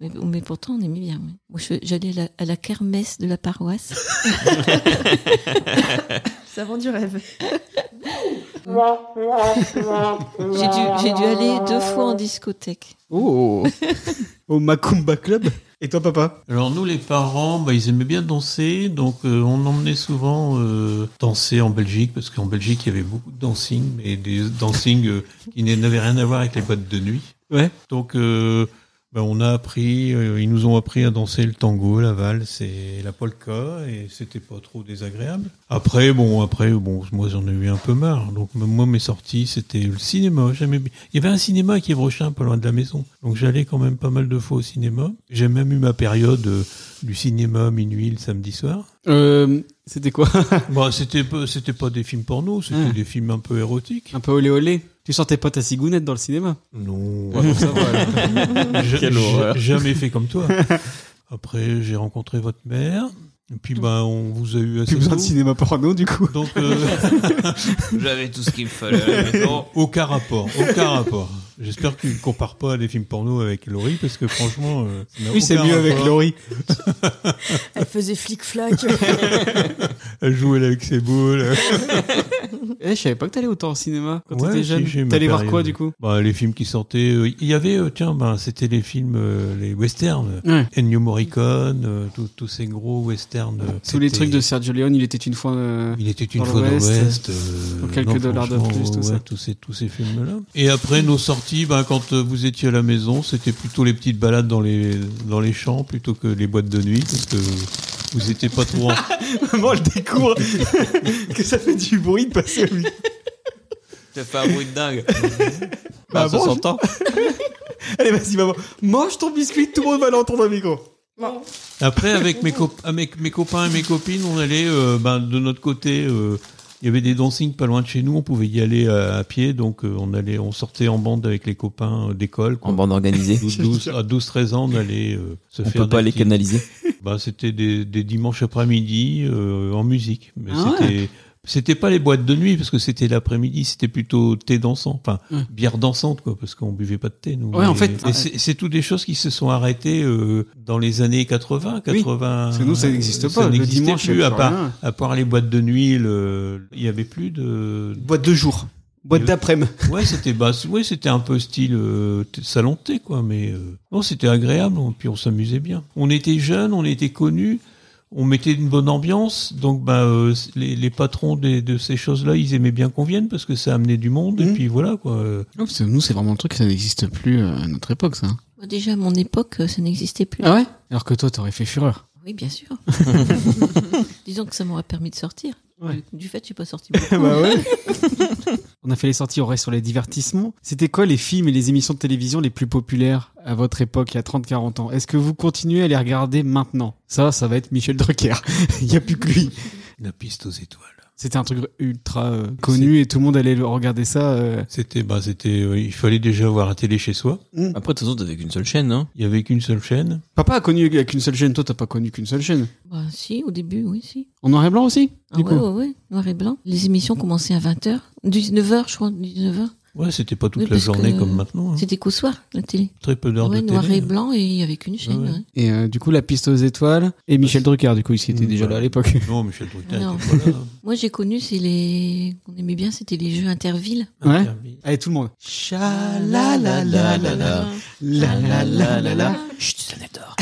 [SPEAKER 2] mais, mais pourtant, on aimait bien. ouais. Moi, je- j'allais à la, à la kermesse de la paroisse.
[SPEAKER 6] Ça vend du rêve.
[SPEAKER 2] J'ai dû, j'ai dû aller deux fois en discothèque. (laughs)
[SPEAKER 1] Oh Au Macumba Club Et toi papa
[SPEAKER 3] Alors nous les parents, bah, ils aimaient bien danser, donc euh, on emmenait souvent euh, danser en Belgique, parce qu'en Belgique il y avait beaucoup de dancing, mais des dancing euh, qui n- n'avaient rien à voir avec les boîtes de nuit.
[SPEAKER 1] Ouais.
[SPEAKER 3] Donc euh, bah, on a appris, euh, ils nous ont appris à danser le tango, la valse et la polka, et c'était pas trop désagréable. Après bon, après bon, moi j'en ai eu un peu marre, donc m- moi mes sorties c'était le cinéma. J'aimais bien. Il y avait un cinéma à Kievrechin, pas loin de la maison, donc j'allais quand même pas mal de fois au cinéma. J'ai même eu ma période euh, du cinéma à minuit le
[SPEAKER 1] (laughs)
[SPEAKER 3] samedi soir.
[SPEAKER 1] Euh, C'était quoi
[SPEAKER 3] Bon, c'était pas, c'était pas des films porno, c'était
[SPEAKER 1] Ah.
[SPEAKER 3] des films un peu érotiques.
[SPEAKER 1] Un peu olé olé Tu sortais pas ta cigounette dans le cinéma
[SPEAKER 3] Non.
[SPEAKER 1] Ouais, bon, ça va, (laughs) alors.
[SPEAKER 3] J'ai-
[SPEAKER 1] Quelle
[SPEAKER 3] j'ai
[SPEAKER 1] horreur.
[SPEAKER 3] Jamais fait
[SPEAKER 1] (laughs)
[SPEAKER 3] comme toi. Après, j'ai rencontré votre mère. Et puis, ben, on vous a eu assez
[SPEAKER 1] Plus besoin de
[SPEAKER 3] tôt.
[SPEAKER 1] cinéma porno du coup.
[SPEAKER 3] Donc, euh,
[SPEAKER 4] (laughs) J'avais tout ce qu'il me fallait à la maison.
[SPEAKER 3] Aucun rapport, aucun rapport. J'espère que tu ne compares pas les films porno avec Laurie, parce que franchement... euh, ça n'a
[SPEAKER 1] Oui, c'est
[SPEAKER 3] aucun
[SPEAKER 1] mieux avec
[SPEAKER 3] rapport.
[SPEAKER 1] Laurie.
[SPEAKER 5] Elle faisait flic-flac.
[SPEAKER 3] Elle jouait avec ses boules.
[SPEAKER 1] Eh, je savais pas que t'allais autant au cinéma quand
[SPEAKER 3] Ouais,
[SPEAKER 1] t'étais
[SPEAKER 3] si,
[SPEAKER 1] jeune.
[SPEAKER 3] j'ai eu ma
[SPEAKER 1] T'allais voir
[SPEAKER 3] période.
[SPEAKER 1] quoi du coup
[SPEAKER 3] bah, Les films qui sortaient. euh, Il y avait, euh, tiens, ben, c'était les films, euh, les westerns.
[SPEAKER 1] Ouais.
[SPEAKER 3] Ennio Morricone, euh, tous- tous ces gros westerns. euh,
[SPEAKER 1] Tous les
[SPEAKER 3] c'était-
[SPEAKER 1] trucs de Sergio Leone, il était une fois. euh,
[SPEAKER 3] il était une fois dans l'Ouest. euh,
[SPEAKER 1] pour quelques
[SPEAKER 3] non,
[SPEAKER 1] dollars de
[SPEAKER 3] franchement,
[SPEAKER 1] plus, tout
[SPEAKER 3] ouais,
[SPEAKER 1] ça.
[SPEAKER 3] Tous ces, tous ces films-là. Et après, nos sorties, ben, quand euh, vous étiez à la maison, c'était plutôt les petites balades dans les, dans les champs plutôt que les boîtes de nuit, parce que vous étiez pas trop... en-
[SPEAKER 1] Moi, je découvre que ça fait du bruit de passer au micro.
[SPEAKER 4] T'as fait un bruit de dingue.
[SPEAKER 1] Bah,
[SPEAKER 4] Bah, ça
[SPEAKER 1] mange.
[SPEAKER 4] s'entend.
[SPEAKER 1] (laughs) Allez, vas-y, maman. Mange ton biscuit, tout le monde va l'entendre au micro.
[SPEAKER 3] Après, avec mes, cop- avec mes copains et mes copines, on allait euh, ben, de notre côté euh, Il y avait des dancing pas loin de chez nous, on pouvait y aller à, à pied, donc euh, on allait, on sortait en bande avec les copains euh, d'école. quoi.
[SPEAKER 17] En bande organisée.
[SPEAKER 3] 12, 12 à 12-13 ans, on allait euh, se
[SPEAKER 17] On
[SPEAKER 3] faire.
[SPEAKER 17] peut pas
[SPEAKER 3] des
[SPEAKER 17] les
[SPEAKER 3] petits-
[SPEAKER 17] canaliser.
[SPEAKER 3] Bah, c'était des, des dimanches après-midi euh, en musique. Mais
[SPEAKER 1] Ah
[SPEAKER 3] c'était,
[SPEAKER 1] ouais.
[SPEAKER 3] c'était pas les boîtes de nuit parce que c'était l'après-midi, c'était plutôt thé dansant, enfin
[SPEAKER 1] Ouais.
[SPEAKER 3] bière dansante quoi, parce qu'on buvait pas de thé nous.
[SPEAKER 1] Ouais, en
[SPEAKER 3] Et-
[SPEAKER 1] fait,
[SPEAKER 3] et
[SPEAKER 1] euh,
[SPEAKER 3] c'est, c'est toutes des choses qui se sont arrêtées euh, dans les années 80,
[SPEAKER 1] Oui,
[SPEAKER 3] 80.
[SPEAKER 1] parce que nous, ça n'existe pas.
[SPEAKER 3] Ça
[SPEAKER 1] Le
[SPEAKER 3] n'existait
[SPEAKER 1] dimanche, il y
[SPEAKER 3] plus
[SPEAKER 1] a
[SPEAKER 3] à
[SPEAKER 1] plus
[SPEAKER 3] part,
[SPEAKER 1] rien.
[SPEAKER 3] à part les boîtes de nuit, le- il y avait plus de
[SPEAKER 1] boîte de jour, boîte d'après-midi.
[SPEAKER 3] Ouais, c'était bah, c- ouais, c'était un peu style euh, t- salon de thé, quoi. Mais euh, non, c'était agréable. on- Puis on s'amusait bien. On était jeunes, on était connus, on mettait une bonne ambiance. Donc bah euh, c- les, les patrons des- de ces choses-là, ils aimaient bien qu'on vienne parce que ça amenait du monde.
[SPEAKER 1] Mmh.
[SPEAKER 3] Et puis voilà quoi. euh.
[SPEAKER 1] Oh, nous, c'est vraiment le truc, ça n'existe plus euh, à notre époque, ça.
[SPEAKER 2] Moi, déjà, à mon époque, euh, ça n'existait plus.
[SPEAKER 1] Ah ouais Alors que toi, t'aurais fait fureur.
[SPEAKER 2] Oui, bien sûr.
[SPEAKER 1] (laughs)
[SPEAKER 2] (laughs) Disons que ça m'aurait permis de sortir. Du, du fait, je suis pas sortie
[SPEAKER 1] (laughs)
[SPEAKER 2] beaucoup.
[SPEAKER 1] Bah ouais. On a fait les sorties, on reste sur les divertissements. C'était quoi les films et les émissions de télévision les plus populaires à votre époque, il y a 30-40 ans Est-ce que vous continuez à les regarder maintenant Ça, ça va être Michel Drucker. (laughs) Il n'y a plus que lui.
[SPEAKER 3] La piste aux étoiles.
[SPEAKER 1] C'était un truc ultra euh, connu et tout le monde allait le regarder ça. euh.
[SPEAKER 3] C'était bah c'était euh, il fallait déjà avoir la télé chez soi.
[SPEAKER 1] Hmm.
[SPEAKER 17] Après, de toute façon, t'avais qu'une seule chaîne,
[SPEAKER 4] hein.
[SPEAKER 17] non
[SPEAKER 3] Il y avait qu'une seule chaîne.
[SPEAKER 1] Papa a connu qu'une seule chaîne, toi t'as pas connu qu'une seule chaîne.
[SPEAKER 2] Bah, si, au début, oui, si.
[SPEAKER 1] En noir et blanc aussi
[SPEAKER 2] Ah
[SPEAKER 1] du
[SPEAKER 2] ouais,
[SPEAKER 1] coup.
[SPEAKER 2] ouais, ouais, noir et blanc. Les émissions commençaient à 20h. 19h, je crois, 19h.
[SPEAKER 3] Ouais, c'était pas toute
[SPEAKER 2] Oui,
[SPEAKER 3] la
[SPEAKER 2] parce
[SPEAKER 3] journée
[SPEAKER 2] que
[SPEAKER 3] comme maintenant. hein.
[SPEAKER 2] C'était qu'au soir, la télé.
[SPEAKER 3] Très peu d'heures
[SPEAKER 2] Ouais,
[SPEAKER 3] de
[SPEAKER 2] noir
[SPEAKER 3] télé. hein.
[SPEAKER 2] et blanc, et il y avait qu'une chaîne.
[SPEAKER 3] Ouais, ouais.
[SPEAKER 2] ouais.
[SPEAKER 1] Et euh, du coup, la piste aux étoiles et Michel Drucker, du coup, il était déjà là à l'époque.
[SPEAKER 3] Mmh, Non, Michel Drucker.
[SPEAKER 2] Non.
[SPEAKER 3] était pas là.
[SPEAKER 2] Moi, j'ai connu, c'est les. On aimait bien, c'était les jeux Interville.
[SPEAKER 1] Ouais. Allez, tout le monde. Cha la la la la la. La la la la la. Chut, ça n'adore.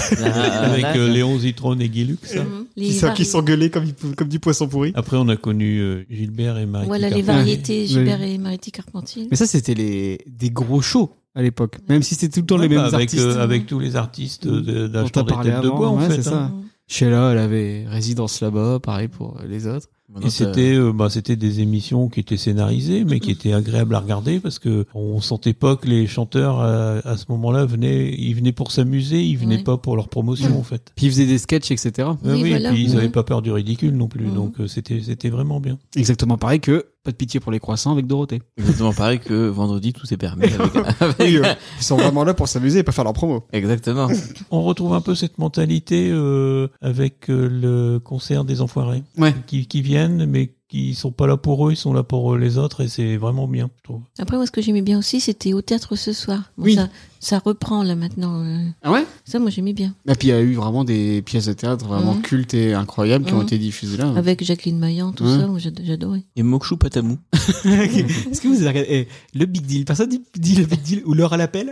[SPEAKER 3] Avec euh, Léon Zitrone et Guy Lux. ça.
[SPEAKER 2] Mmh. Les Qui sont- vari- qui
[SPEAKER 1] s'engueulaient comme, comme du poisson pourri.
[SPEAKER 3] Après, on a connu euh, Gilbert et Marie.
[SPEAKER 2] Voilà les variétés, Gilbert et Mariti Carpentier.
[SPEAKER 1] Mais ça, c'était les... des gros shows à l'époque. Même si c'était tout le temps les mêmes
[SPEAKER 3] avec,
[SPEAKER 1] artistes.
[SPEAKER 3] euh, avec tous les artistes de-
[SPEAKER 1] dont
[SPEAKER 3] d'âge
[SPEAKER 1] t'as
[SPEAKER 3] des
[SPEAKER 1] parlé
[SPEAKER 3] têtes
[SPEAKER 1] avant.
[SPEAKER 3] de bois, en
[SPEAKER 1] ouais,
[SPEAKER 3] fait.
[SPEAKER 1] c'est ça.
[SPEAKER 3] hein.
[SPEAKER 1] Sheila, elle avait résidence là-bas, pareil pour euh, les autres.
[SPEAKER 3] Et c'était euh, bah, c'était des émissions qui étaient scénarisées, mais qui étaient agréables à regarder parce que on sentait pas que les chanteurs euh, à ce moment-là venaient, ils venaient pour s'amuser, ils venaient
[SPEAKER 1] Ouais.
[SPEAKER 3] pas pour leur promotion en fait.
[SPEAKER 1] Puis ils faisaient des sketchs, etc.
[SPEAKER 3] Ouais, Oui, et puis ils avaient pas peur du ridicule non plus, donc euh, c'était c'était vraiment bien.
[SPEAKER 1] Exactement pareil que Pas de pitié pour les croissants avec Dorothée.
[SPEAKER 17] (laughs) Exactement pareil que vendredi, tout est permis.
[SPEAKER 4] (laughs)
[SPEAKER 17] Avec... avec-
[SPEAKER 1] Oui, euh, ils sont vraiment là pour s'amuser et pas faire leur promo.
[SPEAKER 17] Exactement.
[SPEAKER 3] On retrouve un peu cette mentalité euh, avec euh, le concert des Enfoirés,
[SPEAKER 1] Ouais.
[SPEAKER 3] qui, qui viennent mais qui sont pas là pour eux, ils sont là pour euh, les autres et c'est vraiment bien, je trouve.
[SPEAKER 2] Après, moi, ce que j'aimais bien aussi, c'était au théâtre ce soir. Bon,
[SPEAKER 1] Oui.
[SPEAKER 2] ça, ça reprend là maintenant. euh.
[SPEAKER 1] Ah ouais
[SPEAKER 2] Ça, moi, j'aimais bien.
[SPEAKER 1] Et puis il y a eu vraiment des pièces de théâtre vraiment
[SPEAKER 2] Mhm.
[SPEAKER 1] cultes et incroyables qui ont
[SPEAKER 2] Mhm.
[SPEAKER 1] été diffusées là.
[SPEAKER 2] Avec Jacqueline Maillan, tout
[SPEAKER 1] Ah. Ouais.
[SPEAKER 2] ça, moi, j'ad- j'adorais.
[SPEAKER 17] Et Mokchou Patamou.
[SPEAKER 1] Est-ce que vous avez regardé eh, le Big Deal Personne dit, dit le Big Deal ou l'heure à l'appel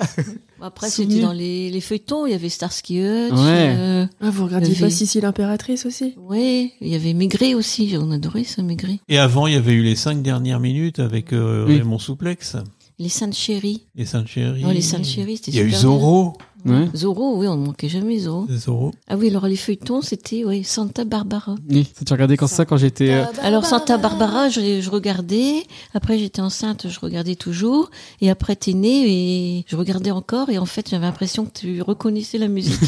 [SPEAKER 2] Après,
[SPEAKER 1] Souvenir.
[SPEAKER 2] c'était dans les, les feuilletons, il y avait Starsky Hutch.
[SPEAKER 1] Ouais.
[SPEAKER 5] (laughs) Ah, vous regardiez
[SPEAKER 2] il y
[SPEAKER 5] pas
[SPEAKER 2] avait-
[SPEAKER 5] Sissi l'impératrice aussi
[SPEAKER 2] Oui, il y avait Maigret aussi, on adorait ça, Maigret.
[SPEAKER 3] Et avant, il y avait eu les cinq dernières minutes avec euh,
[SPEAKER 1] Oui.
[SPEAKER 3] Raymond Souplex,
[SPEAKER 2] Les Saintes Chéries.
[SPEAKER 3] les Saintes Chéries.
[SPEAKER 2] Oh, les Saintes Chéries, c'était
[SPEAKER 3] Il y a eu
[SPEAKER 2] super
[SPEAKER 3] Zorro.
[SPEAKER 2] bien. Zorro, oui, on ne manquait jamais Zorro.
[SPEAKER 3] Zorro.
[SPEAKER 2] Ah oui, alors les feuilletons, c'était ouais, Santa Barbara.
[SPEAKER 1] Oui, ça, tu regardais quand ça quand j'étais.
[SPEAKER 5] Ah,
[SPEAKER 1] euh,
[SPEAKER 5] bah.
[SPEAKER 2] Alors Santa Barbara, je, je regardais. Après, j'étais enceinte, je regardais toujours. Et après, t'es née et je regardais encore. Et en fait, j'avais l'impression que tu reconnaissais
[SPEAKER 3] (laughs)
[SPEAKER 2] la musique.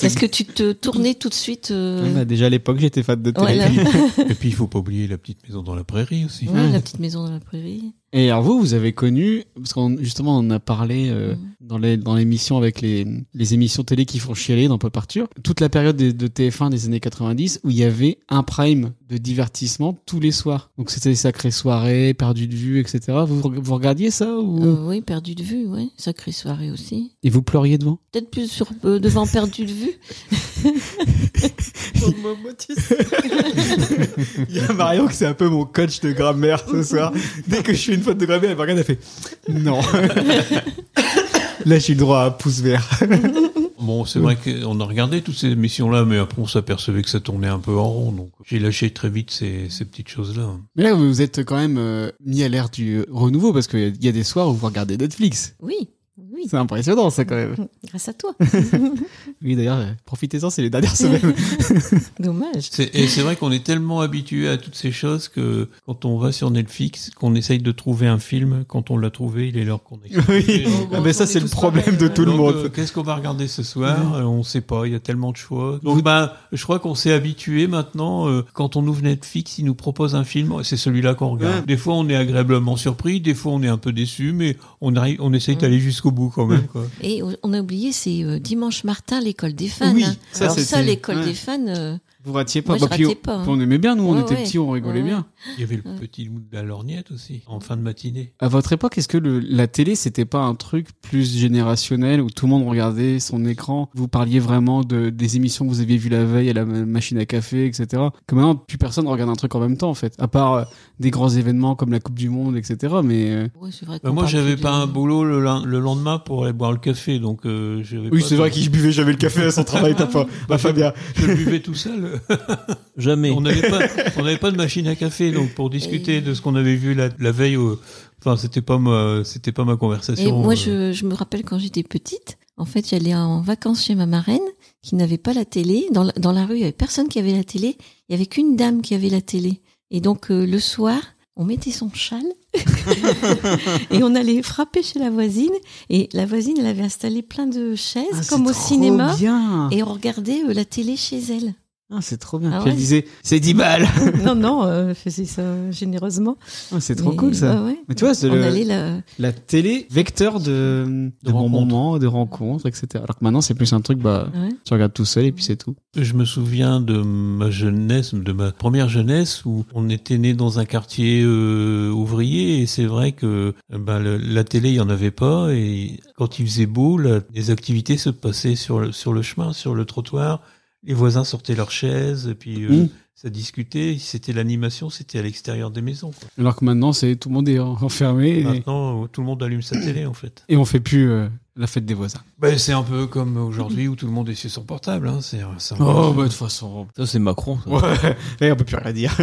[SPEAKER 2] Parce que tu te tournais tout de suite.
[SPEAKER 3] Ah,
[SPEAKER 2] euh,
[SPEAKER 1] bah, déjà à l'époque, j'étais fan de télé.
[SPEAKER 2] Voilà. (laughs)
[SPEAKER 3] Et puis, il faut pas oublier la petite maison dans la prairie aussi.
[SPEAKER 2] ouais, la petite maison dans la prairie.
[SPEAKER 1] Et alors vous, vous avez connu, parce qu'on justement on en a parlé euh, dans les dans l'émission avec les, les émissions télé qui font chialer dans Pop Arthur, toute la période des- de, TF1 des années 90 où il y avait un prime de divertissement tous les soirs. Donc c'était des sacrées soirées, perdues de vue, etc. Vous, vous regardiez ça ou
[SPEAKER 2] Euh, oui, perdu de vue, ouais. Sacrée soirée aussi.
[SPEAKER 1] Et vous pleuriez devant
[SPEAKER 2] Peut-être plus sur, euh, devant perdu de vue.
[SPEAKER 1] (laughs) Il y a Marion qui c'est un peu mon coach de grammaire ce soir. Dès que je fais une faute de grammaire, elle me regarde, elle fait non. Là, j'ai le droit à un pouce vert.
[SPEAKER 3] Bon, c'est vrai qu'on a regardé toutes ces émissions-là, mais après, on s'apercevait que ça tournait un peu en rond. Donc, j'ai lâché très vite ces, ces petites choses-là.
[SPEAKER 1] Mais là, vous êtes quand même euh, mis à l'ère du euh, renouveau parce qu'il y, a- il y a des soirs où vous regardez Netflix.
[SPEAKER 2] Oui. oui,
[SPEAKER 1] C'est impressionnant, ça, quand même.
[SPEAKER 2] Grâce
[SPEAKER 3] (laughs)
[SPEAKER 2] à toi.
[SPEAKER 1] Oui, d'ailleurs, euh, profitez-en, c'est les dernières
[SPEAKER 2] (laughs)
[SPEAKER 1] semaines.
[SPEAKER 2] Dommage.
[SPEAKER 3] C'est- Et c'est vrai qu'on est tellement habitué à toutes ces choses que quand on va sur Netflix, qu'on essaye de trouver un film, quand on l'a trouvé, il est l'heure qu'on est.
[SPEAKER 1] oui, Ah, mais ça, c'est le problème de (laughs) tout le
[SPEAKER 3] Donc,
[SPEAKER 1] monde.
[SPEAKER 3] euh, Qu'est-ce qu'on va regarder ce soir Euh, On sait pas, il y a tellement de choix. Donc bah, je crois qu'on s'est habitué maintenant. euh, quand on ouvre Netflix, il nous propose un film, c'est celui-là qu'on regarde.
[SPEAKER 1] Ouais.
[SPEAKER 3] Des fois, on est agréablement surpris, des fois, on est un peu déçu, mais on, arrive, on essaye d'aller jusqu'au bout quand même. Quoi.
[SPEAKER 2] Et on- on a oublié, c'est euh, Dimanche Martin, l'école des fans.
[SPEAKER 1] Oui,
[SPEAKER 2] hein.
[SPEAKER 1] ça,
[SPEAKER 2] Alors
[SPEAKER 1] c'est-
[SPEAKER 2] ça,
[SPEAKER 1] c'est-
[SPEAKER 2] l'école
[SPEAKER 1] ouais.
[SPEAKER 2] des fans. euh,
[SPEAKER 1] Vous ratiez pas.
[SPEAKER 2] Moi, je
[SPEAKER 1] Bah, puis
[SPEAKER 2] ratais
[SPEAKER 1] on-
[SPEAKER 2] pas, hein.
[SPEAKER 1] puis on aimait bien, nous, on
[SPEAKER 2] Ouais,
[SPEAKER 1] était
[SPEAKER 2] ouais.
[SPEAKER 1] petits, on rigolait
[SPEAKER 2] Ouais, ouais.
[SPEAKER 1] bien.
[SPEAKER 3] Il y avait le petit loup de la lorgnette aussi, en fin de matinée.
[SPEAKER 1] À votre époque, est-ce que le- la télé, c'était pas un truc plus générationnel où tout le monde regardait son écran Vous parliez vraiment de, des émissions que vous aviez vues la veille à la ma- machine à café, etc. Que maintenant, plus personne regarde un truc en même temps, en fait. À part euh, des grands événements comme la Coupe du Monde, etc. Mais euh,
[SPEAKER 2] ouais, c'est vrai
[SPEAKER 3] Bah,
[SPEAKER 2] qu'on
[SPEAKER 3] moi,
[SPEAKER 2] parle
[SPEAKER 3] j'avais
[SPEAKER 2] plus
[SPEAKER 3] pas
[SPEAKER 2] de-
[SPEAKER 3] un boulot le, lin- le lendemain pour aller boire le café, donc euh, j'avais
[SPEAKER 1] oui,
[SPEAKER 3] pas
[SPEAKER 1] c'est
[SPEAKER 3] de-
[SPEAKER 1] vrai qu'il buvait jamais le café à son travail, t'as
[SPEAKER 2] (laughs)
[SPEAKER 1] pas, à Fabien.
[SPEAKER 3] Je le buvais tout seul.
[SPEAKER 17] Jamais.
[SPEAKER 3] (laughs) On n'avait pas, on n'avait pas de machine à café, donc pour discuter de ce qu'on avait vu la, la veille, au- enfin c'était pas ma, c'était pas ma
[SPEAKER 2] Et
[SPEAKER 3] conversation.
[SPEAKER 2] moi,
[SPEAKER 3] euh.
[SPEAKER 2] je, je me rappelle quand j'étais petite, en fait, j'allais en vacances chez ma marraine qui n'avait pas la télé. Dans la, dans la rue, il y avait personne qui avait la télé. Il y avait qu'une dame qui avait la télé. Et donc, euh, le soir, on mettait son châle (laughs) et on allait frapper chez la voisine. Et la voisine, elle avait installé plein de chaises,
[SPEAKER 1] Ah, c'est
[SPEAKER 2] comme au
[SPEAKER 1] trop
[SPEAKER 2] cinéma.
[SPEAKER 1] bien.
[SPEAKER 2] Et on regardait euh, la télé chez elle.
[SPEAKER 1] Ah, c'est trop bien.
[SPEAKER 2] Ah
[SPEAKER 1] Puis elle
[SPEAKER 2] ouais.
[SPEAKER 1] disait, c'est 10 balles. (laughs)
[SPEAKER 2] non, non, euh, faisait ça généreusement.
[SPEAKER 1] Ah, c'est trop
[SPEAKER 2] Mais, euh,
[SPEAKER 1] cool ça.
[SPEAKER 2] ouais, ouais.
[SPEAKER 1] Mais tu vois, c'est
[SPEAKER 2] On
[SPEAKER 1] le-
[SPEAKER 2] allait la-
[SPEAKER 1] la télé vecteur de, de, bons moments, de rencontres, etc. Alors que maintenant, c'est plus un truc, bah,
[SPEAKER 2] Ouais.
[SPEAKER 1] tu regardes tout seul et puis c'est tout.
[SPEAKER 3] Je me souviens de ma jeunesse, de ma première jeunesse, où on était né dans un quartier euh, ouvrier, et c'est vrai que euh, ben, le- la télé, il n'y en avait pas, et quand il faisait beau, la- les activités se passaient sur le, sur le chemin, sur le trottoir, les voisins sortaient leurs chaises, et puis euh,
[SPEAKER 1] Mm.
[SPEAKER 3] ça discutait, c'était l'animation, c'était à l'extérieur des maisons. quoi.
[SPEAKER 1] Alors que maintenant, c'est tout le monde est en- enfermé et,
[SPEAKER 3] Maintenant, euh, tout le monde allume sa télé, en fait.
[SPEAKER 1] et on fait plus euh, la fête des voisins.
[SPEAKER 3] Ben, c'est un peu comme aujourd'hui, où tout le monde est sur son portable, hein, c'est... c'est-
[SPEAKER 1] Oh, bah, de toute façon.
[SPEAKER 17] Ça, c'est Macron. ça.
[SPEAKER 1] Ouais, (laughs) et on peut plus rien dire.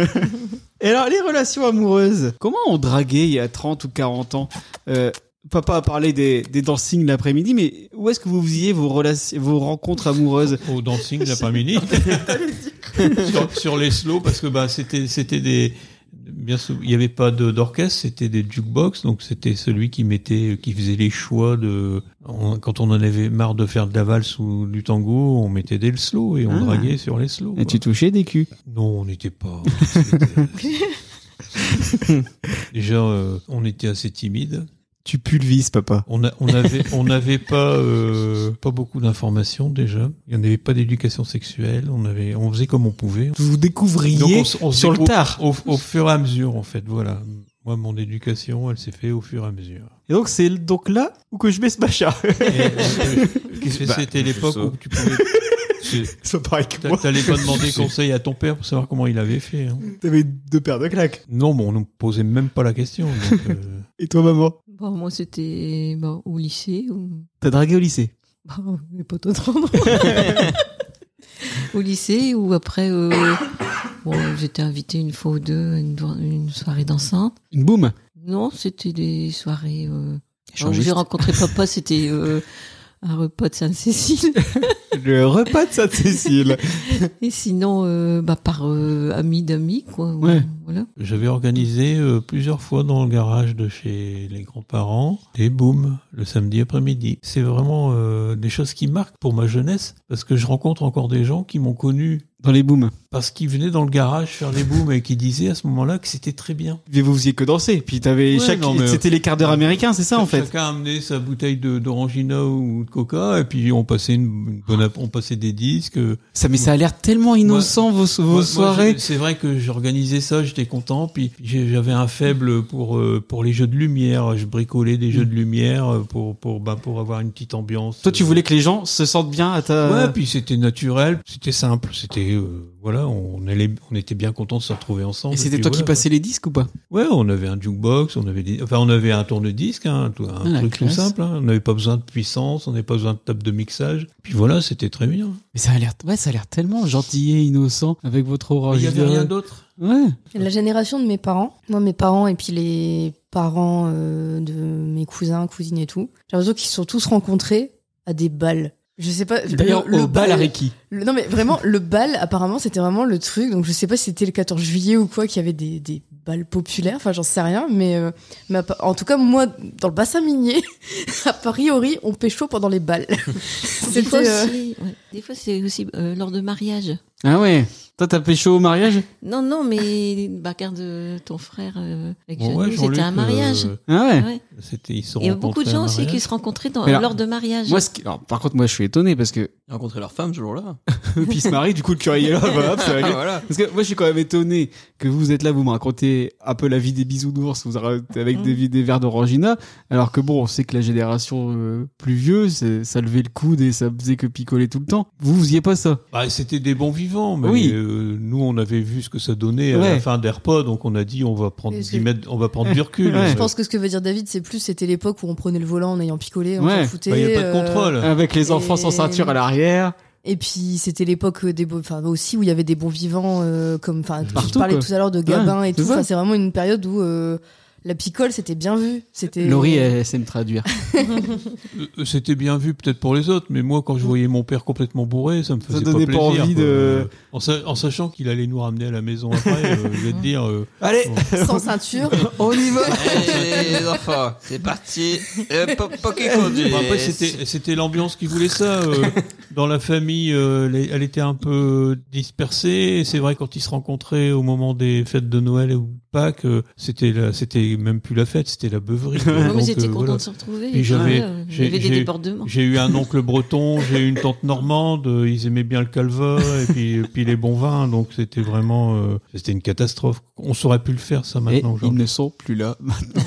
[SPEAKER 1] et alors, les relations amoureuses. Comment on draguait il y a 30 ou 40 ans Euh, Papa a parlé des, des dancing l'après-midi, mais où est-ce que vous faisiez vos, relations, vos rencontres amoureuses
[SPEAKER 3] Au dancing l'après-midi. (laughs) sur, sur les slows parce que bah c'était c'était des bien sûr il n'y avait pas de- d'orchestre c'était des jukebox donc c'était celui qui mettait qui faisait les choix de on- quand on en avait marre de faire de la valse ou du tango on mettait des slow et on
[SPEAKER 1] Ah.
[SPEAKER 3] draguait sur les slow
[SPEAKER 1] Et tu touchais des culs
[SPEAKER 3] non on n'était pas
[SPEAKER 1] (laughs)
[SPEAKER 3] c'était- déjà euh, on était assez timide
[SPEAKER 1] Tu pulvises, papa.
[SPEAKER 3] on, a- on avait, on n'avait pas, euh, pas beaucoup d'informations déjà. Il n'y en avait pas d'éducation sexuelle. On avait, on faisait comme on pouvait.
[SPEAKER 1] Vous découvriez
[SPEAKER 3] Donc, on se- on se
[SPEAKER 1] sur le
[SPEAKER 3] découvre
[SPEAKER 1] tard.
[SPEAKER 3] Au, au fur et à mesure, en fait, voilà. Moi, mon éducation, elle s'est faite au fur et à (laughs) mesure.
[SPEAKER 1] Et donc, c'est donc là où que je baisse ma (laughs) chat.
[SPEAKER 3] Et C'était l'époque où tu pouvais. c'est-
[SPEAKER 1] Ça paraît que
[SPEAKER 3] t'a-
[SPEAKER 1] moi.
[SPEAKER 3] T'allais pas demander conseil à ton père pour savoir comment il avait fait. hein.
[SPEAKER 1] T'avais deux paires de claques.
[SPEAKER 3] Non, mais on nous posait même pas la question. donc, euh,
[SPEAKER 1] Et toi, maman
[SPEAKER 2] Bon, moi, c'était bah, au lycée. Ou...
[SPEAKER 1] T'as dragué au lycée
[SPEAKER 2] Bah, les poteaux
[SPEAKER 1] (laughs)
[SPEAKER 2] de rendre. au lycée ou après, euh, bon, j'étais invitée une fois ou deux à une, do- une soirée dansante.
[SPEAKER 1] Une boum
[SPEAKER 2] Non, c'était des soirées. Euh... alors,
[SPEAKER 1] Échangistes. (laughs)
[SPEAKER 2] j'ai rencontré papa, c'était euh, un repas de Sainte-Cécile.
[SPEAKER 1] Le repas de Sainte-Cécile.
[SPEAKER 2] Et sinon, euh, bah, par euh, amis d'amis, quoi.
[SPEAKER 1] Ouais.
[SPEAKER 2] Voilà.
[SPEAKER 3] J'avais organisé euh, plusieurs fois dans le garage de chez les grands-parents des booms le samedi après-midi. C'est vraiment euh, des choses qui marquent pour ma jeunesse parce que je rencontre encore des gens qui m'ont connu
[SPEAKER 1] (laughs) Dans les booms.
[SPEAKER 3] parce qu'ils venaient dans le garage faire des booms et qui disaient à ce moment-là que c'était très bien.
[SPEAKER 1] Mais vous faisiez que danser. Puis t'avais
[SPEAKER 3] Ouais,
[SPEAKER 1] chaque.
[SPEAKER 3] non, mais-
[SPEAKER 1] C'était les quarts d'heure américains, c'est ça en fait
[SPEAKER 3] Chacun amenait sa bouteille de- d'orangina ou de coca et puis on passait, une, une bonne, ap- on passait des disques. euh,
[SPEAKER 1] ça, Mais ça a l'air tellement innocent vos, vos
[SPEAKER 3] Moi- moi,
[SPEAKER 1] soirées.
[SPEAKER 3] j'ai- c'est vrai que j'organisais ça, j'étais content, puis puis j'ai- j'avais un faible pour euh, pour les jeux de lumière. Je bricolais des jeux de lumière euh, pour pour bah, pour avoir une petite ambiance.
[SPEAKER 1] Toi, tu voulais que euh, les gens se sentent bien à ta.
[SPEAKER 3] euh, Ouais, puis c'était naturel, c'était simple, c'était euh, voilà, on allait, on était bien content de se retrouver ensemble.
[SPEAKER 1] Et c'était
[SPEAKER 3] puis
[SPEAKER 1] toi qui
[SPEAKER 3] voilà,
[SPEAKER 1] passais les disques ou pas
[SPEAKER 3] quoi. Ouais, on avait un jukebox, on avait des- enfin on avait un tourne-disque, hein, tout-
[SPEAKER 1] Ah,
[SPEAKER 3] un
[SPEAKER 1] la
[SPEAKER 3] truc tout
[SPEAKER 1] classe.
[SPEAKER 3] simple. hein. On n'avait pas besoin de puissance, on n'avait pas besoin de table de mixage. Puis voilà, c'était très bien.
[SPEAKER 1] Mais ça a l'air, ouais, ça a l'air tellement gentil et innocent avec votre
[SPEAKER 3] Il
[SPEAKER 1] orange.
[SPEAKER 3] y avait rien d'autre.
[SPEAKER 1] Ouais.
[SPEAKER 5] La génération de mes parents, moi mes parents et puis les parents euh, de mes cousins, cousines et tout. J'ai l'impression qu'ils se sont tous rencontrés à des balles. Je sais pas.
[SPEAKER 1] D'ailleurs, au bal à Reiki.
[SPEAKER 5] le- non mais vraiment, le bal, apparemment, c'était vraiment le truc. Donc je sais pas si c'était le 14 juillet ou quoi, qu'il y avait des, des balles populaires. Enfin, j'en sais rien. Mais, euh, mais appa- en tout cas, moi, dans le bassin minier, (laughs) a priori, on pécho pendant les balles.
[SPEAKER 2] Des fois,
[SPEAKER 5] C'était, euh,
[SPEAKER 2] c'est- ouais. Des fois, c'est aussi euh, lors de mariage.
[SPEAKER 1] Ah ouais. Toi, t'as pécho au mariage
[SPEAKER 2] Non, non, mais (laughs) bah, regarde euh, ton frère euh, avec
[SPEAKER 3] Bon,
[SPEAKER 2] Jeannot,
[SPEAKER 3] ouais, Jean-Luc,
[SPEAKER 2] c'était un mariage.
[SPEAKER 3] euh,
[SPEAKER 1] Ah ouais.
[SPEAKER 3] C'était- ils se sont
[SPEAKER 2] Il y a beaucoup de
[SPEAKER 3] rencontrés à
[SPEAKER 2] gens
[SPEAKER 3] un
[SPEAKER 2] aussi qui
[SPEAKER 3] mariage.
[SPEAKER 2] se rencontraient dans,
[SPEAKER 1] Mais alors,
[SPEAKER 2] lors de mariage.
[SPEAKER 1] Moi, ce qui- alors, par contre, moi, je suis étonné parce que
[SPEAKER 17] Ils ont rencontré leur femme ce jour-là.
[SPEAKER 1] eux, (laughs) puis ils se marient, du coup, le curé est là, bah, (laughs) hop, c'est
[SPEAKER 4] Ah,
[SPEAKER 1] réglé.
[SPEAKER 17] Voilà.
[SPEAKER 1] Parce que moi, je suis quand même étonné que vous êtes là, vous me racontez un peu la vie des bisounours, vous racontez avec des, vi- des verres d'orangina, alors que bon, on sait que la génération euh, plus vieux, c'est- ça levait le coude et ça faisait que picoler tout le temps. Vous, vous y pas ça
[SPEAKER 3] Bah, c'était des bons vivants, mais
[SPEAKER 1] Oui.
[SPEAKER 3] euh, nous on avait vu ce que ça donnait à
[SPEAKER 1] Ouais.
[SPEAKER 3] la fin d'AirPod, donc on a dit on va prendre
[SPEAKER 5] Mais est-ce
[SPEAKER 3] 10
[SPEAKER 5] que-
[SPEAKER 3] mètres, on va prendre du recul.
[SPEAKER 5] Je pense que ce que veut dire David, c'est plus c'était l'époque où on prenait le volant en ayant picolé, on
[SPEAKER 1] Ouais.
[SPEAKER 5] s'en foutait. euh,
[SPEAKER 1] Bah, y a pas de contrôle. Avec les enfants sans ceinture à l'arrière.
[SPEAKER 5] Et puis c'était l'époque euh, des beaux- enfin aussi où il y avait des bons vivants euh, comme enfin tu
[SPEAKER 1] Partout,
[SPEAKER 5] parlais
[SPEAKER 1] quoi.
[SPEAKER 5] tout à l'heure de Gabin
[SPEAKER 1] Ouais,
[SPEAKER 5] et
[SPEAKER 1] c'est
[SPEAKER 5] tout.
[SPEAKER 1] ça.
[SPEAKER 5] Enfin, c'est vraiment une période où euh, la picole c'était bien vu. C'était
[SPEAKER 1] Laurie, elle, elle sait me traduire.
[SPEAKER 3] Euh, C'était bien vu peut-être pour les autres, mais moi quand je voyais mon père complètement bourré, ça me faisait
[SPEAKER 1] donnait pas
[SPEAKER 3] plaisir.
[SPEAKER 1] envie
[SPEAKER 3] quoi.
[SPEAKER 1] de-
[SPEAKER 3] Euh, En, sa- en sachant qu'il allait nous ramener à la maison après, euh, je vais te dire.
[SPEAKER 1] (laughs)
[SPEAKER 3] euh,
[SPEAKER 17] Allez
[SPEAKER 3] bon.
[SPEAKER 5] sans ceinture.
[SPEAKER 1] On y va
[SPEAKER 4] Allez, les enfants, c'est parti. Euh, po- Poké
[SPEAKER 3] Bon, Bah, après, c'était c'était l'ambiance qui voulait ça. euh, dans la famille, euh, les- elle était un peu dispersée. Et C'est vrai quand ils se rencontraient au moment des fêtes de Noël ou de Pâques, euh, c'était la- c'était même plus la fête, c'était la beuverie.
[SPEAKER 2] Non, mais
[SPEAKER 3] Donc,
[SPEAKER 2] ils étaient
[SPEAKER 3] euh,
[SPEAKER 2] contents
[SPEAKER 3] voilà.
[SPEAKER 2] de se retrouver.
[SPEAKER 3] Puis j'avais-
[SPEAKER 2] Ouais, ouais,
[SPEAKER 3] j'ai-
[SPEAKER 2] il y avait des
[SPEAKER 3] j'ai-
[SPEAKER 2] débordements.
[SPEAKER 3] J'ai eu un oncle breton, j'ai eu une tante normande. euh, Ils aimaient bien le calva et puis, et puis les bons vins. Donc c'était vraiment euh, c'était une catastrophe. On saurait plus le faire ça
[SPEAKER 1] Et
[SPEAKER 3] maintenant. aujourd'hui.
[SPEAKER 1] ils ne sont plus
[SPEAKER 4] (laughs)
[SPEAKER 1] là maintenant.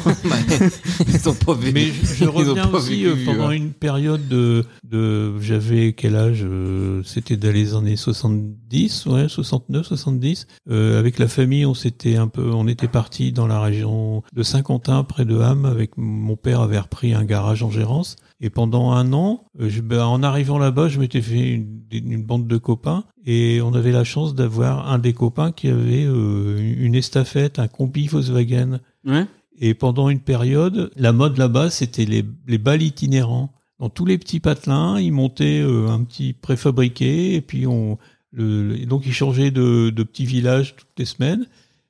[SPEAKER 1] ils ont pas vécu.
[SPEAKER 3] Mais je,
[SPEAKER 1] (laughs)
[SPEAKER 3] je
[SPEAKER 1] Ils ont
[SPEAKER 3] reviens
[SPEAKER 1] pas
[SPEAKER 3] aussi
[SPEAKER 1] vécu,
[SPEAKER 3] euh, pendant
[SPEAKER 1] hein.
[SPEAKER 3] une période de, de j'avais quel âge euh, C'était dans les années 70, ouais, 69, 70. Euh, avec la famille, on s'était un peu, on était parti dans la région de Saint-Quentin, près de Ham. Avec mon père avait repris un garage en gérance. Et pendant un an, euh, je- ben, en arrivant là-bas, je m'étais fait une, une bande de copains et on avait la chance d'avoir un des copains qui avait euh, une estafette, un combi Volkswagen.
[SPEAKER 1] Ouais.
[SPEAKER 3] Et pendant une période, la mode là-bas, c'était les, les balles itinérants. Dans tous les petits patelins, ils montaient euh, un petit préfabriqué, et puis on, le, le- et donc ils changeaient de, de petit village toutes les semaines.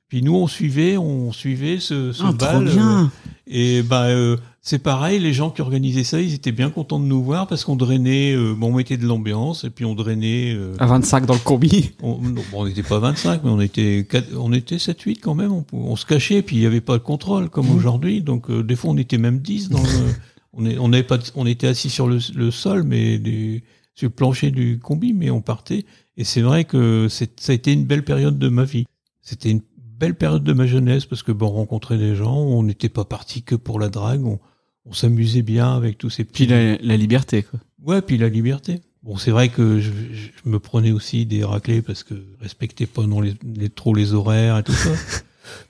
[SPEAKER 3] Puis nous, on suivait, on suivait ce, ce
[SPEAKER 1] Ah, trop
[SPEAKER 3] bal. euh,
[SPEAKER 1] bien.
[SPEAKER 3] et bah, euh, c'est pareil, les gens qui organisaient ça, ils étaient bien contents de nous voir parce qu'on drainait, euh, bon, on mettait de l'ambiance, et puis on drainait. euh,
[SPEAKER 1] À 25 dans le combi.
[SPEAKER 3] on non, bon, on n'était pas 25, mais on était, quatre- on était 7-8 quand même. On, pou- on se cachait, puis il n'y avait pas de contrôle
[SPEAKER 1] Mmh.
[SPEAKER 3] comme aujourd'hui. Donc, euh, des fois, on était même 10. Dans le-
[SPEAKER 1] (laughs)
[SPEAKER 3] on, est- on, avait pas de- on était assis sur le, le sol, mais du, sur le plancher du combi, mais on partait. Et c'est vrai que c'est- ça a été une belle période de ma vie. C'était une belle période de ma jeunesse parce que, bon, on rencontrait des gens, on n'était pas parti que pour la drague, on, on s'amusait bien avec tous ces
[SPEAKER 1] (laughs) Puis
[SPEAKER 3] petits.
[SPEAKER 1] la, la liberté, quoi.
[SPEAKER 3] Ouais, puis la liberté. Bon, c'est vrai que je, je- je me prenais aussi des raclés parce que je respectais pas non les, les- trop les horaires et
[SPEAKER 1] (laughs)
[SPEAKER 3] tout ça.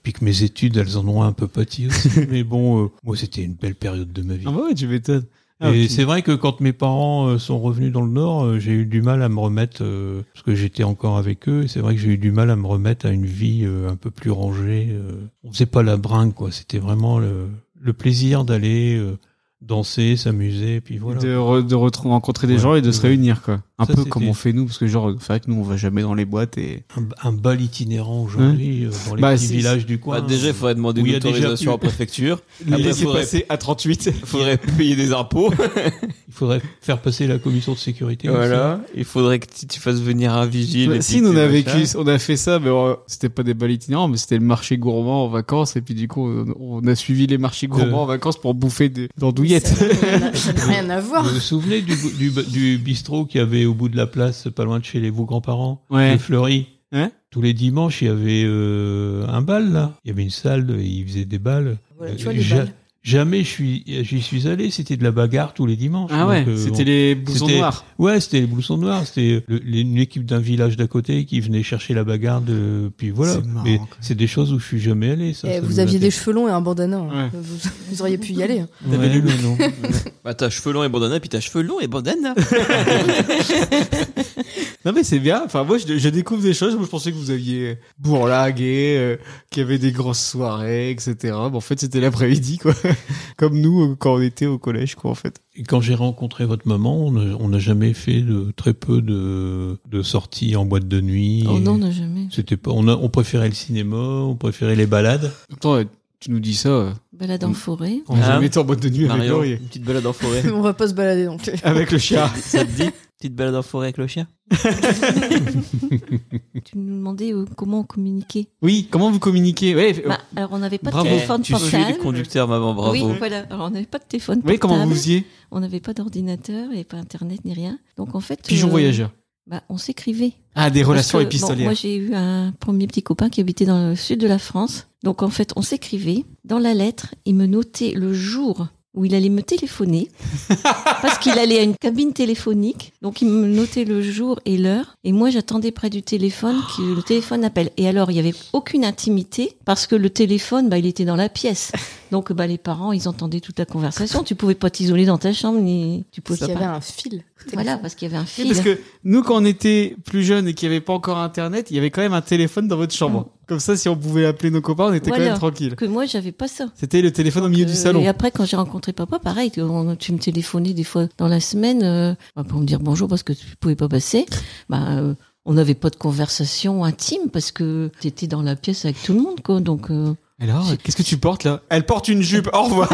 [SPEAKER 3] puis que mes études, elles en ont un peu pâti aussi. Mais bon, euh, moi, c'était une belle période de ma vie.
[SPEAKER 1] Ah bah ouais, tu m'étonnes. Ah,
[SPEAKER 3] et
[SPEAKER 1] ok.
[SPEAKER 3] c'est vrai que quand mes parents euh, sont revenus dans le Nord, euh, j'ai eu du mal à me remettre, euh, parce que j'étais encore avec eux, et c'est vrai que j'ai eu du mal à me remettre à une vie euh, un peu plus rangée. euh. On faisait pas la bringue, quoi. C'était vraiment le, le plaisir d'aller euh, danser, s'amuser, et puis voilà.
[SPEAKER 1] de, re- de retrouver- rencontrer des
[SPEAKER 3] Ouais,
[SPEAKER 1] gens et de se
[SPEAKER 3] ouais.
[SPEAKER 1] réunir quoi un
[SPEAKER 3] Ça,
[SPEAKER 1] peu
[SPEAKER 3] c'était-
[SPEAKER 1] comme on fait nous parce que genre c'est vrai que nous on va jamais dans les boîtes et
[SPEAKER 3] un, un bal itinérant aujourd'hui euh, dans les
[SPEAKER 1] Bah,
[SPEAKER 3] petits
[SPEAKER 1] c'est-
[SPEAKER 3] villages du coin.
[SPEAKER 4] Bah, déjà, il faudrait demander
[SPEAKER 3] où il y
[SPEAKER 4] une
[SPEAKER 3] a déjà
[SPEAKER 4] autorisation
[SPEAKER 3] eu-
[SPEAKER 4] à la préfecture.
[SPEAKER 1] Les
[SPEAKER 4] Après,
[SPEAKER 1] laisser
[SPEAKER 4] faudrait-
[SPEAKER 1] passer à 38
[SPEAKER 4] Il faudrait payer des impôts.
[SPEAKER 3] Il faudrait faire passer la commission de sécurité.
[SPEAKER 4] voilà. Il faudrait que tu- tu fasses venir un vigile. et
[SPEAKER 1] Bah, si
[SPEAKER 4] puis
[SPEAKER 1] nous on
[SPEAKER 4] que
[SPEAKER 1] a
[SPEAKER 4] machin.
[SPEAKER 1] vécu on a fait ça mais euh, c'était pas des balles itinérantes mais c'était le marché gourmand en vacances et puis du coup on, on a suivi les marchés gourmands en vacances pour bouffer des andouillettes
[SPEAKER 5] Ça n'a rien à voir.
[SPEAKER 3] Vous vous souvenez du, du, du bistrot qu'il y avait au bout de la place, pas loin de chez les, vos grands-parents,
[SPEAKER 1] (laughs) Ouais.
[SPEAKER 3] le Fleury
[SPEAKER 1] Hein
[SPEAKER 3] Tous les dimanches, il y avait euh, un bal là. Il y avait une salle, de- ils faisaient des balles.
[SPEAKER 5] Voilà, tu
[SPEAKER 3] Euh,
[SPEAKER 5] vois, les
[SPEAKER 3] ja-
[SPEAKER 5] balles.
[SPEAKER 3] Jamais je suis- j'y suis allé, c'était de la bagarre tous les dimanches.
[SPEAKER 1] ah
[SPEAKER 3] Donc,
[SPEAKER 1] ouais
[SPEAKER 3] euh,
[SPEAKER 1] c'était
[SPEAKER 3] on-
[SPEAKER 1] les blousons
[SPEAKER 3] c'était-
[SPEAKER 1] noirs
[SPEAKER 3] Ouais, c'était les bloussons noirs. C'était euh, le- les- une équipe d'un village d'à côté qui venait chercher la bagarre. De, puis voilà.
[SPEAKER 1] C'est marrant,
[SPEAKER 3] Mais
[SPEAKER 1] quand même.
[SPEAKER 3] c'est des choses où je suis jamais allé. Ça,
[SPEAKER 5] Eh,
[SPEAKER 3] ça
[SPEAKER 5] vous
[SPEAKER 3] nous
[SPEAKER 5] aviez des
[SPEAKER 3] intéresse.
[SPEAKER 5] cheveux longs et un bandana. hein.
[SPEAKER 1] Ouais.
[SPEAKER 5] Vous, vous auriez pu y aller. hein.
[SPEAKER 1] T'avais
[SPEAKER 3] Ouais,
[SPEAKER 1] le look. (laughs)
[SPEAKER 3] mais non.
[SPEAKER 4] Bah, t'as cheveux longs et bandana, puis t'as cheveux longs et bandana.
[SPEAKER 1] Non mais c'est bien. Enfin moi je, je découvre des choses. Moi je pensais que vous aviez bourlagué, euh, qu'il y avait des grosses soirées, etc. Mais en fait c'était l'après-midi quoi. (laughs) Comme nous euh, quand on était au collège quoi en fait.
[SPEAKER 3] Et quand j'ai rencontré votre maman, on n'a- on n'a jamais fait de, très peu de, de sorties en boîte de nuit.
[SPEAKER 2] Oh
[SPEAKER 3] Et
[SPEAKER 2] non, on n'a jamais.
[SPEAKER 3] C'était pas. On, a- on préférait le cinéma, on préférait les balades.
[SPEAKER 1] Attends, euh, tu nous dis ça.
[SPEAKER 2] Balade en forêt.
[SPEAKER 1] On se mettait en boîte de nuit avec
[SPEAKER 18] Marion,
[SPEAKER 1] Laurie.
[SPEAKER 18] Une petite balade en forêt.
[SPEAKER 5] On va pas se balader euh, non (laughs) plus.
[SPEAKER 1] Avec le (laughs) chien.
[SPEAKER 18] Ça te dit Petite balade en forêt avec le chien
[SPEAKER 2] Tu nous demandais euh, comment on communiquait.
[SPEAKER 1] Oui, comment vous communiquez Ouais, euh,
[SPEAKER 2] Bah, alors, on n'avait pas
[SPEAKER 1] bravo.
[SPEAKER 2] de téléphone
[SPEAKER 18] Eh, Tu
[SPEAKER 2] portable.
[SPEAKER 18] suis les conducteurs, maman, bravo.
[SPEAKER 2] Oui, voilà. Alors, on n'avait pas de téléphone
[SPEAKER 1] Oui, comment
[SPEAKER 2] portable.
[SPEAKER 1] vous faisiez
[SPEAKER 2] On n'avait pas d'ordinateur et pas Internet ni rien. Donc, en fait.
[SPEAKER 1] Pigeon voyageur.
[SPEAKER 2] Bah, on s'écrivait.
[SPEAKER 1] Ah, des
[SPEAKER 2] Parce
[SPEAKER 1] relations
[SPEAKER 2] que, bon,
[SPEAKER 1] épistolaires.
[SPEAKER 2] moi, j'ai eu un premier petit copain qui habitait dans le sud de la France. Donc, en fait, on s'écrivait. Dans la lettre, il me notait le jour où il allait me téléphoner. parce qu'il allait à une cabine téléphonique. Donc, il me notait le jour et l'heure. Et moi, j'attendais près du téléphone que le téléphone appelle. Et alors, il n'y avait aucune intimité parce que le téléphone, bah, il était dans la pièce. Donc, bah, les parents, ils entendaient toute la conversation. Tu pouvais pas t'isoler dans ta chambre ni tu pouvais
[SPEAKER 5] Parce qu'il y
[SPEAKER 2] pas.
[SPEAKER 5] avait un fil.
[SPEAKER 2] Voilà, parce qu'il y avait un
[SPEAKER 1] Oui,
[SPEAKER 2] fil.
[SPEAKER 1] parce que nous, quand on était plus jeunes et qu'il n'y avait pas encore Internet, il y avait quand même un téléphone dans votre chambre. Comme ça, si on pouvait appeler nos copains, on était
[SPEAKER 2] Mm. Voilà.
[SPEAKER 1] quand même tranquille.
[SPEAKER 2] Que moi, j'avais pas ça.
[SPEAKER 1] C'était le téléphone au milieu du salon.
[SPEAKER 2] Euh, Et après, quand j'ai rencontré papa, pareil, tu, on- tu me téléphonais des fois dans la semaine euh, bah, pour me dire bonjour parce que tu pouvais pas passer. Bah, euh, on n'avait pas de conversation intime parce que tu étais dans la pièce avec tout le monde, quoi. Donc euh,
[SPEAKER 1] Alors, qu'est-ce que tu portes là Elle porte une jupe, au
[SPEAKER 2] (laughs)
[SPEAKER 1] revoir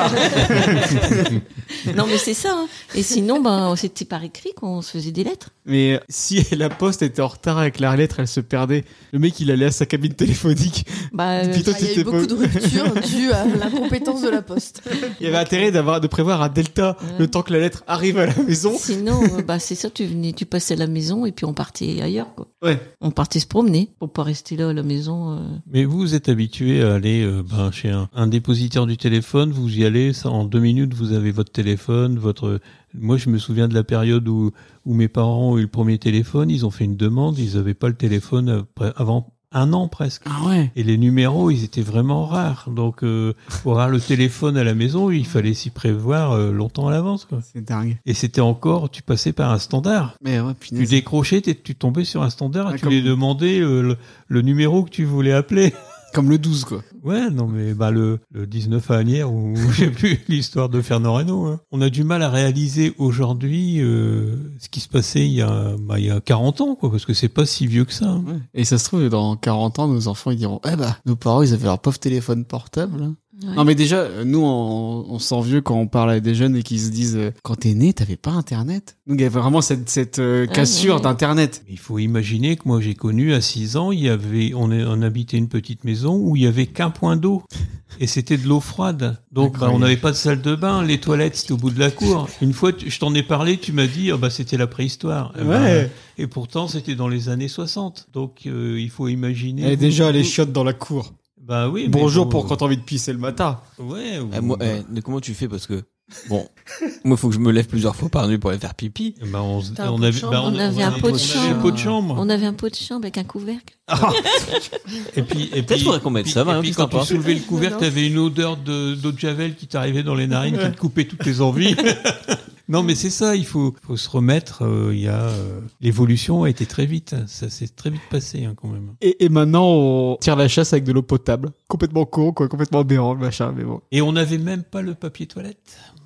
[SPEAKER 2] non, mais c'est ça. hein. Et sinon, bah, c'était par écrit qu'on se faisait des lettres.
[SPEAKER 1] Mais euh, si la poste était en retard avec la lettre, elle se perdait. Le mec, il allait à sa cabine téléphonique.
[SPEAKER 2] Bah,
[SPEAKER 1] Puis toi,
[SPEAKER 5] Ah, il y a
[SPEAKER 1] t'étais
[SPEAKER 5] eu beaucoup
[SPEAKER 1] pas-
[SPEAKER 5] de ruptures (laughs) dues à l'incompétence de la (laughs) poste.
[SPEAKER 1] Il y avait intérêt d'avoir, de prévoir un delta le temps que la lettre arrive à la maison.
[SPEAKER 2] Sinon, euh, bah, c'est ça. Tu venais, tu passais à la maison et puis on partait ailleurs, quoi.
[SPEAKER 1] Ouais.
[SPEAKER 2] On partait se promener pour pas rester là à la maison. euh,
[SPEAKER 3] Mais vous, vous êtes habitué à aller euh, ben, chez un, un dépositeur du téléphone, vous y allez, ça, en deux minutes, vous avez votre téléphone, votre... Moi, je me souviens de la période où, où mes parents ont eu le premier téléphone, ils ont fait une demande, ils n'avaient pas le téléphone après- avant un an presque.
[SPEAKER 2] Ah
[SPEAKER 3] Et les numéros, ils étaient vraiment rares. Donc, euh, pour avoir le téléphone à la maison, il fallait s'y prévoir euh, longtemps à l'avance.
[SPEAKER 1] C'est dingue.
[SPEAKER 3] Et c'était encore, tu passais par un standard.
[SPEAKER 1] Mais ouais,
[SPEAKER 3] tu décrochais, t'es- tu tombais sur un standard,
[SPEAKER 1] Ouais,
[SPEAKER 3] tu
[SPEAKER 1] comme-
[SPEAKER 3] lui demandais euh, le, le numéro que tu voulais appeler.
[SPEAKER 1] Comme le 12, quoi.
[SPEAKER 3] Ouais, non, mais bah, le, le 19 à Agnières, ou (laughs) j'ai plus l'histoire de Fernand Reynaud. hein. On a du mal à réaliser aujourd'hui euh, ce qui se passait il y, a, bah, il y a 40 ans, quoi, parce que c'est pas si vieux que ça. hein.
[SPEAKER 1] Et ça se trouve, dans 40 ans, nos enfants, ils diront, eh bah, nos parents, ils avaient leur pauvre téléphone portable. hein.
[SPEAKER 2] Ouais.
[SPEAKER 1] Non, mais déjà, euh, nous, on, on se sent vieux quand on parle à des jeunes et qu'ils se disent, euh, quand t'es né, t'avais pas Internet. Donc, il y avait vraiment cette, cette euh, cassure d'Internet.
[SPEAKER 3] Mais Il faut imaginer que moi j'ai connu à 6 ans, il y avait, on, est- on habitait une petite maison où il y avait qu'un point d'eau. Et c'était de l'eau froide. Donc bah, on n'avait pas de salle de bain, les toilettes c'était au bout de la cour. Une fois tu- je t'en ai parlé, tu m'as dit Ah bah, c'était la préhistoire. Eh ben,
[SPEAKER 1] Ouais.
[SPEAKER 3] et pourtant c'était dans les années 60. Donc euh, il faut imaginer.
[SPEAKER 1] Et Eh, déjà, les
[SPEAKER 3] les
[SPEAKER 1] chiottes dans la cour.
[SPEAKER 3] Bah oui. mais
[SPEAKER 1] Bonjour
[SPEAKER 3] bon,
[SPEAKER 1] pour quand t'as envie de pisser le matin.
[SPEAKER 3] Ouais. ou-
[SPEAKER 18] Eh, moi, eh, mais comment tu fais Parce que, bon, (laughs) moi, faut que je me lève plusieurs fois par nuit pour aller faire pipi.
[SPEAKER 3] Bah, on, se-
[SPEAKER 18] T'as un
[SPEAKER 3] on
[SPEAKER 18] pot de
[SPEAKER 3] avait,
[SPEAKER 18] chambre
[SPEAKER 3] bah, on-
[SPEAKER 2] on avait un pot de
[SPEAKER 3] on avait
[SPEAKER 2] chambre.
[SPEAKER 3] un pot de chambre.
[SPEAKER 2] On avait un pot de chambre avec un couvercle.
[SPEAKER 3] Et puis, et
[SPEAKER 18] Peut-être
[SPEAKER 3] puis,
[SPEAKER 18] faudrait qu'on mette
[SPEAKER 3] puis-
[SPEAKER 18] ça, va,
[SPEAKER 3] et
[SPEAKER 18] hein,
[SPEAKER 3] puis
[SPEAKER 18] c'est
[SPEAKER 3] quand
[SPEAKER 18] sympa.
[SPEAKER 3] tu soulevais le
[SPEAKER 18] Non,
[SPEAKER 3] couvercle,
[SPEAKER 18] non.
[SPEAKER 3] t'avais une odeur de d'eau de javel qui t'arrivait dans les narines, qui
[SPEAKER 18] Ouais.
[SPEAKER 3] te coupait toutes tes envies. (laughs) non, mais c'est ça, il faut, faut se remettre. euh, Il y a euh, l'évolution a été très vite, hein, ça s'est très vite passé hein, quand même.
[SPEAKER 1] Et, et maintenant, on tire la chasse avec de l'eau potable. Complètement con, quoi. Complètement aberrant, le machin, mais bon.
[SPEAKER 3] Et on n'avait même pas le
[SPEAKER 1] (laughs)
[SPEAKER 3] papier toilette.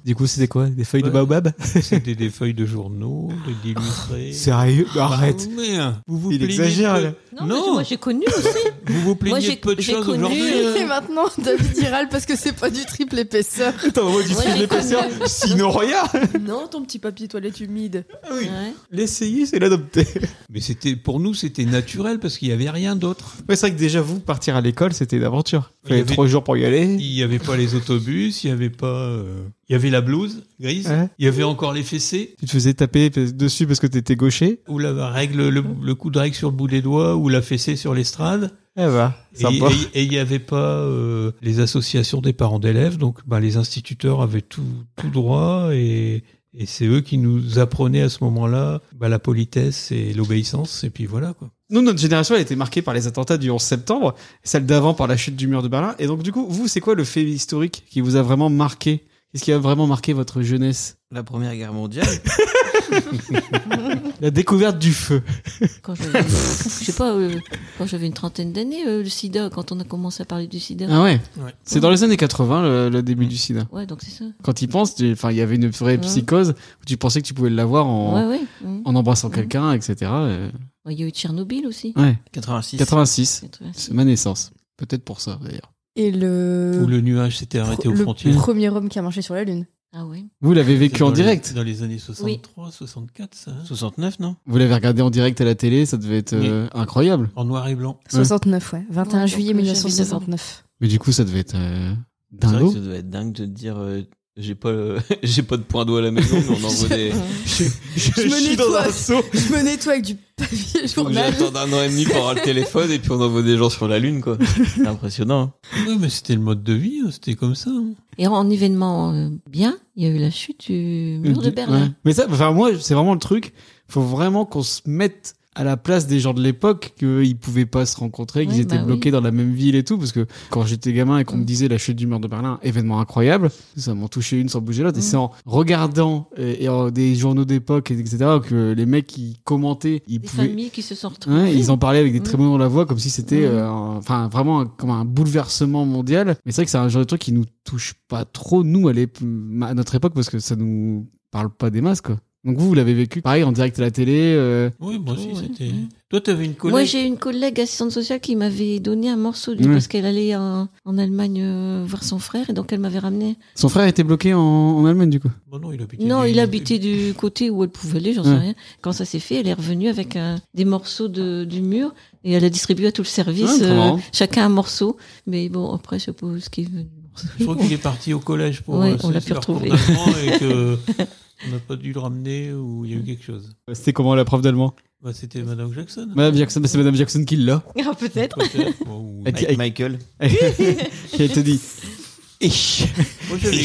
[SPEAKER 1] Du coup, c'était quoi Des feuilles de
[SPEAKER 3] Ouais.
[SPEAKER 1] baobab
[SPEAKER 3] C'était des feuilles de journaux, de-
[SPEAKER 1] Oh,
[SPEAKER 3] d'illustrés.
[SPEAKER 1] Sérieux
[SPEAKER 3] Bah,
[SPEAKER 1] Arrête.
[SPEAKER 3] mais, hein, vous vous
[SPEAKER 1] Il
[SPEAKER 3] plaignez
[SPEAKER 1] exagère,
[SPEAKER 3] de-
[SPEAKER 1] là.
[SPEAKER 2] Non, mais moi j'ai connu aussi.
[SPEAKER 3] Vous vous
[SPEAKER 2] Moi,
[SPEAKER 3] plaignez
[SPEAKER 2] j'ai-
[SPEAKER 3] de peu de
[SPEAKER 2] j'ai
[SPEAKER 3] choses
[SPEAKER 2] connu,
[SPEAKER 3] aujourd'hui.
[SPEAKER 2] euh, (laughs)
[SPEAKER 5] Et maintenant, David Iral, parce que c'est pas du triple épaisseur.
[SPEAKER 1] Attends, moi,
[SPEAKER 5] du
[SPEAKER 1] triple j'ai épaisseur, connu. sinon rien.
[SPEAKER 6] (laughs) Non, ton petit papier toilette humide.
[SPEAKER 1] (laughs) Ah Oui. L'essayer, c'est l'adopter.
[SPEAKER 3] Mais c'était pour nous, c'était naturel parce qu'il n'y avait rien d'autre.
[SPEAKER 1] Ouais, c'est vrai que déjà, vous, partir à l'école, c'était d'aventure. Il
[SPEAKER 3] Il y
[SPEAKER 1] fallait
[SPEAKER 3] avait-
[SPEAKER 1] trois jours pour y aller.
[SPEAKER 3] Il n'y avait pas les autobus, il n'y avait pas. euh, Il y avait la blouse grise,
[SPEAKER 1] Ouais.
[SPEAKER 3] il y avait encore les fessées,
[SPEAKER 1] Tu te faisais taper p- dessus parce que t'étais gaucher.
[SPEAKER 3] ou la règle, le, le coup de règle sur le bout des doigts, ou la fessée sur l'estrade.
[SPEAKER 1] Eh bah,
[SPEAKER 3] Et
[SPEAKER 1] sympa.
[SPEAKER 3] et- et il n'y avait pas euh, les associations des parents d'élèves, donc bah, les instituteurs avaient tout, tout droit et. et c'est eux qui nous apprenaient à ce moment-là bah, la politesse et l'obéissance, et puis voilà quoi.
[SPEAKER 1] Nous, notre génération, elle était marquée par les attentats du 11 septembre, celle d'avant par la chute du mur de Berlin. Et donc, du coup, vous, c'est quoi le fait historique qui vous a vraiment marqué Qu'est-ce qui a vraiment marqué votre jeunesse
[SPEAKER 4] La Première
[SPEAKER 1] (coughs)
[SPEAKER 4] Guerre mondiale.
[SPEAKER 1] La découverte du feu.
[SPEAKER 2] Quand j'avais, je sais pas, euh, quand j'avais une trentaine d'années, euh, le sida, quand on a commencé à parler du sida.
[SPEAKER 1] Ah ouais, Mm. C'est dans les années 80, le, le début du sida.
[SPEAKER 2] Ouais, donc c'est ça.
[SPEAKER 1] Quand il pense, tu- enfin, il y avait une vraie
[SPEAKER 2] Ouais.
[SPEAKER 1] psychose où tu pensais que tu pouvais l'avoir en,
[SPEAKER 2] Ouais, ouais. Mhm.
[SPEAKER 1] en embrassant quelqu'un, etc. euh,
[SPEAKER 2] Ouais, Il y a eu Tchernobyl aussi.
[SPEAKER 1] Ouais.
[SPEAKER 4] 86.
[SPEAKER 1] 86.
[SPEAKER 2] 86.
[SPEAKER 1] C'est ma naissance. Peut-être pour ça, d'ailleurs.
[SPEAKER 5] Et le.
[SPEAKER 3] Où
[SPEAKER 2] Mm.
[SPEAKER 3] le nuage s'était arrêté aux
[SPEAKER 5] le
[SPEAKER 3] frontières.
[SPEAKER 5] premier homme qui a marché sur la Lune.
[SPEAKER 2] Ah ouais.
[SPEAKER 1] Vous l'avez vécu
[SPEAKER 3] Dans
[SPEAKER 1] en
[SPEAKER 3] les-
[SPEAKER 1] direct
[SPEAKER 3] Dans les années 63, 64, ça. hein
[SPEAKER 18] 69, non
[SPEAKER 1] Vous l'avez regardé en direct à la télé, ça devait être euh, incroyable.
[SPEAKER 3] En noir et blanc.
[SPEAKER 5] 69, ouais. 21
[SPEAKER 2] Ouais,
[SPEAKER 5] juillet
[SPEAKER 2] donc, euh, j'avais
[SPEAKER 5] 1969.
[SPEAKER 1] Mais du coup, ça devait être euh,
[SPEAKER 18] C'est vrai que
[SPEAKER 1] dingo.
[SPEAKER 18] ça doit être dingue de te dire euh, (laughs) j'ai pas le- j'ai pas de point d'eau à la maison, mais on
[SPEAKER 1] (laughs)
[SPEAKER 18] envoie des.
[SPEAKER 5] Je, me
[SPEAKER 18] suis dans
[SPEAKER 5] nettoie,
[SPEAKER 18] un seau.
[SPEAKER 5] (laughs) je me nettoie avec du papier
[SPEAKER 18] Faut que
[SPEAKER 5] journal.
[SPEAKER 18] J'attends un an et demi pour avoir le téléphone et puis on envoie des gens sur la lune, quoi. C'est impressionnant. hein.
[SPEAKER 3] Oui, mais c'était le mode de vie, hein, c'était comme ça. hein.
[SPEAKER 2] Et en, en événement euh, bien, il y a eu la chute du mur de
[SPEAKER 1] Ouais.
[SPEAKER 2] Berlin.
[SPEAKER 1] Mais ça, enfin, moi, c'est vraiment le truc. Faut vraiment qu'on se mette à la place des gens de l'époque, qu'ils pouvaient pas se rencontrer, qu'ils
[SPEAKER 2] Ouais,
[SPEAKER 1] étaient
[SPEAKER 2] bah Mm.
[SPEAKER 1] bloqués dans la même ville et tout. Parce que quand j'étais gamin et qu'on me disait la chute du mur de Berlin, événement incroyable, ça m'en touchait une sans bouger
[SPEAKER 2] Mm.
[SPEAKER 1] l'autre. Et c'est en regardant euh, et en- des journaux d'époque, etc., que les mecs qui commentaient, ils
[SPEAKER 2] Des
[SPEAKER 1] pouvaient.
[SPEAKER 2] familles qui se sont retrouvées.
[SPEAKER 1] Ouais, ils en parlaient avec des très
[SPEAKER 2] Mm.
[SPEAKER 1] dans la voix comme si c'était
[SPEAKER 2] Mm.
[SPEAKER 1] euh, un- enfin vraiment un- comme un bouleversement mondial mais c'est vrai que c'est un genre de truc qui nous touche pas trop nous à, l'ép- à notre époque parce que ça nous parle pas des masses quoi donc vous vous l'avez vécu pareil en direct à la télé euh,
[SPEAKER 3] Oui, moi aussi, c'était. Toi, t'avais une collègue.
[SPEAKER 2] Moi, j'ai une collègue assistante sociale qui m'avait donné un morceau du
[SPEAKER 1] Ouais.
[SPEAKER 2] parce qu'elle allait en, en Allemagne euh, voir son frère et donc elle m'avait ramené.
[SPEAKER 1] son frère était bloqué en, en Allemagne du coup
[SPEAKER 3] Bon, non, il habitait
[SPEAKER 2] Non,
[SPEAKER 3] du-
[SPEAKER 2] il habitait du côté où elle pouvait aller, j'en sais
[SPEAKER 1] Ouais.
[SPEAKER 2] rien. Quand ça s'est fait, elle est revenue avec un- des morceaux de, du mur et elle a distribué à tout le service,
[SPEAKER 3] Ah,
[SPEAKER 2] euh,
[SPEAKER 3] trop marrant.
[SPEAKER 2] chacun un morceau. Mais bon, après, je sais pas où ce qu'il est venu.
[SPEAKER 3] Je crois qu'il est parti au collège pour
[SPEAKER 2] Ouais,
[SPEAKER 3] euh,
[SPEAKER 2] on l'a
[SPEAKER 3] c'est
[SPEAKER 2] pu
[SPEAKER 3] leur cours
[SPEAKER 2] retrouver.
[SPEAKER 3] d'allemand et
[SPEAKER 2] (laughs)
[SPEAKER 3] que on n'a pas dû le ramener ou il y a eu quelque chose.
[SPEAKER 1] Euh, c'était comment la prof d'allemand
[SPEAKER 3] Bah, c'était Madame Jackson.
[SPEAKER 1] Madame Jackson bah, c'est Madame Jackson qui l'a
[SPEAKER 2] (laughs) Ah, peut-être.
[SPEAKER 3] Peut-être, bon, ou-
[SPEAKER 1] Elle- elle- (laughs) elle te dit Ich.
[SPEAKER 3] Moi, j'avais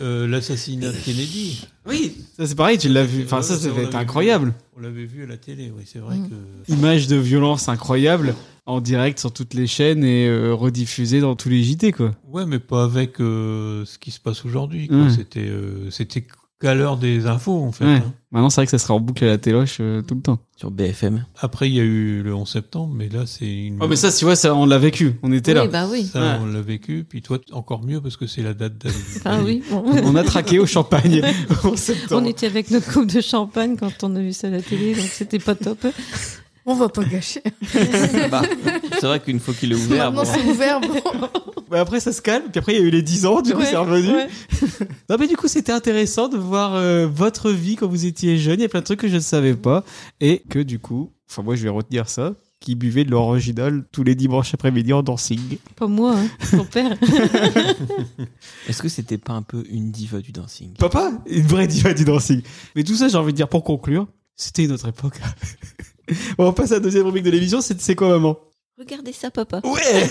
[SPEAKER 3] euh, l'assassinat de Kennedy.
[SPEAKER 1] Oui. ça c'est pareil tu l'as vu enfin ça ça
[SPEAKER 3] on
[SPEAKER 1] devait
[SPEAKER 3] l'avait
[SPEAKER 1] être
[SPEAKER 3] vu-
[SPEAKER 1] incroyable
[SPEAKER 3] on l'avait vu à la télé, oui, c'est vrai
[SPEAKER 2] Mm.
[SPEAKER 3] que.
[SPEAKER 1] image de violence incroyable en direct sur toutes les chaînes et euh, rediffusée dans tous les JT quoi
[SPEAKER 3] Ouais, mais pas avec euh, ce qui se passe aujourd'hui. quoi.
[SPEAKER 2] Mmh.
[SPEAKER 1] Ouais.
[SPEAKER 3] C'était euh, c'était qu'à l'heure des infos, en fait.
[SPEAKER 1] Ouais.
[SPEAKER 3] hein.
[SPEAKER 1] Maintenant, c'est vrai que ça sera en boucle à la téloche euh, tout le temps.
[SPEAKER 18] Sur BFM.
[SPEAKER 3] Après, il y a eu le 11 septembre, mais là, c'est une.
[SPEAKER 1] Oh, mais ça, tu vois, ça, on l'a vécu. On était là.
[SPEAKER 2] bah
[SPEAKER 3] Ça,
[SPEAKER 1] Ouais.
[SPEAKER 3] on l'a vécu. Puis toi, t- encore mieux parce que c'est la date d'Ali.
[SPEAKER 2] (laughs) Ah
[SPEAKER 1] (laughs)
[SPEAKER 2] oui.
[SPEAKER 1] On a traqué au
[SPEAKER 5] (laughs)
[SPEAKER 1] champagne en septembre.
[SPEAKER 2] On était avec notre coupe de champagne quand on a vu ça à la télé, donc c'était pas top.
[SPEAKER 5] On va pas (laughs) gâcher.
[SPEAKER 18] Bah, c'est vrai qu'une fois qu'il est ouvert,
[SPEAKER 5] Maintenant,
[SPEAKER 18] bon.
[SPEAKER 5] c'est ouvert. bon.
[SPEAKER 1] Bah, après, ça se calme. Puis après, il y a eu les 10 ans. Du coup,
[SPEAKER 5] Ouais,
[SPEAKER 1] c'est revenu.
[SPEAKER 5] ouais.
[SPEAKER 1] Non, mais du coup, c'était intéressant de voir euh, votre vie quand vous étiez jeune. Il y a plein de trucs que je ne savais
[SPEAKER 5] Mm.
[SPEAKER 1] pas. Et que du coup, enfin, moi, je vais retenir ça. Qui buvait de l'original tous les dimanches après-midi en dancing.
[SPEAKER 2] Pas moi, hein, ton père. (laughs)
[SPEAKER 18] Est-ce que c'était pas un peu une diva du dancing
[SPEAKER 1] Papa, une vraie diva du dancing. Mais tout ça, j'ai envie de dire pour conclure, c'était une autre époque. (laughs) on va passer à la deuxième rubrique de l'émission. C'est c'est quoi, maman
[SPEAKER 2] Regardez ça, papa.
[SPEAKER 1] Ouais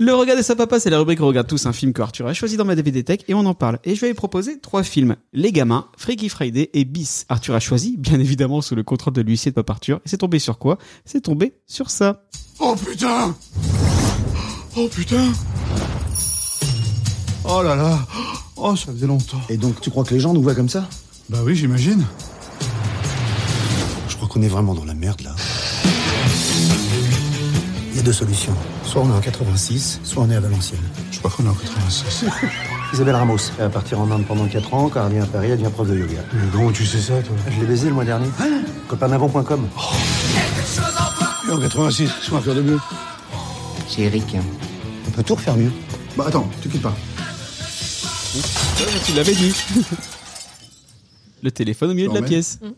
[SPEAKER 1] Le regard de sa papa, c'est la rubrique où on regarde tous un film que Arthur a choisi dans ma DVD Tech et on en parle. Et je vais lui proposer trois films. Les gamins, Freaky Friday et Bis. Arthur a choisi, bien évidemment, sous le contrôle de l'huissier de Papa Arthur. Et c'est tombé sur quoi C'est tombé sur ça.
[SPEAKER 15] Oh putain Oh putain Oh là là Oh, ça faisait longtemps.
[SPEAKER 12] Et donc, tu crois que les gens nous voient comme ça
[SPEAKER 15] Bah oui, j'imagine.
[SPEAKER 12] Je crois qu'on est vraiment dans la merde là. Il y a deux solutions. Soit on est en 86, soit on est à Valenciennes. Je crois qu'on est en 86. (laughs) Isabelle Ramos, elle va partir en Inde pendant 4 ans. Quand elle revient à Paris, elle devient prof de yoga. Mais comment tu sais ça, toi Je l'ai baisé le mois dernier. Copainavant.com. Oh. Et en 86, je peux faire de mieux. C'est Eric. hein. On peut tout refaire mieux. Bah attends, tu quittes pas.
[SPEAKER 1] Tu l'avais dit. le téléphone au milieu de la
[SPEAKER 12] Normal.
[SPEAKER 1] pièce.
[SPEAKER 12] Alors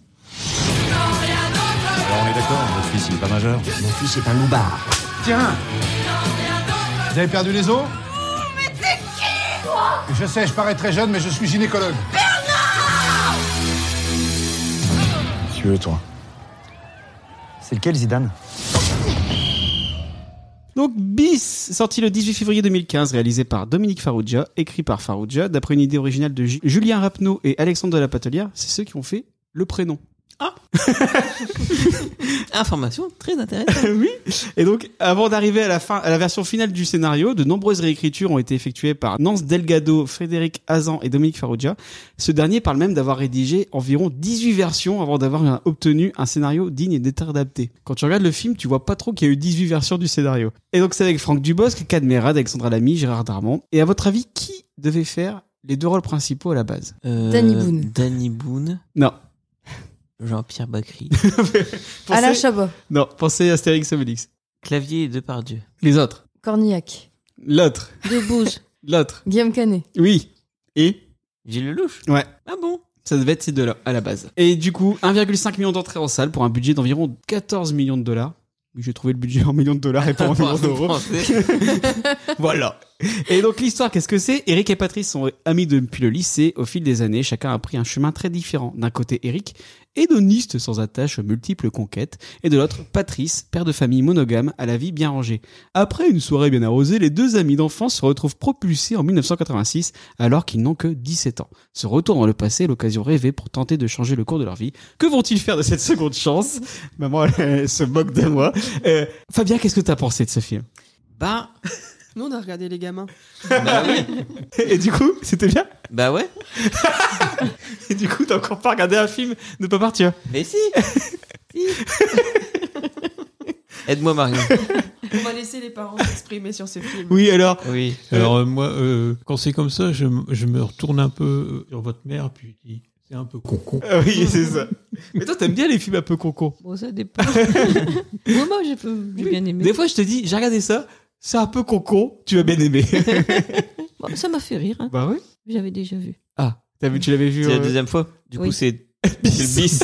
[SPEAKER 12] on est d'accord, mon fils il est pas majeur. Mon fils est un loupard. Tiens Vous avez perdu les os
[SPEAKER 14] Oh, Mais t'es qui, toi
[SPEAKER 12] Je sais, je parais très jeune, mais je suis gynécologue.
[SPEAKER 19] Tu veux, toi
[SPEAKER 12] C'est lequel Zidane
[SPEAKER 1] Donc Bis, sorti le 18 février 2015, réalisé par Dominique Farrugia, écrit par Farrugia, d'après une idée originale de Ju- Julien Rapneau et Alexandre de la Patelière, c'est ceux qui ont fait le prénom.
[SPEAKER 18] Information très intéressante.
[SPEAKER 1] oui. Et donc, avant d'arriver à la fin, à la version finale du scénario, de nombreuses réécritures ont été effectuées par Nance Delgado, Frédéric Hazan et Dominique Farrugia. Ce dernier parle même d'avoir rédigé environ 18 versions avant d'avoir obtenu un scénario digne d'être adapté. Quand tu regardes le film, tu vois pas trop qu'il y a eu 18 versions du scénario. Et donc, c'est avec Franck Dubosc, Cadmerade, Alexandra Lamy, Gérard Darmon. Et à votre avis, qui devait faire les deux rôles principaux à la base
[SPEAKER 18] Euh,
[SPEAKER 5] Danny Boone.
[SPEAKER 18] Danny Boone.
[SPEAKER 1] Non.
[SPEAKER 18] Jean-Pierre
[SPEAKER 1] (laughs)
[SPEAKER 18] Bacry.
[SPEAKER 5] Alain Chabat,
[SPEAKER 1] Non, pensez à Astérix et Obélix.
[SPEAKER 18] Clavier et Depardieu.
[SPEAKER 1] Les autres.
[SPEAKER 5] Cornillac,
[SPEAKER 1] L'autre.
[SPEAKER 5] Debouge,
[SPEAKER 1] L'autre.
[SPEAKER 5] Guillaume Canet.
[SPEAKER 1] Oui. Et
[SPEAKER 18] Gilles Lelouch.
[SPEAKER 1] Ouais.
[SPEAKER 18] Ah bon
[SPEAKER 1] Ça devait être ces deux-là à la base. Et du coup, 1,5 million d'entrées en salle pour un budget d'environ 14 millions de dollars. Oui, J'ai trouvé le budget en millions de dollars et pas
[SPEAKER 4] (laughs)
[SPEAKER 1] en millions d'euros. voilà. Et donc l'histoire, qu'est-ce que c'est Eric et Patrice sont amis depuis le lycée. Au fil des années, chacun a pris un chemin très différent. D'un côté, Eric, hédoniste sans attache aux multiples conquêtes, et de l'autre, Patrice, père de famille monogame à la vie bien rangée. Après une soirée bien arrosée, les deux amis d'enfance se retrouvent propulsés en 1986 alors qu'ils n'ont que 17 ans. Ce retour dans le passé est l'occasion rêvée pour tenter de changer le cours de leur vie. Que vont-ils faire de cette seconde chance Maman elle, elle se moque de moi. Euh, Fabien, qu'est-ce que t'as pensé de ce film
[SPEAKER 18] Bah,
[SPEAKER 6] Nous, on a regardé les gamins.
[SPEAKER 18] bah oui.
[SPEAKER 1] (laughs) Et du coup, c'était bien
[SPEAKER 18] Bah ouais.
[SPEAKER 1] Et du coup, t'as encore pas regardé un film de pas partir.
[SPEAKER 18] Mais si. Si. Aide-moi, Marion.
[SPEAKER 6] On va laisser les parents s'exprimer sur ce film.
[SPEAKER 1] Oui, alors
[SPEAKER 18] Oui.
[SPEAKER 3] Alors euh, moi, euh, quand c'est comme ça, je, m- je me retourne un peu euh, sur votre mère, puis je dis, c'est un peu con-con.
[SPEAKER 1] Ah Oui, c'est ça. Mais toi, t'aimes bien les films un peu concon.
[SPEAKER 2] Bon,
[SPEAKER 1] (laughs)
[SPEAKER 2] ça dépend. Moi, moi, j'ai peu- j'ai bien aimé.
[SPEAKER 1] Des fois, je te dis, j'ai regardé ça, c'est un peu concon, tu vas bien
[SPEAKER 18] (laughs)
[SPEAKER 1] aimer.
[SPEAKER 2] Bon, ça m'a fait rire. hein.
[SPEAKER 1] bah oui.
[SPEAKER 2] J'avais déjà vu.
[SPEAKER 1] Ah, t'as vu, tu l'avais vu
[SPEAKER 18] C'est la
[SPEAKER 1] euh,
[SPEAKER 18] deuxième fois. Du
[SPEAKER 2] Oui.
[SPEAKER 18] coup,
[SPEAKER 1] (laughs)
[SPEAKER 18] c'est c'est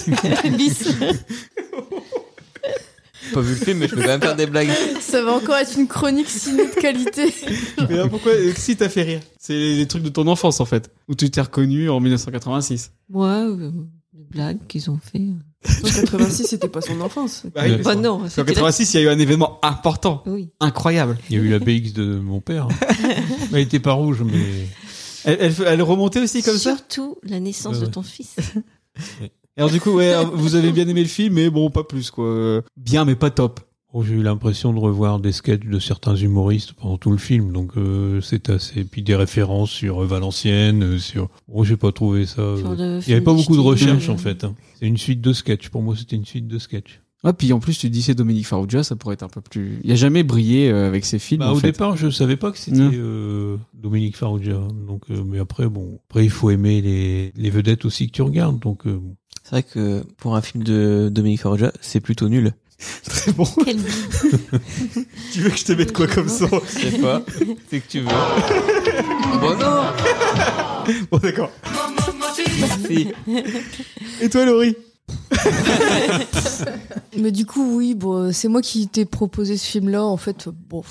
[SPEAKER 18] le bis.
[SPEAKER 2] Bis.
[SPEAKER 18] J'ai pas vu le film, mais je peux quand même faire des blagues.
[SPEAKER 5] (laughs) Ça va encore être une chronique ciné de qualité.
[SPEAKER 1] Mais alors, pourquoi euh, Si t'as fait rire. C'est les, les trucs de ton enfance, en fait, où tu t'es reconnu en 1986.
[SPEAKER 2] Moi, euh, les blagues qu'ils ont fait.
[SPEAKER 6] 86, c'était pas son enfance.
[SPEAKER 1] Bah oui,
[SPEAKER 2] Bah
[SPEAKER 1] mais
[SPEAKER 2] non,
[SPEAKER 1] En
[SPEAKER 2] c'était-
[SPEAKER 1] 86, il y a eu un événement important,
[SPEAKER 2] Oui.
[SPEAKER 1] incroyable.
[SPEAKER 3] Il y a eu la BX de mon père. hein.
[SPEAKER 2] (laughs)
[SPEAKER 3] Elle était pas rouge, mais
[SPEAKER 1] Elle, elle, elle remontait aussi comme ça
[SPEAKER 2] Surtout la naissance
[SPEAKER 3] Ouais,
[SPEAKER 2] de
[SPEAKER 3] ouais.
[SPEAKER 2] ton fils.
[SPEAKER 1] Alors du coup, ouais, alors, vous avez bien aimé le film, mais bon, pas plus quoi. Bien, mais pas top.
[SPEAKER 3] oh, j'ai eu l'impression de revoir des sketchs de certains humoristes pendant tout le film. Donc euh, c'est assez. Puis des références sur euh, Valenciennes, euh, sur. Oh, j'ai pas trouvé ça. euh.
[SPEAKER 2] Sur le
[SPEAKER 3] Il y avait
[SPEAKER 2] film
[SPEAKER 3] pas beaucoup de
[SPEAKER 2] d'Hitchcock,
[SPEAKER 3] recherche
[SPEAKER 2] euh,
[SPEAKER 3] en fait. hein. C'est une suite de sketchs. Pour moi, c'était une suite de sketchs.
[SPEAKER 1] Ouais, Ah, puis en plus, tu dis c'est Dominique Farrugia, ça pourrait être un peu plus. Il a jamais brillé euh, avec ses films.
[SPEAKER 3] Bah,
[SPEAKER 1] en
[SPEAKER 3] au
[SPEAKER 1] fait.
[SPEAKER 3] départ, je savais pas que c'était
[SPEAKER 1] Non.
[SPEAKER 3] euh, Dominique Farrugia. Donc, euh, mais après, bon, après il faut aimer les, les vedettes aussi que tu regardes. Donc, euh, bon.
[SPEAKER 18] C'est vrai que pour un film de Dominique Farrugia, c'est plutôt nul.
[SPEAKER 1] Très bon.
[SPEAKER 2] Quel
[SPEAKER 1] tu veux que je te mette quoi comme ça
[SPEAKER 18] Je sais pas. C'est que tu veux. bon non.
[SPEAKER 1] Bon, d'accord.
[SPEAKER 18] Si.
[SPEAKER 1] Et toi, Laurie
[SPEAKER 5] Mais du coup, oui, bon, euh, c'est moi qui t'ai proposé ce film-là. En fait, euh, bon.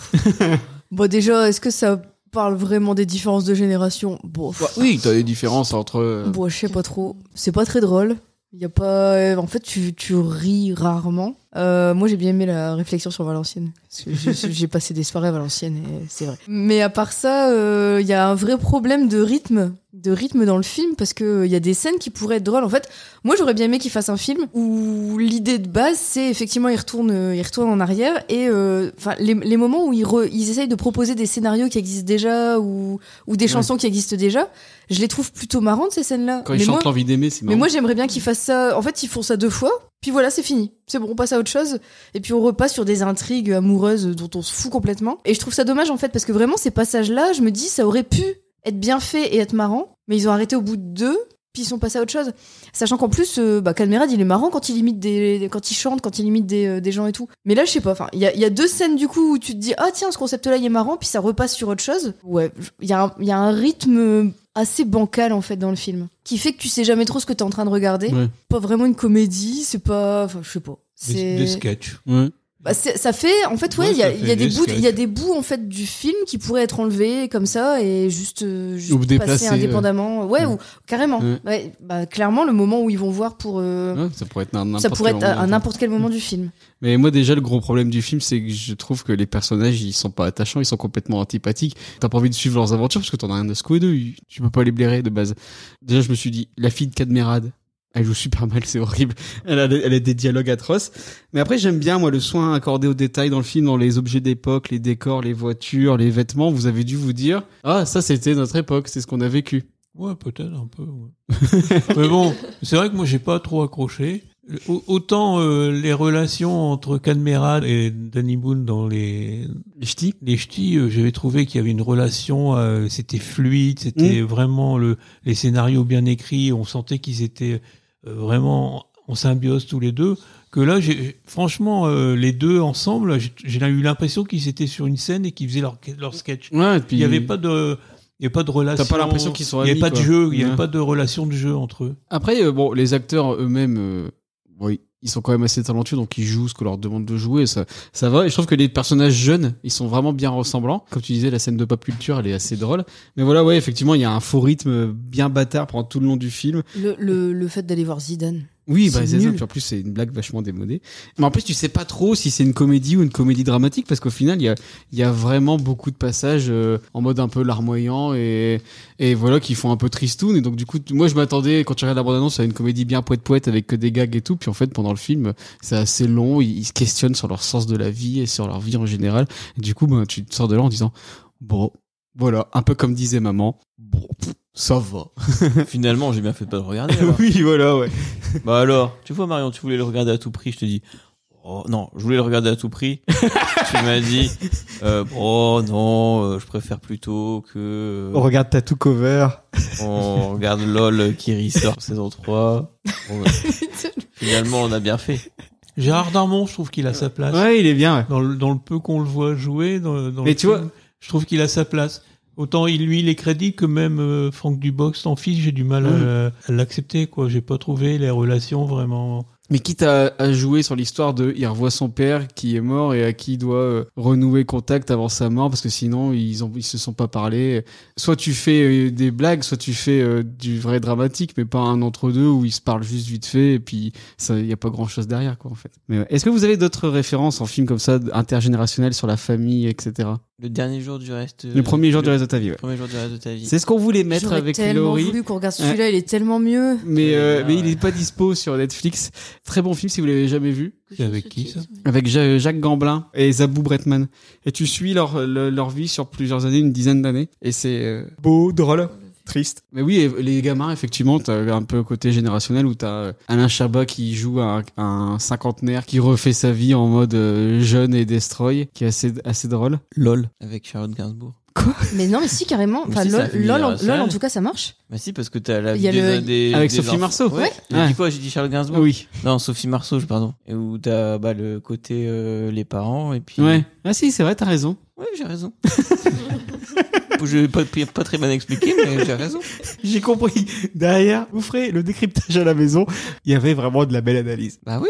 [SPEAKER 5] bon, déjà, est-ce que ça parle vraiment des différences de génération Bon,
[SPEAKER 1] Oui, t'as des différences entre. euh,
[SPEAKER 5] bon, je sais pas trop. C'est pas très drôle. Il y a pas. euh, En fait, tu, tu ris rarement. Euh, moi, j'ai bien aimé la réflexion sur Valenciennes. Parce que j'ai- J'ai passé des soirées à Valenciennes, et c'est vrai. Mais à part ça, euh, il y a un vrai problème de rythme, de rythme dans le film, parce que euh, il y a des scènes qui pourraient être drôles. En fait, moi, j'aurais bien aimé qu'il fasse un film où l'idée de base, c'est effectivement, il retourne, euh, il retourne en arrière, et euh, enfin, les, les moments où ils, re- ils essayent de proposer des scénarios qui existent déjà ou, ou des chansons qui existent déjà, je les trouve plutôt marrantes ces scènes-là.
[SPEAKER 1] Quand ils
[SPEAKER 5] Mais moi-
[SPEAKER 1] chantent l'envie d'aimer, c'est
[SPEAKER 5] mais
[SPEAKER 1] marrant.
[SPEAKER 5] moi, j'aimerais bien qu'ils fassent ça. En fait, ils font ça deux fois, puis voilà, c'est fini. C'est bon, on passe à autre chose. Et puis on repasse sur des intrigues amoureuses dont on se fout complètement. Et je trouve ça dommage, en fait, parce que vraiment, ces passages-là, je me dis, ça aurait pu être bien fait et être marrant. Mais ils ont arrêté au bout de deux, puis ils sont passés à autre chose. Sachant qu'en plus, euh, bah, Cadmerad, il est marrant quand il imite des. des- quand il chante, quand il imite des, euh, des gens et tout. Mais là, je sais pas. Enfin, il y a, il y a deux scènes, du coup, où tu te dis, ah tiens, ce concept-là, il est marrant, puis ça repasse sur autre chose. Ouais, il y, a un- il y a un rythme assez bancal en fait dans le film qui fait que tu sais jamais trop ce que t'es en train de regarder
[SPEAKER 1] Ouais.
[SPEAKER 5] pas vraiment une comédie, c'est pas. Enfin, je sais pas.
[SPEAKER 3] des,
[SPEAKER 5] C'est.
[SPEAKER 3] des sketchs.
[SPEAKER 1] Ouais.
[SPEAKER 5] Bah, c'est- ça fait. En fait, ouais,
[SPEAKER 3] Ouais,
[SPEAKER 5] il y a,
[SPEAKER 3] ça fait
[SPEAKER 5] il y a des
[SPEAKER 3] des
[SPEAKER 5] bouts, il y a
[SPEAKER 3] sketchs.
[SPEAKER 5] des bouts en fait du film qui pourraient être enlevés comme ça et juste, euh, juste
[SPEAKER 1] Ou
[SPEAKER 5] passer
[SPEAKER 1] déplacés,
[SPEAKER 5] indépendamment. Ouais,
[SPEAKER 1] Ouais.
[SPEAKER 5] ou carrément.
[SPEAKER 1] Ouais.
[SPEAKER 5] Ouais. bah, clairement, le moment où ils vont voir pour. euh,
[SPEAKER 1] Ouais, Hein, ça pourrait être un n'importe
[SPEAKER 5] ça pourrait
[SPEAKER 1] quel
[SPEAKER 5] être à
[SPEAKER 1] moment.
[SPEAKER 5] à n'importe quel moment du film.
[SPEAKER 1] Mais moi déjà le gros problème du film c'est que je trouve que les personnages ils sont pas attachants, ils sont complètement antipathiques. T'as pas envie de suivre leurs aventures parce que t'en as rien à secouer d'eux, ils- tu peux pas les blairer de base. Déjà je me suis dit la fille de Cadmerade, Elle joue super mal, c'est horrible. Elle a, des- elle a des dialogues atroces. Mais après, j'aime bien, moi, le soin accordé aux détails dans le film, dans les objets d'époque, les décors, les voitures, les vêtements. Vous avez dû vous dire, ah, ça, c'était notre époque, c'est ce qu'on a vécu.
[SPEAKER 3] Ouais, peut-être un peu.
[SPEAKER 1] (laughs)
[SPEAKER 3] ouais. Mais bon, c'est vrai que moi j'ai pas trop accroché. Au- Autant euh, les relations entre Canmera et Danny Boone dans les les ch'tis, euh, j'avais trouvé qu'il y avait une relation, euh, c'était fluide, c'était
[SPEAKER 1] Mm.
[SPEAKER 3] vraiment le les scénarios bien écrits, on sentait qu'ils étaient euh, vraiment en symbiose tous les deux. Que là, j'ai franchement euh, les deux ensemble, j'ai- j'ai eu l'impression qu'ils étaient sur une scène et qu'ils faisaient leur leur sketch.
[SPEAKER 1] Ouais, et puis-
[SPEAKER 3] Il y avait pas de il n'y a pas de relation.
[SPEAKER 1] T'as pas l'impression qu'ils sont
[SPEAKER 3] Il n'y
[SPEAKER 1] amis,
[SPEAKER 3] avait pas
[SPEAKER 1] quoi.
[SPEAKER 3] de jeu, il n'y
[SPEAKER 1] Ouais.
[SPEAKER 3] avait pas de relation de jeu entre eux.
[SPEAKER 1] Après, euh, bon, les acteurs eux-mêmes, euh, bon, ils- ils sont quand même assez talentueux, donc ils jouent ce qu'on leur demande de jouer, ça, ça va. Et je trouve que les personnages jeunes, ils sont vraiment bien ressemblants. Comme tu disais, la scène de pop culture, elle est assez drôle. Mais voilà, ouais, effectivement, il y a un faux rythme bien bâtard pendant tout le long du film.
[SPEAKER 5] Le, le, le fait d'aller voir Zidane.
[SPEAKER 1] Oui, bah, c'est ça.
[SPEAKER 5] nul.
[SPEAKER 1] Puis en plus, c'est une blague vachement démodée. Mais en plus, tu sais pas trop si c'est une comédie ou une comédie dramatique, parce qu'au final, il y a, il y a vraiment beaucoup de passages euh, en mode un peu larmoyant et, et voilà, qui font un peu tristoun. Et donc, du coup, t- moi, je m'attendais, quand tu regardes la bande-annonce, à une comédie bien poète-poète avec que des gags et tout. Puis en fait, pendant le film, c'est assez long. Ils, ils se questionnent sur leur sens de la vie et sur leur vie en général. Et du coup, ben, tu te sors de là en disant, bon, voilà, un peu comme disait maman, bon, pff, ça va.
[SPEAKER 18] Finalement, j'ai bien fait de pas le regarder.
[SPEAKER 1] (laughs) oui, voilà, ouais.
[SPEAKER 18] Bah alors, tu vois, Marion, tu voulais le regarder à tout prix, je te dis. Oh non, je voulais le regarder à tout prix. tu m'as dit, euh, oh non, euh, je préfère plutôt que. euh,
[SPEAKER 1] On regarde Tattoo Cover.
[SPEAKER 18] On regarde LOL qui ressort saison
[SPEAKER 1] (laughs)
[SPEAKER 18] 3. Bon, bah, finalement, on a bien fait.
[SPEAKER 3] Gérard Darmon, je trouve qu'il a sa place.
[SPEAKER 1] Ouais, il est bien.
[SPEAKER 3] Dans, le, dans le peu qu'on le voit jouer, dans, le- dans
[SPEAKER 1] Mais
[SPEAKER 3] le
[SPEAKER 1] tu
[SPEAKER 3] film,
[SPEAKER 1] vois-
[SPEAKER 3] je trouve qu'il a sa place. Autant il lui les crédits que même euh, Franck Dubox, son fils, j'ai du mal à, à l'accepter. Quoi, j'ai pas trouvé les relations vraiment.
[SPEAKER 1] Mais quitte à, à jouer sur l'histoire de, il revoit son père qui est mort et à qui il doit euh, renouer contact avant sa mort parce que sinon ils ont, ils se sont pas parlé. Soit tu fais euh, des blagues, soit tu fais euh, du vrai dramatique, mais pas un entre deux où ils se parlent juste vite fait et puis ça, y a pas grand chose derrière quoi en fait. Mais ouais. est-ce que vous avez d'autres références en films comme ça intergénérationnels sur la famille, etc.
[SPEAKER 18] Le dernier jour du reste.
[SPEAKER 1] Le premier jour du reste de ta vie. ouais.
[SPEAKER 18] Le premier jour du reste de ta vie.
[SPEAKER 1] C'est ce qu'on voulait mettre
[SPEAKER 5] J'aurais
[SPEAKER 1] avec
[SPEAKER 5] tellement
[SPEAKER 1] Laurie.
[SPEAKER 5] voulu qu'on regarde
[SPEAKER 1] Ouais.
[SPEAKER 5] celui-là, il est tellement mieux.
[SPEAKER 1] Mais, euh, mais il est pas dispo sur Netflix. Très bon film si vous l'avez jamais vu.
[SPEAKER 3] (laughs) C'est avec qui ça
[SPEAKER 1] Avec Ja- Jacques Gamblin et Zabou Bretman. Et tu suis leur, le- leur vie sur plusieurs années, une dizaine d'années. Et c'est euh, beau, drôle, triste. Mais oui, et les gamins, effectivement, t'as un peu côté générationnel où t'as euh, Alain Chabat qui joue un, un cinquantenaire qui refait sa vie en mode euh, jeune et destroy, qui est assez, assez drôle.
[SPEAKER 18] LOL. Avec Charlotte Gainsbourg.
[SPEAKER 5] Mais non, mais si, carrément.
[SPEAKER 18] Mais
[SPEAKER 5] Enfin,
[SPEAKER 18] si, c'est
[SPEAKER 5] LOL,
[SPEAKER 18] la famille
[SPEAKER 5] LOL, en-
[SPEAKER 18] générationnelle.
[SPEAKER 5] LOL, en tout cas, ça marche.
[SPEAKER 18] Bah si, parce que t'as la
[SPEAKER 5] Il
[SPEAKER 18] vie
[SPEAKER 5] y a
[SPEAKER 18] des,
[SPEAKER 5] le-
[SPEAKER 18] des-
[SPEAKER 1] Avec
[SPEAKER 18] des
[SPEAKER 1] Sophie
[SPEAKER 18] enfants.
[SPEAKER 1] Marceau.
[SPEAKER 18] Ouais.
[SPEAKER 1] Ouais.
[SPEAKER 18] J'ai
[SPEAKER 1] Ouais.
[SPEAKER 18] dit quoi J'ai dit Charles Gainsbourg.
[SPEAKER 1] Ah Oui.
[SPEAKER 18] Non, Sophie Marceau, je pardon. Et où t'as bah, le côté euh, les parents et puis.
[SPEAKER 1] Ouais. Ah si, c'est vrai, t'as raison.
[SPEAKER 18] Ouais, j'ai raison. (laughs) je pas, pas très bien expliqué, mais j'ai raison.
[SPEAKER 1] J'ai compris. Derrière, vous ferez le décryptage à la maison. Il y avait vraiment de la belle analyse.
[SPEAKER 18] Bah
[SPEAKER 1] (laughs)
[SPEAKER 18] oui.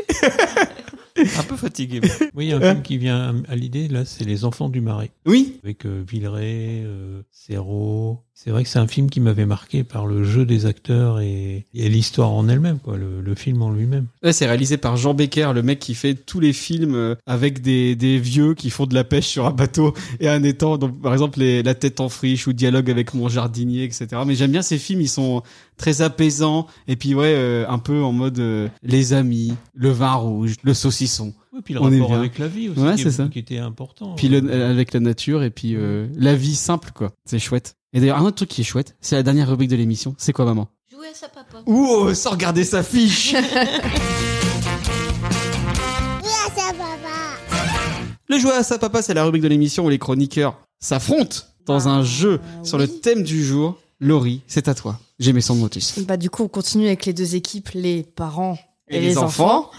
[SPEAKER 18] Un peu fatigué.
[SPEAKER 3] Oui, il y a un film qui vient à l'idée là, c'est Les Enfants du Marais.
[SPEAKER 1] Oui.
[SPEAKER 3] Avec euh, Villeray, euh, Serrault. C'est vrai que c'est un film qui m'avait marqué par le jeu des acteurs et, et l'histoire en elle-même, quoi, le- le film en lui-même.
[SPEAKER 1] Ouais, c'est réalisé par Jean Becker, le mec qui fait tous les films euh, avec des, des vieux qui font de la pêche sur un bateau (laughs) et un étang. Donc, par exemple, les, La tête en friche ou Dialogue avec mon jardinier, etc. Mais j'aime bien ces films, ils sont très apaisants. Et puis, ouais, euh, un peu en mode euh, les amis, le vin rouge, le saucisson.
[SPEAKER 3] Oui, puis le
[SPEAKER 1] On est
[SPEAKER 3] rapport
[SPEAKER 1] bien.
[SPEAKER 3] avec la vie aussi,
[SPEAKER 1] Ouais,
[SPEAKER 3] qui,
[SPEAKER 1] c'est
[SPEAKER 3] est-
[SPEAKER 1] ça.
[SPEAKER 3] qui était important. euh,
[SPEAKER 1] Puis le- avec la nature et puis euh, la vie simple, quoi. C'est chouette. Et d'ailleurs, un autre truc qui est chouette, c'est la dernière rubrique de l'émission. C'est quoi, maman
[SPEAKER 2] Jouer à sa papa.
[SPEAKER 1] Ouh, sans regarder sa
[SPEAKER 2] (laughs)
[SPEAKER 1] fiche Le joueur à sa papa, c'est la rubrique de l'émission où les chroniqueurs s'affrontent dans
[SPEAKER 2] Ah
[SPEAKER 1] un jeu sur le thème du jour. Laurie, c'est à toi. J'ai mes sons de motus.
[SPEAKER 5] Bah, du coup, on continue avec les deux équipes, les parents
[SPEAKER 1] Et
[SPEAKER 5] et,
[SPEAKER 1] les
[SPEAKER 5] les enfants.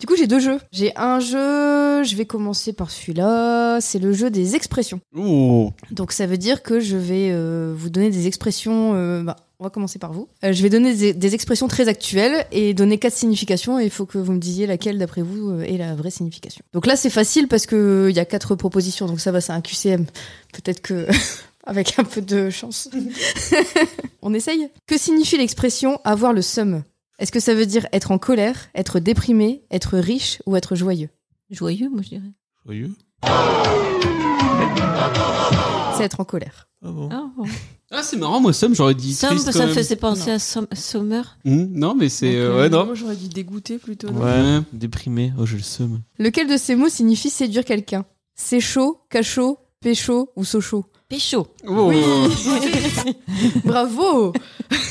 [SPEAKER 5] du coup, j'ai deux jeux. J'ai un jeu, je vais commencer par celui-là, c'est le jeu des expressions.
[SPEAKER 18] Oh.
[SPEAKER 1] Ouh.
[SPEAKER 5] Donc ça veut dire que je vais euh, vous donner des expressions. euh, bah, on va commencer par vous. Euh, je vais donner des, des expressions très actuelles et donner quatre significations. Et il faut que vous me disiez laquelle, d'après vous, euh, est la vraie signification. Donc là, c'est facile parce que euh, il y a quatre propositions. Donc ça va, c'est un QCM. Peut-être que (laughs) avec un peu de chance, (laughs) on essaye. Que signifie l'expression avoir le seum Est-ce que ça veut dire être en colère, être déprimé, être riche ou être joyeux
[SPEAKER 2] Joyeux, moi je dirais.
[SPEAKER 3] Joyeux.
[SPEAKER 5] C'est être en colère.
[SPEAKER 3] Ah bon.
[SPEAKER 2] Ah, bon.
[SPEAKER 1] Ah, c'est marrant, moi, Somme, j'aurais dit.
[SPEAKER 2] Somme,
[SPEAKER 1] triste,
[SPEAKER 2] ça
[SPEAKER 1] quand
[SPEAKER 2] me
[SPEAKER 1] même.
[SPEAKER 2] faisait penser à Som- Sommer.
[SPEAKER 1] Hmm, non, mais c'est. euh, ouais, non.
[SPEAKER 6] Moi, j'aurais dit dégoûté plutôt. non
[SPEAKER 18] Ouais, déprimé. Oh, je le somme.
[SPEAKER 5] Lequel de ces mots signifie séduire quelqu'un C'est chaud, cachot, pécho ou sochot
[SPEAKER 3] (laughs)
[SPEAKER 2] Pécho.
[SPEAKER 1] Oh.
[SPEAKER 5] (laughs) Bravo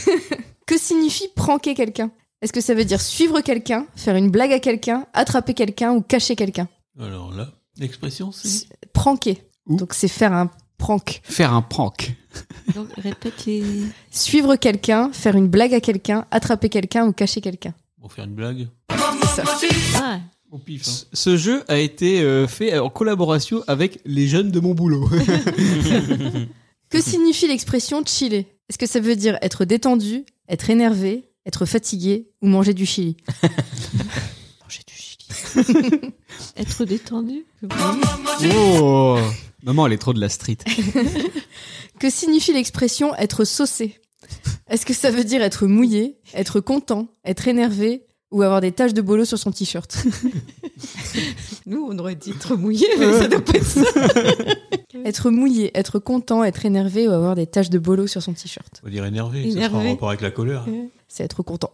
[SPEAKER 5] (laughs) Que signifie pranker quelqu'un Est-ce que ça veut dire suivre quelqu'un, faire une blague à quelqu'un, attraper quelqu'un ou cacher quelqu'un
[SPEAKER 3] Alors là, l'expression, c'est.
[SPEAKER 5] Pranker. Donc c'est faire un prank.
[SPEAKER 1] Faire un prank.
[SPEAKER 2] Donc, répète les...
[SPEAKER 5] Suivre quelqu'un, faire une blague à quelqu'un, attraper quelqu'un ou cacher quelqu'un.
[SPEAKER 3] Pour faire une blague.
[SPEAKER 2] Ah,
[SPEAKER 3] Au pif. hein.
[SPEAKER 1] Ce- Ce jeu a été euh, fait en collaboration avec les jeunes de mon boulot.
[SPEAKER 5] Que signifie l'expression chiller Est-ce que ça veut dire être détendu, être énervé, être fatigué ou manger du chili
[SPEAKER 2] être détendu.
[SPEAKER 1] (laughs) oh (laughs) Maman, elle est trop de la street.
[SPEAKER 5] Que signifie l'expression être saucé Est-ce que ça veut dire être mouillé, être content, être énervé ou avoir des taches de bolo sur son t-shirt
[SPEAKER 2] (laughs) Nous, on aurait dit être mouillé, mais ça doit pas
[SPEAKER 3] (laughs)
[SPEAKER 2] être ça.
[SPEAKER 5] Être mouillé, être content, être énervé ou avoir des taches de bolo sur son t-shirt.
[SPEAKER 3] On va dire énervé, ça sera en
[SPEAKER 5] Énervé.
[SPEAKER 3] rapport avec la colère.
[SPEAKER 5] C'est être content.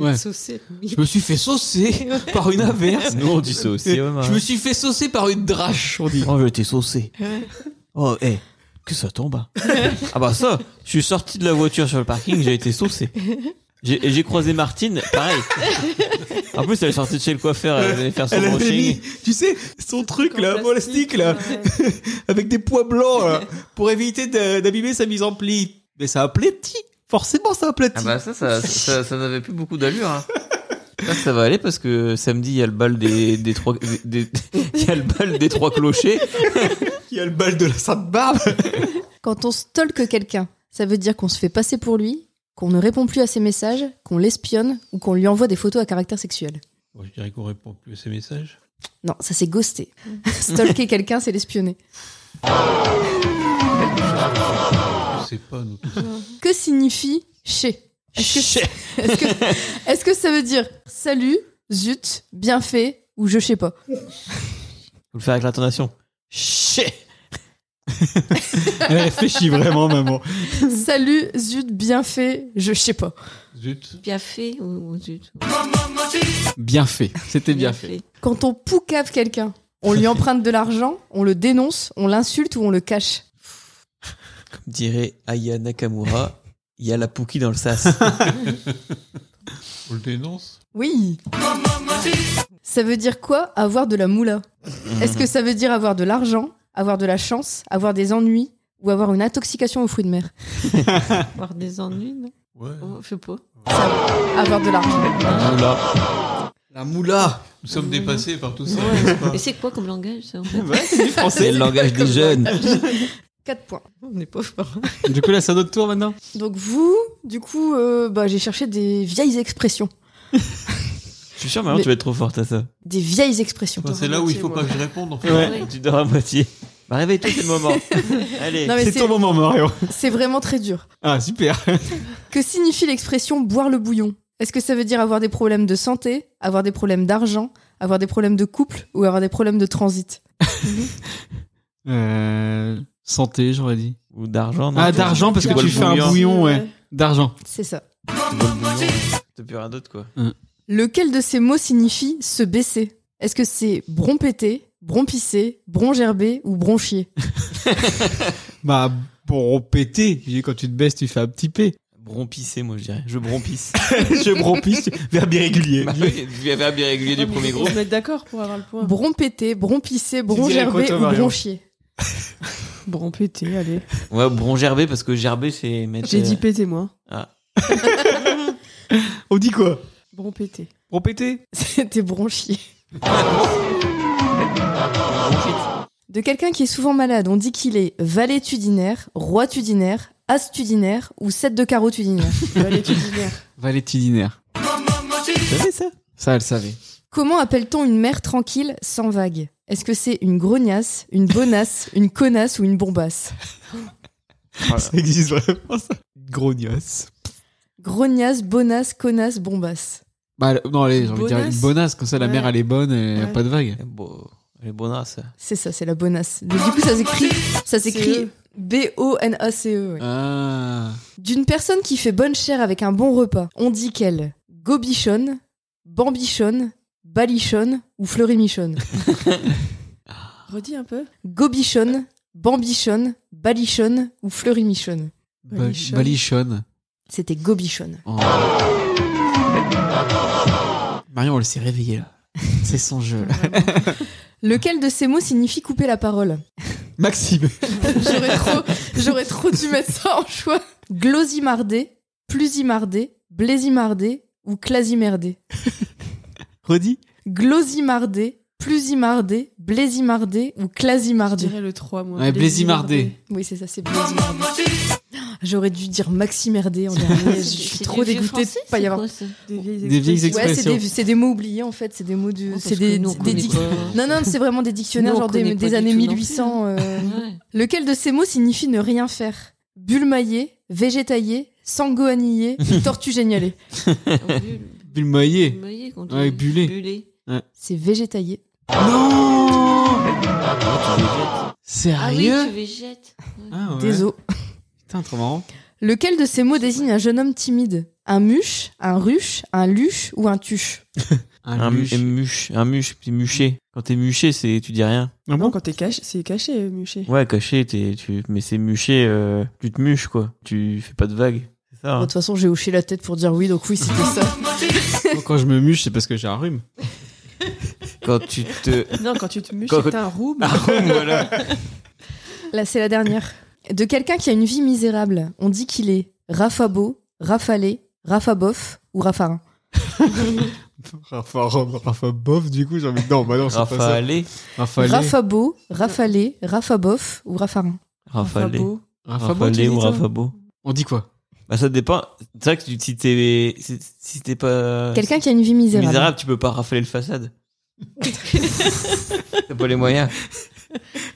[SPEAKER 1] Ouais. Je me suis fait saucer par une averse.
[SPEAKER 18] Nous, on dit ça aussi, ouais,
[SPEAKER 1] Je me suis fait saucer par une drache, on dit.
[SPEAKER 18] Oh, j'ai été saucé. Oh, hé, que ça tombe.
[SPEAKER 1] (laughs)
[SPEAKER 18] hein. ah bah ça, je suis sorti de la voiture sur le parking, j'ai été saucé. J'ai et j'ai croisé Martine,
[SPEAKER 3] (laughs)
[SPEAKER 18] pareil. En plus, elle est sortie de chez le coiffeur, elle allait faire son
[SPEAKER 1] Elle avait
[SPEAKER 18] brushing.
[SPEAKER 1] mis, tu sais, son truc là, plastique là, avec des pois blancs là, pour éviter d'a- d'abîmer sa mise en pli. Mais ça aplatit, forcément ça aplatit.
[SPEAKER 4] Ah bah ça, ça, ça, ça, ça n'avait plus beaucoup d'allure. hein.
[SPEAKER 18] Là, ça va aller parce que samedi, il y a le bal des, des trois, des- il y a le bal des trois clochers.
[SPEAKER 1] (laughs) Il y a le bal de la Sainte Barbe.
[SPEAKER 5] Quand on stalke quelqu'un, ça veut dire qu'on se fait passer pour lui, qu'on ne répond plus à ses messages, qu'on l'espionne ou qu'on lui envoie des photos à caractère sexuel.
[SPEAKER 3] Bon, je dirais qu'on répond plus à ces messages.
[SPEAKER 5] Non, ça c'est ghoster. (laughs) Stalker quelqu'un, c'est l'espionner.
[SPEAKER 3] Je sais pas, nous.
[SPEAKER 5] Que signifie chez Est-ce que, est-ce que- est-ce que ça veut dire salut, zut, bien fait ou je sais pas
[SPEAKER 18] Faut le faire avec l'intonation.
[SPEAKER 1] (laughs) Elle réfléchit vraiment, maman.
[SPEAKER 5] Salut, zut, bien fait, je sais pas.
[SPEAKER 3] Zut.
[SPEAKER 2] Bien fait ou ou zut.
[SPEAKER 1] Bien fait, c'était bien, fait.
[SPEAKER 5] Quand on poucave quelqu'un, on lui emprunte de l'argent, on le dénonce, on l'insulte ou on le cache.
[SPEAKER 18] Comme dirait Aya Nakamura, il y a la pouki dans le
[SPEAKER 1] (laughs)
[SPEAKER 18] sas.
[SPEAKER 3] On le dénonce
[SPEAKER 5] Oui. Ça veut dire quoi avoir de la moula Est-ce que ça veut dire avoir de l'argent, avoir de la chance, avoir des ennuis ou avoir une intoxication aux fruits de mer
[SPEAKER 2] Avoir des ennuis, non
[SPEAKER 3] Ouais.
[SPEAKER 2] Oh, Je sais pas.
[SPEAKER 5] Avoir de
[SPEAKER 3] La
[SPEAKER 5] l'argent.
[SPEAKER 3] moula.
[SPEAKER 1] La moula
[SPEAKER 3] Nous sommes dépassés par tout ça. n'est-ce pas
[SPEAKER 2] Et c'est quoi comme langage, ça, en fait
[SPEAKER 18] C'est le langage des jeunes.
[SPEAKER 5] 4 points.
[SPEAKER 2] On est pas fort.
[SPEAKER 1] Du coup, là, c'est à notre tour maintenant.
[SPEAKER 5] Donc vous, du coup, euh, bah, j'ai cherché des vieilles expressions.
[SPEAKER 18] Je suis sûr, maintenant, tu vas être trop forte à ça.
[SPEAKER 5] Des vieilles expressions.
[SPEAKER 3] Enfin, c'est là où il faut pas que je réponde en fait.
[SPEAKER 18] Ouais, (laughs) tu dors à moitié. Bah, réveille-toi, c'est le
[SPEAKER 1] (laughs)
[SPEAKER 18] moment. Allez.
[SPEAKER 5] Non, mais c'est-
[SPEAKER 1] moment, Mario.
[SPEAKER 5] C'est vraiment très dur.
[SPEAKER 1] Ah, super.
[SPEAKER 5] Que signifie l'expression boire le bouillon Est-ce que ça veut dire avoir des problèmes de santé, avoir des problèmes d'argent, avoir des problèmes de couple ou avoir des problèmes de transit
[SPEAKER 1] Euh, santé, j'aurais dit.
[SPEAKER 18] Ou d'argent. non
[SPEAKER 1] Ah, d'argent, parce que
[SPEAKER 18] Bois
[SPEAKER 1] tu
[SPEAKER 18] le
[SPEAKER 1] fais un bouillon, ouais. D'argent.
[SPEAKER 5] C'est ça.
[SPEAKER 18] Tu bois le bouillon, T'as plus rien d'autre, quoi.
[SPEAKER 5] Lequel de ces mots signifie se baisser Est-ce que c'est brompéter, brompissé, brongerbé ou bronchier
[SPEAKER 1] Bah, pour péter, j'ai dit, quand tu te baisses, tu fais un petit
[SPEAKER 3] (laughs)
[SPEAKER 1] P.
[SPEAKER 18] Brompissé, moi, je dirais. Je
[SPEAKER 1] (laughs)
[SPEAKER 18] brompisse.
[SPEAKER 1] je brompisse, verbe irrégulier.
[SPEAKER 18] Bah (laughs) oui, verbe irrégulier
[SPEAKER 1] Ah,
[SPEAKER 18] du premier
[SPEAKER 6] On
[SPEAKER 18] groupe.
[SPEAKER 6] se mettre d'accord pour avoir le point.
[SPEAKER 5] Brompéter, brompissé, brongerbé
[SPEAKER 1] toi,
[SPEAKER 5] ou
[SPEAKER 1] Marion
[SPEAKER 5] bronchier
[SPEAKER 6] Bon, pété, allez.
[SPEAKER 18] Ouais, brongerbé, parce que gerbé, c'est mettre.
[SPEAKER 6] J'ai
[SPEAKER 18] euh,
[SPEAKER 6] dit pété, moi.
[SPEAKER 18] Ah.
[SPEAKER 1] (laughs) On dit quoi
[SPEAKER 6] Bon, pété.
[SPEAKER 1] Pour péter
[SPEAKER 5] C'était bronchier. De quelqu'un qui est souvent malade, on dit qu'il est valétudinaire, roitudinaire, astudinaire ou sept de carreau tudinaire.
[SPEAKER 1] (laughs) Valétudinaire.
[SPEAKER 18] savais ça
[SPEAKER 1] Ça, elle savait.
[SPEAKER 5] Comment appelle-t-on une mère tranquille sans vague Est-ce que c'est une grognasse, une bonasse, une connasse ou une bombasse
[SPEAKER 1] Ça existe vraiment, ça. Grognasse.
[SPEAKER 5] Grognasse, bonasse, connasse, bombasse.
[SPEAKER 1] Bah, non, allez, j'ai envie de dire
[SPEAKER 5] Bonasse
[SPEAKER 1] une bonasse, comme ça, la
[SPEAKER 5] Ouais.
[SPEAKER 1] mère, elle est bonne et y a
[SPEAKER 5] Ouais.
[SPEAKER 1] pas de vague.
[SPEAKER 18] Bon, Les bonasses.
[SPEAKER 5] C'est ça, c'est la bonasse. Donc, du coup, ça s'écrit, ça s'écrit B-O-N-A-C-E. E, ouais.
[SPEAKER 1] Ah.
[SPEAKER 5] D'une personne qui fait bonne chère avec un bon repas, on dit qu'elle gobichonne, bambichonne, balichonne ou fleurimichonne.
[SPEAKER 6] Redis un peu.
[SPEAKER 5] gobichonne, bambichonne, balichonne ou fleurimichonne.
[SPEAKER 1] Balichonne. Balichonne.
[SPEAKER 5] C'était gobichonne.
[SPEAKER 1] Oh. Marion, on le s'est réveillé (laughs) là. C'est son jeu là.
[SPEAKER 5] Lequel de ces mots signifie couper la parole
[SPEAKER 1] (laughs) Maxime.
[SPEAKER 5] J'aurais trop, j'aurais trop dû mettre ça en choix. Glosimardé, plusimardé, blaisimardé ou clasimerdé.
[SPEAKER 1] Redis.
[SPEAKER 5] Glosimardé, plusimardé, blaisimardé ou clasimardé. Je
[SPEAKER 6] dirais le 3, moi.
[SPEAKER 1] Ouais, blaisimardé.
[SPEAKER 5] Oui, c'est ça, c'est blaisimardé. J'aurais dû dire maximerdé
[SPEAKER 2] (laughs)
[SPEAKER 5] en dernier. Je suis trop dégoûtée de pas y avoir.
[SPEAKER 6] Des vieilles
[SPEAKER 1] Des vieilles
[SPEAKER 5] Ouais, c'est
[SPEAKER 1] expressions.
[SPEAKER 5] des, c'est des mots oubliés en fait, c'est des mots de. c'est
[SPEAKER 2] Oh, que
[SPEAKER 5] des,
[SPEAKER 2] nous, on
[SPEAKER 5] des
[SPEAKER 2] connaît
[SPEAKER 5] dic-
[SPEAKER 2] pas. (laughs)
[SPEAKER 5] Non, non, c'est vraiment des dictionnaires
[SPEAKER 2] Nous, on
[SPEAKER 5] genre des,
[SPEAKER 2] connaît
[SPEAKER 5] des
[SPEAKER 2] pas
[SPEAKER 5] années
[SPEAKER 2] du tout non
[SPEAKER 5] 1800. euh, Lequel de ces mots signifie ne rien faire Bulmaillé, végétaillé,
[SPEAKER 1] (laughs)
[SPEAKER 5] sangoanillé, tortue génialée.
[SPEAKER 1] Bulmaillé.
[SPEAKER 2] Bulmaillé, qu'on dit.
[SPEAKER 1] Ouais, bulé.
[SPEAKER 2] Bulé.
[SPEAKER 1] Ouais.
[SPEAKER 5] C'est végétaillé.
[SPEAKER 1] Non
[SPEAKER 5] Ah
[SPEAKER 1] Sérieux
[SPEAKER 2] Ah
[SPEAKER 5] oui, tu végètes.
[SPEAKER 1] Ah ouais.
[SPEAKER 5] Désolé.
[SPEAKER 1] Putain, trop marrant.
[SPEAKER 5] Lequel de ces mots désigne un jeune homme timide Un muche, un ruche, un luche ou un tuche
[SPEAKER 1] Un,
[SPEAKER 18] muche. Un muche, un muche, puis muché. Quand t'es muché, c'est tu dis rien.
[SPEAKER 6] Non, quand t'es caché, c'est caché, euh, Muchet.
[SPEAKER 18] Ouais, caché, t'es, tu, mais c'est muché, euh, tu te muches quoi. Tu fais pas de vagues. C'est ça.
[SPEAKER 1] Ah.
[SPEAKER 5] Bon, De
[SPEAKER 18] hein.
[SPEAKER 5] toute façon, j'ai hoché la tête pour dire oui, donc oui, c'était ça.
[SPEAKER 1] Moi, (laughs) quand je me mûche, c'est parce que j'ai un rhume.
[SPEAKER 18] Quand tu
[SPEAKER 1] (laughs)
[SPEAKER 18] te.
[SPEAKER 6] Non, quand tu te muches,
[SPEAKER 18] Quand-
[SPEAKER 6] t'as un roux.
[SPEAKER 1] Ah,
[SPEAKER 18] Un roux, (laughs) voilà.
[SPEAKER 5] Là, c'est la dernière. De quelqu'un qui a une vie misérable, on dit qu'il est Rafabo, Rafalé, Rafabof ou Rafarin.
[SPEAKER 1] Rafa, Rafa Boff, du coup, j'ai envie de. Non, bah non, c'est pas ça.
[SPEAKER 18] Rafalé.
[SPEAKER 1] Rafa
[SPEAKER 5] Rafabo, Rafalé, Rafabof ou Rafarin.
[SPEAKER 18] Rafalé.
[SPEAKER 5] Rafabo.
[SPEAKER 1] Rafabo,
[SPEAKER 18] Rafalé
[SPEAKER 1] tu dis,
[SPEAKER 18] ou
[SPEAKER 1] toi
[SPEAKER 18] Rafabo.
[SPEAKER 1] On dit quoi
[SPEAKER 18] Bah, ça dépend. C'est vrai que tu- si t'es, si- si t'es pas.
[SPEAKER 1] Euh,
[SPEAKER 5] Quelqu'un qui a une vie misérable.
[SPEAKER 18] Misérable, tu peux pas rafaler le façade. T'as pas les moyens.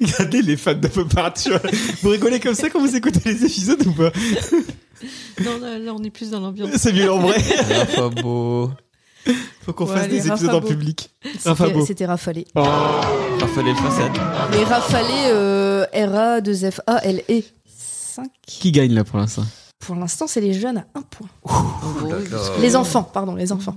[SPEAKER 1] Regardez les fans de Pop Art, tu vois. Vous rigolez comme ça quand vous écoutez les épisodes ou pas
[SPEAKER 2] Non, là, là, on est plus dans l'ambiance.
[SPEAKER 1] C'est mieux en vrai.
[SPEAKER 18] Rafabo.
[SPEAKER 1] Faut qu'on
[SPEAKER 2] Ouais,
[SPEAKER 1] fasse
[SPEAKER 2] allez,
[SPEAKER 1] des épisodes en
[SPEAKER 2] Rafabo.
[SPEAKER 1] public.
[SPEAKER 5] C'était-
[SPEAKER 1] Rafabo.
[SPEAKER 5] C'était Rafalé.
[SPEAKER 18] Rafaler le façade.
[SPEAKER 5] Mais Rafalé, euh, R-A-2-F-A-L-E. 5.
[SPEAKER 1] Qui gagne là pour l'instant
[SPEAKER 5] E. Pour l'instant, c'est les jeunes à un point.
[SPEAKER 1] d'accord.
[SPEAKER 5] Les enfants, pardon, les enfants.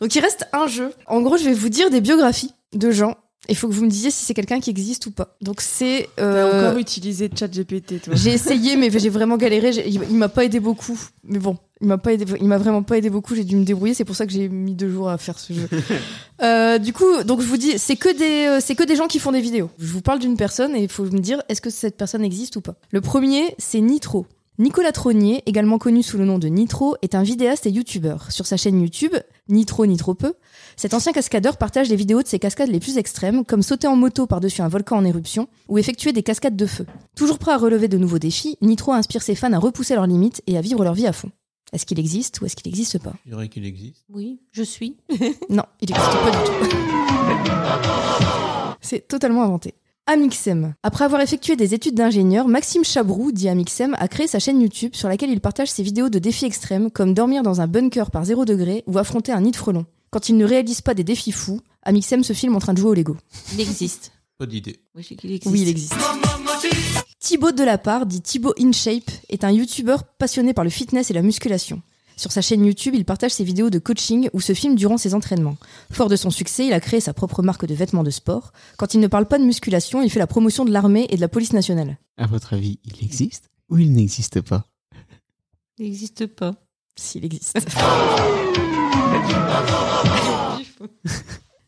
[SPEAKER 5] Donc il reste un jeu. En gros, je vais vous dire des biographies de gens. Il faut que vous me disiez si c'est quelqu'un qui existe ou pas. Donc c'est. euh,
[SPEAKER 6] T'as Bah, encore utilisé ChatGPT, toi.
[SPEAKER 5] J'ai essayé, mais j'ai vraiment galéré. J'ai- Il, il m'a pas aidé beaucoup. Mais bon, il m'a pas aidé, il m'a vraiment pas aidé beaucoup. J'ai dû me débrouiller. C'est pour ça que j'ai mis deux jours à faire ce jeu. Euh, du coup, donc je vous dis, c'est que des, euh, c'est que des gens qui font des vidéos. Je vous parle d'une personne et il faut me dire, est-ce que cette personne existe ou pas. Le premier, c'est Nitro. Nicolas Tronier, également connu sous le nom de Nitro, est un vidéaste et youtubeur. Sur sa chaîne YouTube, Nitro Nitro peu, cet ancien cascadeur partage les vidéos de ses cascades les plus extrêmes, comme sauter en moto par-dessus un volcan en éruption ou effectuer des cascades de feu. Toujours prêt à relever de nouveaux défis, Nitro inspire ses fans à repousser leurs limites et à vivre leur vie à fond. Est-ce qu'il existe ou est-ce qu'il n'existe pas
[SPEAKER 3] Je dirais qu'il existe.
[SPEAKER 2] Oui, je suis.
[SPEAKER 5] Non, il n'existe pas du tout. (laughs) C'est totalement inventé. Amixem. Après avoir effectué des études d'ingénieur, Maxime Chabrou, dit Amixem, a créé sa chaîne YouTube sur laquelle il partage ses vidéos de défis extrêmes comme dormir dans un bunker par 0 degré ou affronter un nid de frelons. Quand il ne réalise pas des défis fous, Amixem se filme en train de jouer au Lego.
[SPEAKER 2] Il existe.
[SPEAKER 3] Pas d'idée.
[SPEAKER 2] Moi, je sais qu'il existe.
[SPEAKER 5] Oui, il existe. Thibaut Delapart, dit Thibaut InShape, est un youtubeur passionné par le fitness et la musculation. Sur sa chaîne YouTube, il partage ses vidéos de coaching ou se filme durant ses entraînements. Fort de son succès, il a créé sa propre marque de vêtements de sport. Quand il ne parle pas de musculation, il fait la promotion de l'armée et de la police nationale.
[SPEAKER 1] À votre avis, il existe ou il n'existe pas
[SPEAKER 2] Il n'existe pas.
[SPEAKER 5] S'il existe.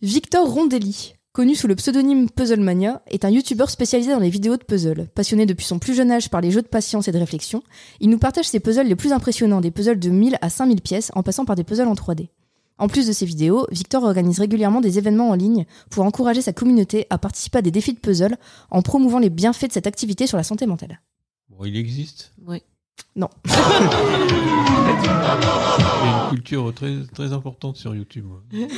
[SPEAKER 5] Victor Rondelli, connu sous le pseudonyme Puzzlemania, est un youtubeur spécialisé dans les vidéos de puzzle. Passionné depuis son plus jeune âge par les jeux de patience et de réflexion, il nous partage ses puzzles les plus impressionnants, des puzzles de 1000 à 5000 pièces, en passant par des puzzles en 3D. En plus de ses vidéos, Victor organise régulièrement des événements en ligne pour encourager sa communauté à participer à des défis de puzzle en promouvant les bienfaits de cette activité sur la santé mentale.
[SPEAKER 3] Bon, il existe.
[SPEAKER 2] Oui.
[SPEAKER 3] (laughs)
[SPEAKER 5] Non.
[SPEAKER 3] Il y a une culture très, très importante sur YouTube. ouais.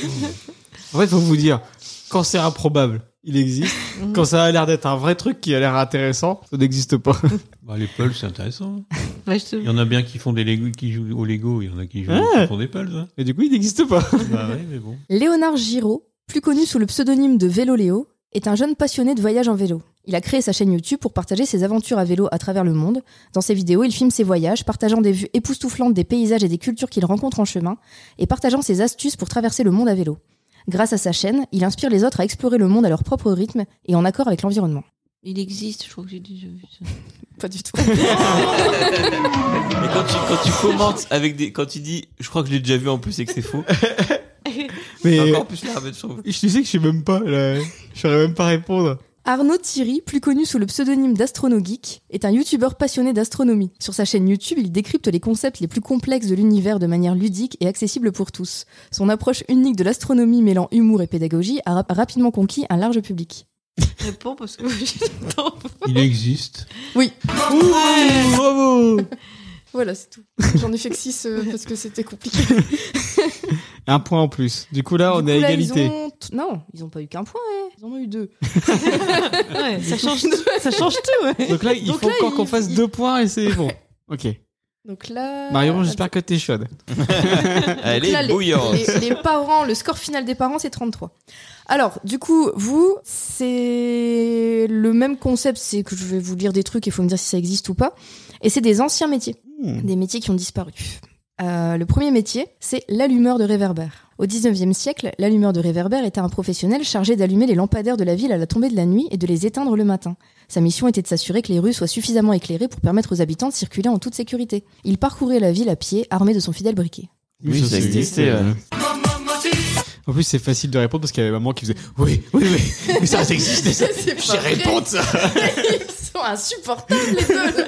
[SPEAKER 1] En fait, faut vous dire, quand c'est improbable, il existe. Quand ça a l'air d'être un vrai truc qui a l'air intéressant, ça n'existe pas.
[SPEAKER 3] Bah, les pulls, c'est intéressant.
[SPEAKER 2] Ouais, je te-
[SPEAKER 3] Il y en a bien qui font des Lego, qui jouent au Lego, il y en a qui, jouent,
[SPEAKER 1] Ouais.
[SPEAKER 3] qui font des pulls.
[SPEAKER 10] (laughs)
[SPEAKER 3] hein.
[SPEAKER 1] Et du coup, il n'existe pas.
[SPEAKER 3] Bah ouais, mais bon.
[SPEAKER 5] Léonard Giraud, plus connu sous le pseudonyme de Véloléo, est un jeune passionné de voyage en vélo. Il a créé sa chaîne YouTube pour partager ses aventures à vélo à travers le monde. Dans ses vidéos, il filme ses voyages, partageant des vues époustouflantes des paysages et des cultures qu'il rencontre en chemin, et partageant ses astuces pour traverser le monde à vélo. Grâce à sa chaîne, il inspire les autres à explorer le monde à leur propre rythme et en accord avec l'environnement.
[SPEAKER 2] Il existe, je crois que j'ai déjà vu ça.
[SPEAKER 5] Pas du tout.
[SPEAKER 18] Mais quand tu, quand tu commentes avec des, quand tu dis, je crois que je l'ai déjà vu en plus et que c'est faux.
[SPEAKER 1] Mais
[SPEAKER 18] Encore plus la rabais, je trouve.
[SPEAKER 1] Je te sais que je sais même pas, là. Je saurais même pas répondre.
[SPEAKER 5] Arnaud Thierry, plus connu sous le pseudonyme d'AstronoGeek, est un youtubeur passionné d'astronomie. Sur sa chaîne YouTube, il décrypte les concepts les plus complexes de l'univers de manière ludique et accessible pour tous. Son approche unique de l'astronomie mêlant humour et pédagogie a rap- rapidement conquis un large public.
[SPEAKER 2] Réponds parce que j'ai le temps.
[SPEAKER 3] Il existe.
[SPEAKER 5] Oui.
[SPEAKER 2] Ouais.
[SPEAKER 1] Bravo
[SPEAKER 5] Voilà, c'est tout. J'en ai fait que 6 parce que
[SPEAKER 1] (laughs)
[SPEAKER 5] c'était compliqué.
[SPEAKER 1] Un point en plus. Du coup, là, Ah, on est à
[SPEAKER 5] Là,
[SPEAKER 1] égalité.
[SPEAKER 5] Ils ont... t- Non, ils n'ont pas eu qu'un point, hein. ils en ont eu deux.
[SPEAKER 2] Ouais, ça change tout. Ça change tout, ouais.
[SPEAKER 1] Donc là, il
[SPEAKER 5] Donc
[SPEAKER 1] faut
[SPEAKER 5] là,
[SPEAKER 1] encore
[SPEAKER 5] il-
[SPEAKER 1] qu'on fasse deux points et c'est bon. Ok.
[SPEAKER 5] Donc là.
[SPEAKER 1] Marion, j'espère que t'es chaude.
[SPEAKER 18] Elle
[SPEAKER 5] Là, les- Les, les parents, le score final des parents, c'est 33. Alors, du coup, vous, c'est le même concept, c'est que je vais vous lire des trucs et il faut me dire si ça existe ou pas. Et c'est des anciens métiers,
[SPEAKER 1] Hmm.
[SPEAKER 5] des métiers qui ont disparu. Euh, le premier métier, c'est l'allumeur de réverbère. Au 19e siècle, l'allumeur de réverbère était un professionnel chargé d'allumer les lampadaires de la ville à la tombée de la nuit et de les éteindre le matin. Sa mission était de s'assurer que les rues soient suffisamment éclairées pour permettre aux habitants de circuler en toute sécurité. Il parcourait la ville à pied, armé de son fidèle briquet.
[SPEAKER 18] Oui, ça existait, ouais.
[SPEAKER 1] En plus, c'est facile de répondre parce qu'il y avait maman qui faisait Oui, oui, oui, mais ça, ça existait, ça.
[SPEAKER 5] C'est pas
[SPEAKER 1] J'y réponds, ça.
[SPEAKER 5] vrai. (laughs) Ils sont insupportables, les deux.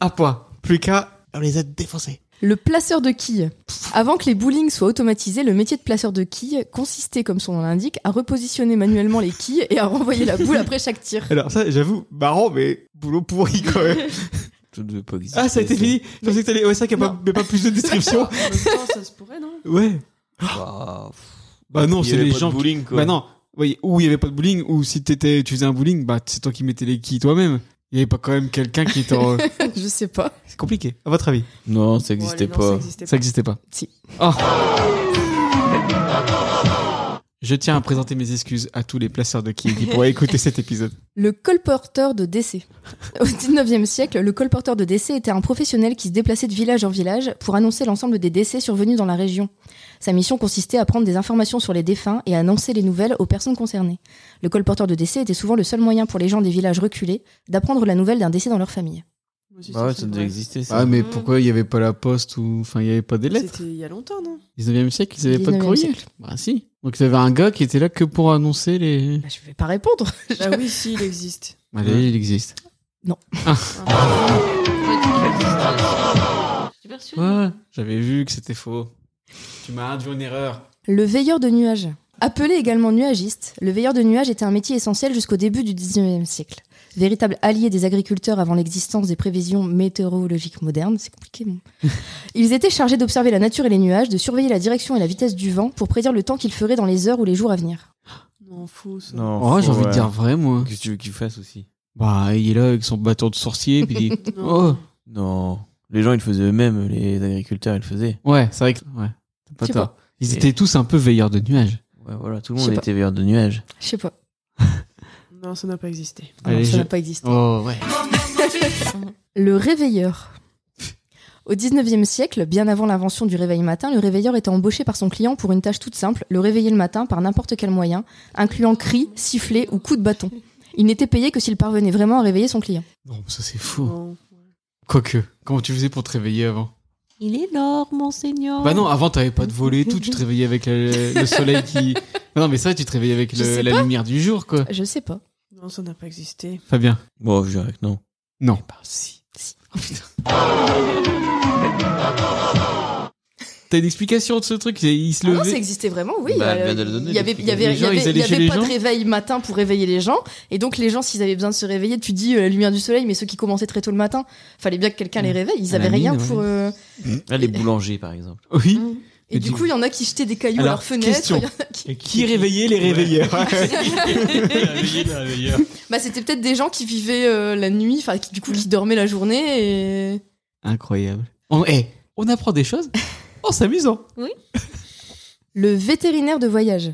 [SPEAKER 1] Un point. Plus qu'à, on les a défoncés.
[SPEAKER 5] Le placeur de quilles. Avant que les bowling soient automatisés, le métier de placeur de quilles consistait, comme son nom l'indique, à repositionner manuellement les quilles et à renvoyer la boule après chaque tir. (laughs)
[SPEAKER 1] Alors, ça, j'avoue, marrant, mais boulot pourri quand même.
[SPEAKER 18] Ça devait pas exister.
[SPEAKER 1] Ah, ça a été fini Je pensais que t'allais. Ouais, ça, qu'il n'y a pas, mais pas plus de description.
[SPEAKER 6] En même temps, ça se pourrait, non
[SPEAKER 1] Ouais.
[SPEAKER 18] Bah,
[SPEAKER 1] Bah non,
[SPEAKER 18] Il y
[SPEAKER 1] c'est
[SPEAKER 18] avait
[SPEAKER 1] les
[SPEAKER 18] pas de
[SPEAKER 1] gens. qui-
[SPEAKER 18] bowling, quoi.
[SPEAKER 1] Bah non. Oui, ou il y avait pas de bowling, ou si t'étais, tu faisais un bowling, bah c'est toi qui mettais les quilles toi-même. Il y avait pas quand même quelqu'un qui t'en.
[SPEAKER 5] Je sais pas.
[SPEAKER 1] c'est compliqué. À votre avis
[SPEAKER 18] Non, ça
[SPEAKER 1] existait
[SPEAKER 18] existait pas.
[SPEAKER 1] Ça existait pas. Oh.
[SPEAKER 5] Si.
[SPEAKER 1] Je tiens à présenter mes excuses à tous les placeurs de quilles qui pourraient écouter cet épisode.
[SPEAKER 5] Le colporteur de décès. Au 19e siècle, le colporteur de décès était un professionnel qui se déplaçait de village en village pour annoncer l'ensemble des décès survenus dans la région. Sa mission consistait à prendre des informations sur les défunts et à annoncer les nouvelles aux personnes concernées. Le colporteur de décès était souvent le seul moyen pour les gens des villages reculés d'apprendre la nouvelle d'un décès dans leur famille.
[SPEAKER 18] Bah ouais, ça devait exister. Ça.
[SPEAKER 1] Ah mais pourquoi il y avait pas la poste ou enfin il y avait pas des lettres
[SPEAKER 6] C'était il y a longtemps,
[SPEAKER 1] (laughs)
[SPEAKER 6] non
[SPEAKER 1] 19e siècle, ils avaient pas de
[SPEAKER 5] 19e
[SPEAKER 1] courrier.
[SPEAKER 5] siècle.
[SPEAKER 1] Bah si. Donc il y avait un gars qui était là que pour annoncer les.
[SPEAKER 5] Je vais pas répondre.
[SPEAKER 6] Bah oui, si, il existe.
[SPEAKER 1] (laughs) Allez, il existe.
[SPEAKER 5] Non.
[SPEAKER 1] Ah.
[SPEAKER 2] J'ai perçu.
[SPEAKER 1] Ouais, j'avais vu que c'était faux. Tu m'as induit en erreur.
[SPEAKER 5] Le veilleur de nuages. Appelé également nuagiste, le veilleur de nuages était un métier essentiel jusqu'au début du 19e siècle. Véritable allié des agriculteurs avant l'existence des prévisions météorologiques modernes, c'est compliqué. bon. Ils étaient chargés d'observer la nature et les nuages, de surveiller la direction et la vitesse du vent pour prédire le temps qu'il ferait dans les heures ou les jours à venir.
[SPEAKER 6] Non, faux, ça.
[SPEAKER 18] Non,
[SPEAKER 1] Oh, j'ai
[SPEAKER 18] faut,
[SPEAKER 1] envie de
[SPEAKER 18] ouais.
[SPEAKER 1] dire vrai, moi.
[SPEAKER 18] Qu'est-ce que tu veux qu'il fasse aussi
[SPEAKER 1] Bah, il est là avec son bâton de sorcier, (laughs) puis il dit Oh
[SPEAKER 18] Non. Les gens, ils le faisaient eux-mêmes. Les agriculteurs, ils le faisaient.
[SPEAKER 1] Ouais, c'est vrai que. Ouais, t'as pas
[SPEAKER 5] Je sais
[SPEAKER 1] tort.
[SPEAKER 5] pas.
[SPEAKER 1] Ils
[SPEAKER 18] Et-
[SPEAKER 1] étaient tous un peu veilleurs de nuages.
[SPEAKER 18] Ouais, voilà, tout le
[SPEAKER 5] Je sais
[SPEAKER 18] monde
[SPEAKER 5] pas.
[SPEAKER 18] était veilleur de nuages.
[SPEAKER 5] Je sais pas.
[SPEAKER 6] Non, ça n'a pas existé.
[SPEAKER 5] Alors,
[SPEAKER 1] Allez,
[SPEAKER 5] ça
[SPEAKER 1] je-
[SPEAKER 5] n'a pas existé.
[SPEAKER 1] Oh, ouais.
[SPEAKER 5] Le réveilleur. Au 19e siècle, bien avant l'invention du réveil matin, le réveilleur était embauché par son client pour une tâche toute simple, le réveiller le matin par n'importe quel moyen, incluant cris, sifflets ou coups de bâton. Il n'était payé que s'il parvenait vraiment à réveiller son client.
[SPEAKER 1] Non, ça c'est faux.
[SPEAKER 6] Non.
[SPEAKER 1] Quoique, comment tu faisais pour te réveiller avant
[SPEAKER 2] Il est l'or, monseigneur.
[SPEAKER 1] Bah non, avant t'avais pas de volet et tout, tu te réveillais avec le, le soleil
[SPEAKER 5] (laughs)
[SPEAKER 1] qui. Non, mais ça, tu te réveillais avec
[SPEAKER 5] Je
[SPEAKER 1] le-
[SPEAKER 5] sais
[SPEAKER 1] la
[SPEAKER 5] pas.
[SPEAKER 1] lumière du jour, quoi.
[SPEAKER 5] Je sais pas.
[SPEAKER 6] Non, ça n'a pas existé.
[SPEAKER 1] Fabien.
[SPEAKER 18] Bon, je dirais que non.
[SPEAKER 5] Eh
[SPEAKER 1] Non.
[SPEAKER 5] ben,
[SPEAKER 18] Bah, si.
[SPEAKER 5] Oh,
[SPEAKER 1] T'as une explication de ce truc Il se
[SPEAKER 5] Ah non,
[SPEAKER 1] levait.
[SPEAKER 5] ça existait vraiment, oui.
[SPEAKER 18] Bah, elle
[SPEAKER 5] Euh,
[SPEAKER 18] vient de le donner,
[SPEAKER 5] il y avait, il y avait,
[SPEAKER 1] Les gens,
[SPEAKER 5] il y
[SPEAKER 1] ils
[SPEAKER 5] avait-
[SPEAKER 1] allaient
[SPEAKER 5] il y
[SPEAKER 1] chez
[SPEAKER 5] avait
[SPEAKER 1] les
[SPEAKER 5] pas de
[SPEAKER 1] gens.
[SPEAKER 5] réveil matin pour réveiller les gens. Et donc, les gens, s'ils avaient besoin de se réveiller, tu dis euh, la lumière du soleil, mais ceux qui commençaient très tôt le matin, fallait bien que quelqu'un les réveille. Ils
[SPEAKER 1] À
[SPEAKER 5] avaient
[SPEAKER 1] la
[SPEAKER 5] rien
[SPEAKER 1] mine,
[SPEAKER 5] pour.
[SPEAKER 1] ouais.
[SPEAKER 5] euh,
[SPEAKER 18] Ah, les boulangers, par exemple.
[SPEAKER 1] Oui.
[SPEAKER 5] Et du coup, il y en a qui jetaient des cailloux à
[SPEAKER 1] Alors,
[SPEAKER 5] leur fenêtre.
[SPEAKER 1] question.
[SPEAKER 5] il y en a qui-
[SPEAKER 1] Qui réveillait les réveilleurs
[SPEAKER 3] Réveiller les réveilleurs.
[SPEAKER 5] Bah, c'était peut-être des gens qui vivaient euh, la nuit, enfin, qui- du coup, qui dormaient la journée. Et...
[SPEAKER 1] Incroyable. On, eh, on apprend des
[SPEAKER 5] (laughs)
[SPEAKER 1] choses Oh, en s'amusant.
[SPEAKER 5] Le vétérinaire de voyage.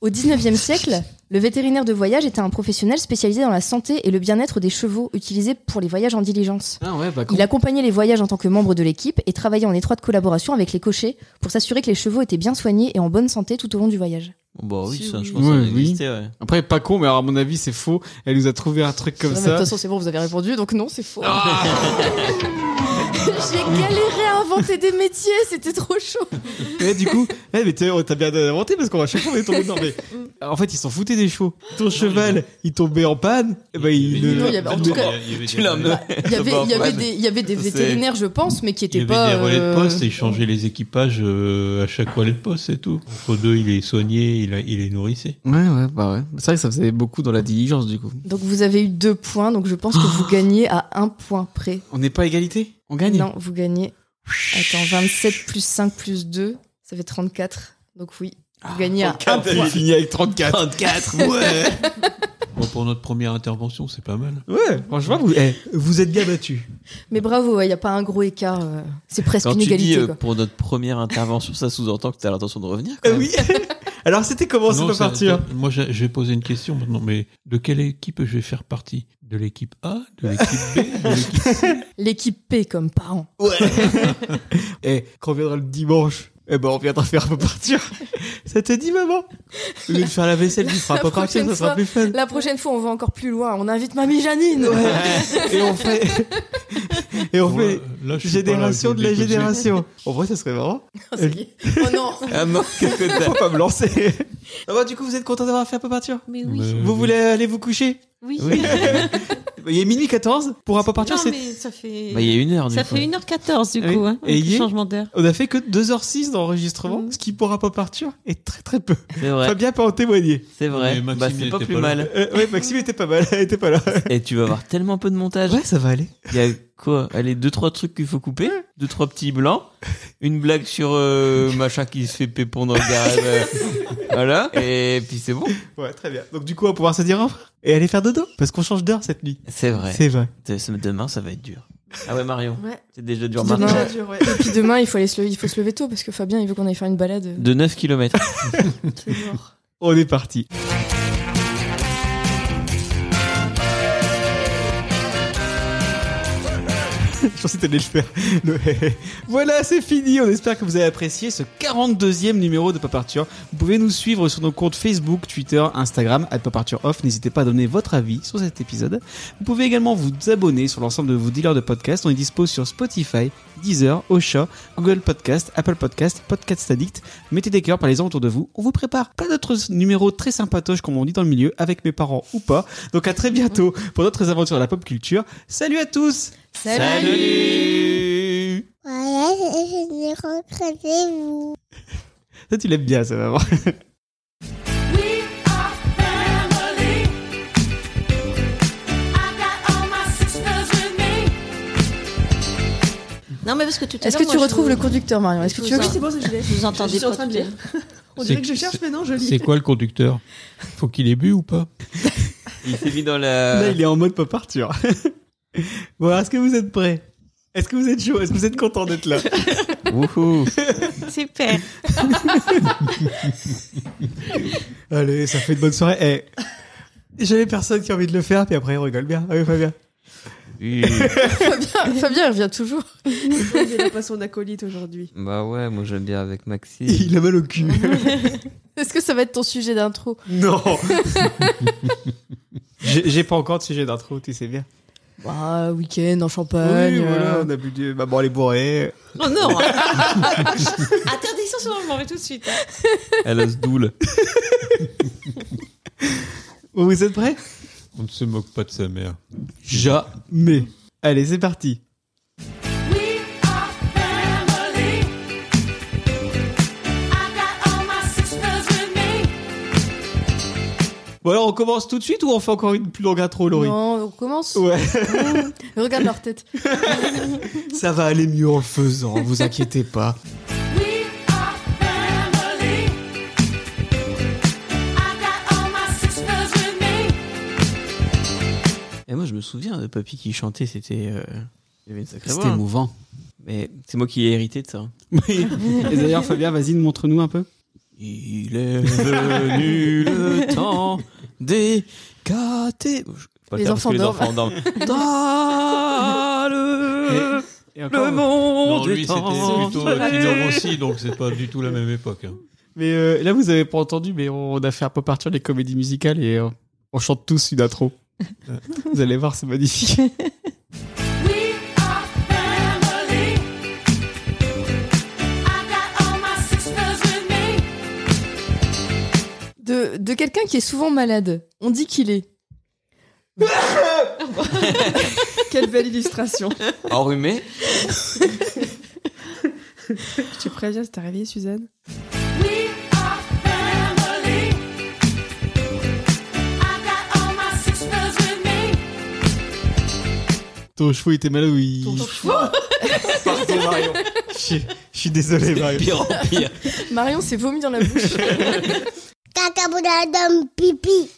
[SPEAKER 5] Au 19e siècle,
[SPEAKER 20] Le vétérinaire de voyage était un professionnel spécialisé dans la santé et le bien-être des chevaux utilisés pour les voyages en diligence.
[SPEAKER 1] Ah ouais, bah,
[SPEAKER 20] Il accompagnait les voyages en tant que membre de l'équipe et travaillait en étroite collaboration avec les cochers pour s'assurer que les chevaux étaient bien soignés et en bonne santé tout au long du voyage.
[SPEAKER 4] Bah oui, ça, je
[SPEAKER 1] oui.
[SPEAKER 4] pense que
[SPEAKER 1] Ouais,
[SPEAKER 4] ça
[SPEAKER 1] oui.
[SPEAKER 4] existait, ouais.
[SPEAKER 1] Après, pas con, mais alors, à mon avis, c'est faux. Elle nous a trouvé un truc comme
[SPEAKER 5] Non, mais De
[SPEAKER 1] ça. Ah.
[SPEAKER 5] toute façon, c'est bon, vous avez répondu, donc non, c'est faux. (laughs) J'ai galéré à inventer des métiers, c'était trop chaud.
[SPEAKER 1] Et du coup, eh, mais t'es- t'as bien inventé parce qu'on à chaque fois on est tombé dans.
[SPEAKER 5] (laughs)
[SPEAKER 1] Mais en fait, ils s'en foutaient des chevaux. Ton cheval, il tombait en panne. eh ben, il. (laughs)
[SPEAKER 5] Non, il y avait- en tout cas,
[SPEAKER 3] Tu l'as
[SPEAKER 5] Il
[SPEAKER 18] (laughs)
[SPEAKER 5] y avait, il y avait des, il y avait des
[SPEAKER 3] C'est-
[SPEAKER 5] vétérinaires, je pense, mais qui
[SPEAKER 3] Il y
[SPEAKER 5] étaient
[SPEAKER 3] avait
[SPEAKER 5] pas.
[SPEAKER 3] des relais de
[SPEAKER 5] euh,
[SPEAKER 3] poste et ils changeaient les équipages euh, à chaque relais de poste, c'est tout. Entre deux, il est soigné, il, a- il est nourrissé.
[SPEAKER 1] Ouais, ouais, bah ouais. C'est vrai que ça faisait beaucoup dans la diligence, du coup.
[SPEAKER 5] Donc vous avez eu deux points, donc je pense que
[SPEAKER 3] Oh
[SPEAKER 5] vous gagnez à un point près.
[SPEAKER 1] On n'est pas à égalité On gagne
[SPEAKER 5] Non, vous gagnez. Attends, 27 plus 5 plus 2, ça fait 34. Donc oui, vous
[SPEAKER 3] Ah,
[SPEAKER 5] gagnez à un
[SPEAKER 1] T'avais
[SPEAKER 5] point.
[SPEAKER 1] Ah, fini avec 34.
[SPEAKER 5] 34, ouais.
[SPEAKER 3] Bon, pour notre première intervention, c'est pas mal.
[SPEAKER 1] Ouais, franchement, vous, eh, vous êtes bien battus.
[SPEAKER 18] Ah
[SPEAKER 5] Mais bravo, il n'y a pas un gros écart. euh, C'est presque
[SPEAKER 4] Quand
[SPEAKER 5] une
[SPEAKER 4] tu dis
[SPEAKER 5] égalité.
[SPEAKER 4] euh,
[SPEAKER 5] quoi.
[SPEAKER 4] pour notre première intervention, ça sous-entend que t'as l'intention de revenir.
[SPEAKER 1] (laughs) Alors, c'était comment
[SPEAKER 4] c'est
[SPEAKER 3] Non,
[SPEAKER 4] pas
[SPEAKER 3] ça-
[SPEAKER 4] parti, hein
[SPEAKER 3] ça- Moi, j'ai- je vais poser une question maintenant, mais de quelle équipe je vais faire partie De l'équipe A De l'équipe B
[SPEAKER 1] (laughs)
[SPEAKER 3] de l'équipe-
[SPEAKER 5] L'équipe P comme parent.
[SPEAKER 1] Et quand on viendra le dimanche, eh ben on viendra faire partir. (laughs) ça te dit, maman Au lieu de faire la vaisselle, tu feras pas partir,
[SPEAKER 5] prochaine
[SPEAKER 1] ça sera
[SPEAKER 5] fois-
[SPEAKER 1] plus fun.
[SPEAKER 5] La prochaine fois, on va encore plus loin. On invite mamie Janine.
[SPEAKER 1] (laughs) Et on fait. Et on
[SPEAKER 3] Bon,
[SPEAKER 1] fait
[SPEAKER 3] là, là, je suis
[SPEAKER 1] génération de
[SPEAKER 3] pas là, je
[SPEAKER 1] la
[SPEAKER 3] vais déconner.
[SPEAKER 1] génération. En vrai, ça serait marrant.
[SPEAKER 5] (laughs) Oh non
[SPEAKER 18] Ah, (laughs)
[SPEAKER 1] Faut pas me lancer. Ah bah, du coup, vous êtes content d'avoir fait un peu partir
[SPEAKER 2] Mais
[SPEAKER 1] oui.
[SPEAKER 3] euh,
[SPEAKER 1] Vous voulez aller vous coucher
[SPEAKER 2] Oui. (laughs)
[SPEAKER 1] Il est minuit 14 pour un peu partir.
[SPEAKER 2] Non,
[SPEAKER 1] c'est-
[SPEAKER 2] mais ça fait.
[SPEAKER 1] Bah, il y a une heure, du
[SPEAKER 2] Ça
[SPEAKER 1] coup.
[SPEAKER 2] fait 1h14 du
[SPEAKER 1] Ah oui.
[SPEAKER 2] coup. Hein,
[SPEAKER 1] Et
[SPEAKER 2] avec
[SPEAKER 1] il
[SPEAKER 2] le
[SPEAKER 1] est-
[SPEAKER 2] changement d'heure.
[SPEAKER 1] On a fait que 2h06 d'enregistrement, ce qui pourra pas partir est très très peu.
[SPEAKER 4] C'est vrai.
[SPEAKER 1] Fabien peut en témoigner.
[SPEAKER 4] C'est vrai.
[SPEAKER 1] Mais
[SPEAKER 4] Bah,
[SPEAKER 1] Maxime
[SPEAKER 4] c'est pas
[SPEAKER 1] était
[SPEAKER 4] plus
[SPEAKER 1] pas là. (laughs)
[SPEAKER 4] mal.
[SPEAKER 1] Euh, ouais, Maxime était pas mal. Elle était pas là.
[SPEAKER 4] Et tu vas avoir tellement peu de montage.
[SPEAKER 1] Ouais, ça va aller.
[SPEAKER 4] Il y a quoi Allez, deux trois trucs qu'il faut couper, deux trois petits blancs, une blague sur euh, machin qui se fait pépon dans le garage. euh,
[SPEAKER 1] (laughs)
[SPEAKER 4] voilà. Et puis c'est bon.
[SPEAKER 1] Ouais, très bien. Donc du coup, on va pouvoir se dire au revoir et aller faire dodo parce qu'on change d'heure cette nuit.
[SPEAKER 4] C'est vrai.
[SPEAKER 1] C'est vrai.
[SPEAKER 4] De- ce- Demain, ça va être dur. Ah ouais, Marion.
[SPEAKER 5] Ouais.
[SPEAKER 4] C'est déjà dur, Marion.
[SPEAKER 5] Demain, Et puis demain, il faut, aller se lever, il faut se lever tôt parce que Fabien, il veut qu'on aille faire une balade. euh,
[SPEAKER 4] De 9 km.
[SPEAKER 1] On est parti. Je pensais que t'allais le faire. Le- (laughs) voilà, c'est fini. On espère que vous avez apprécié ce 42e numéro de Paparture. Vous pouvez nous suivre sur nos comptes Facebook, Twitter, Instagram, à Off. N'hésitez pas à donner votre avis sur cet épisode. Vous pouvez également vous abonner sur l'ensemble de vos dealers de podcasts. On est dispo sur Spotify, Deezer, Ocha, Google Podcast, Apple Podcast, Podcast Addict. Mettez des cœurs, parlez-en autour de vous. On vous prépare plein d'autres numéros très sympatoches, comme on dit dans le milieu, avec mes parents ou pas. Donc à très bientôt pour d'autres aventures de la pop culture. Salut à tous Salut
[SPEAKER 9] Voilà, je, je rencontré vous.
[SPEAKER 1] Ça, tu l'aimes bien, ça, maman.
[SPEAKER 2] Non, mais parce que tout à
[SPEAKER 5] Est-ce
[SPEAKER 2] l'heure,
[SPEAKER 5] que tu
[SPEAKER 2] moi, je
[SPEAKER 5] retrouves
[SPEAKER 2] vous-
[SPEAKER 5] le conducteur, Marion Est-ce que tu veux
[SPEAKER 2] vous
[SPEAKER 5] que
[SPEAKER 2] en-
[SPEAKER 5] je-
[SPEAKER 2] Je vous entendais
[SPEAKER 6] Je suis en
[SPEAKER 2] pas
[SPEAKER 6] train de
[SPEAKER 2] tout à
[SPEAKER 6] lire.
[SPEAKER 2] l'heure.
[SPEAKER 6] On dirait que je cherche, mais non, je lis.
[SPEAKER 3] C'est quoi le conducteur Faut qu'il ait bu ou pas
[SPEAKER 4] Il s'est mis dans
[SPEAKER 1] (laughs)
[SPEAKER 4] la.
[SPEAKER 1] Là, (laughs) il est en mode pop Arthur. bon, alors, est-ce que vous êtes prêts Est-ce que vous êtes chaud Est-ce que vous êtes content d'être là
[SPEAKER 4] Wouhou
[SPEAKER 2] Super.
[SPEAKER 1] Allez, ça fait une bonne soirée. Eh, J'avais personne qui a envie de le faire, puis après, il rigole bien. Ah oui, Fabien
[SPEAKER 4] Oui.
[SPEAKER 5] (laughs) Fabien, Fabien, il revient toujours.
[SPEAKER 6] Il n'a pas son acolyte aujourd'hui.
[SPEAKER 4] Bah ouais, moi j'aime bien avec Maxime.
[SPEAKER 1] (laughs) Il a mal au cul.
[SPEAKER 5] Est-ce que ça va être ton sujet d'intro
[SPEAKER 1] (laughs) Non (laughs) J'ai j'ai pas encore de sujet d'intro, tu sais bien.
[SPEAKER 5] Bah, week-end en champagne.
[SPEAKER 1] oui, voilà,
[SPEAKER 5] euh,
[SPEAKER 1] on a bu du... Bah, Maman, elle est bourrée.
[SPEAKER 2] Oh non (laughs) Interdiction sur le moment, mais tout de suite.
[SPEAKER 4] Elle a ce doule.
[SPEAKER 1] Vous êtes prêts
[SPEAKER 3] On ne se moque pas de sa mère.
[SPEAKER 1] Jamais. Allez, c'est parti. Bon, alors, on commence tout de suite ou on fait encore une plus longue intro, Laurie
[SPEAKER 5] Non, on commence.
[SPEAKER 1] Ouais.
[SPEAKER 5] Mmh, Regarde leur tête.
[SPEAKER 1] Ça va aller mieux en le faisant, vous inquiétez pas.
[SPEAKER 4] Et moi, je me souviens de papy qui chantait, c'était. euh, il avait une sacrée
[SPEAKER 1] C'était
[SPEAKER 4] voix, hein.
[SPEAKER 1] émouvant.
[SPEAKER 4] Mais c'est moi qui ai hérité de ça. hein.
[SPEAKER 1] Et d'ailleurs, Fabien, vas-y, montre-nous un peu.
[SPEAKER 4] Il est venu le temps des caté. Je peux pas le
[SPEAKER 1] Les
[SPEAKER 4] faire parce
[SPEAKER 1] enfants
[SPEAKER 4] que les
[SPEAKER 1] dorment.
[SPEAKER 3] (laughs)
[SPEAKER 4] enfants dorment.
[SPEAKER 1] Dans le,
[SPEAKER 4] le monde
[SPEAKER 3] Non, lui,
[SPEAKER 4] est
[SPEAKER 3] c'était
[SPEAKER 4] en
[SPEAKER 3] plutôt
[SPEAKER 4] feu.
[SPEAKER 3] Kinder aussi, donc c'est pas du tout la même époque. hein.
[SPEAKER 1] Mais euh, là, vous avez pas entendu, mais on a fait un peu partir les comédies musicales et euh, on chante tous une (laughs) intro. vous allez voir, c'est magnifique.
[SPEAKER 5] De, de quelqu'un qui est souvent malade. On dit
[SPEAKER 1] (laughs)
[SPEAKER 5] qu'il est.
[SPEAKER 6] Quelle belle illustration.
[SPEAKER 4] Enrhumé.
[SPEAKER 6] Je te préviens, t'as réveillé Suzanne
[SPEAKER 1] Ton chevaux était malade ou il...
[SPEAKER 4] Pardon, Marion.
[SPEAKER 1] Je suis- je suis désolé, Marion.
[SPEAKER 4] Pire en pire.
[SPEAKER 1] (laughs)
[SPEAKER 5] Marion s'est vomi dans la bouche.
[SPEAKER 9] Caca boule à dame pipi.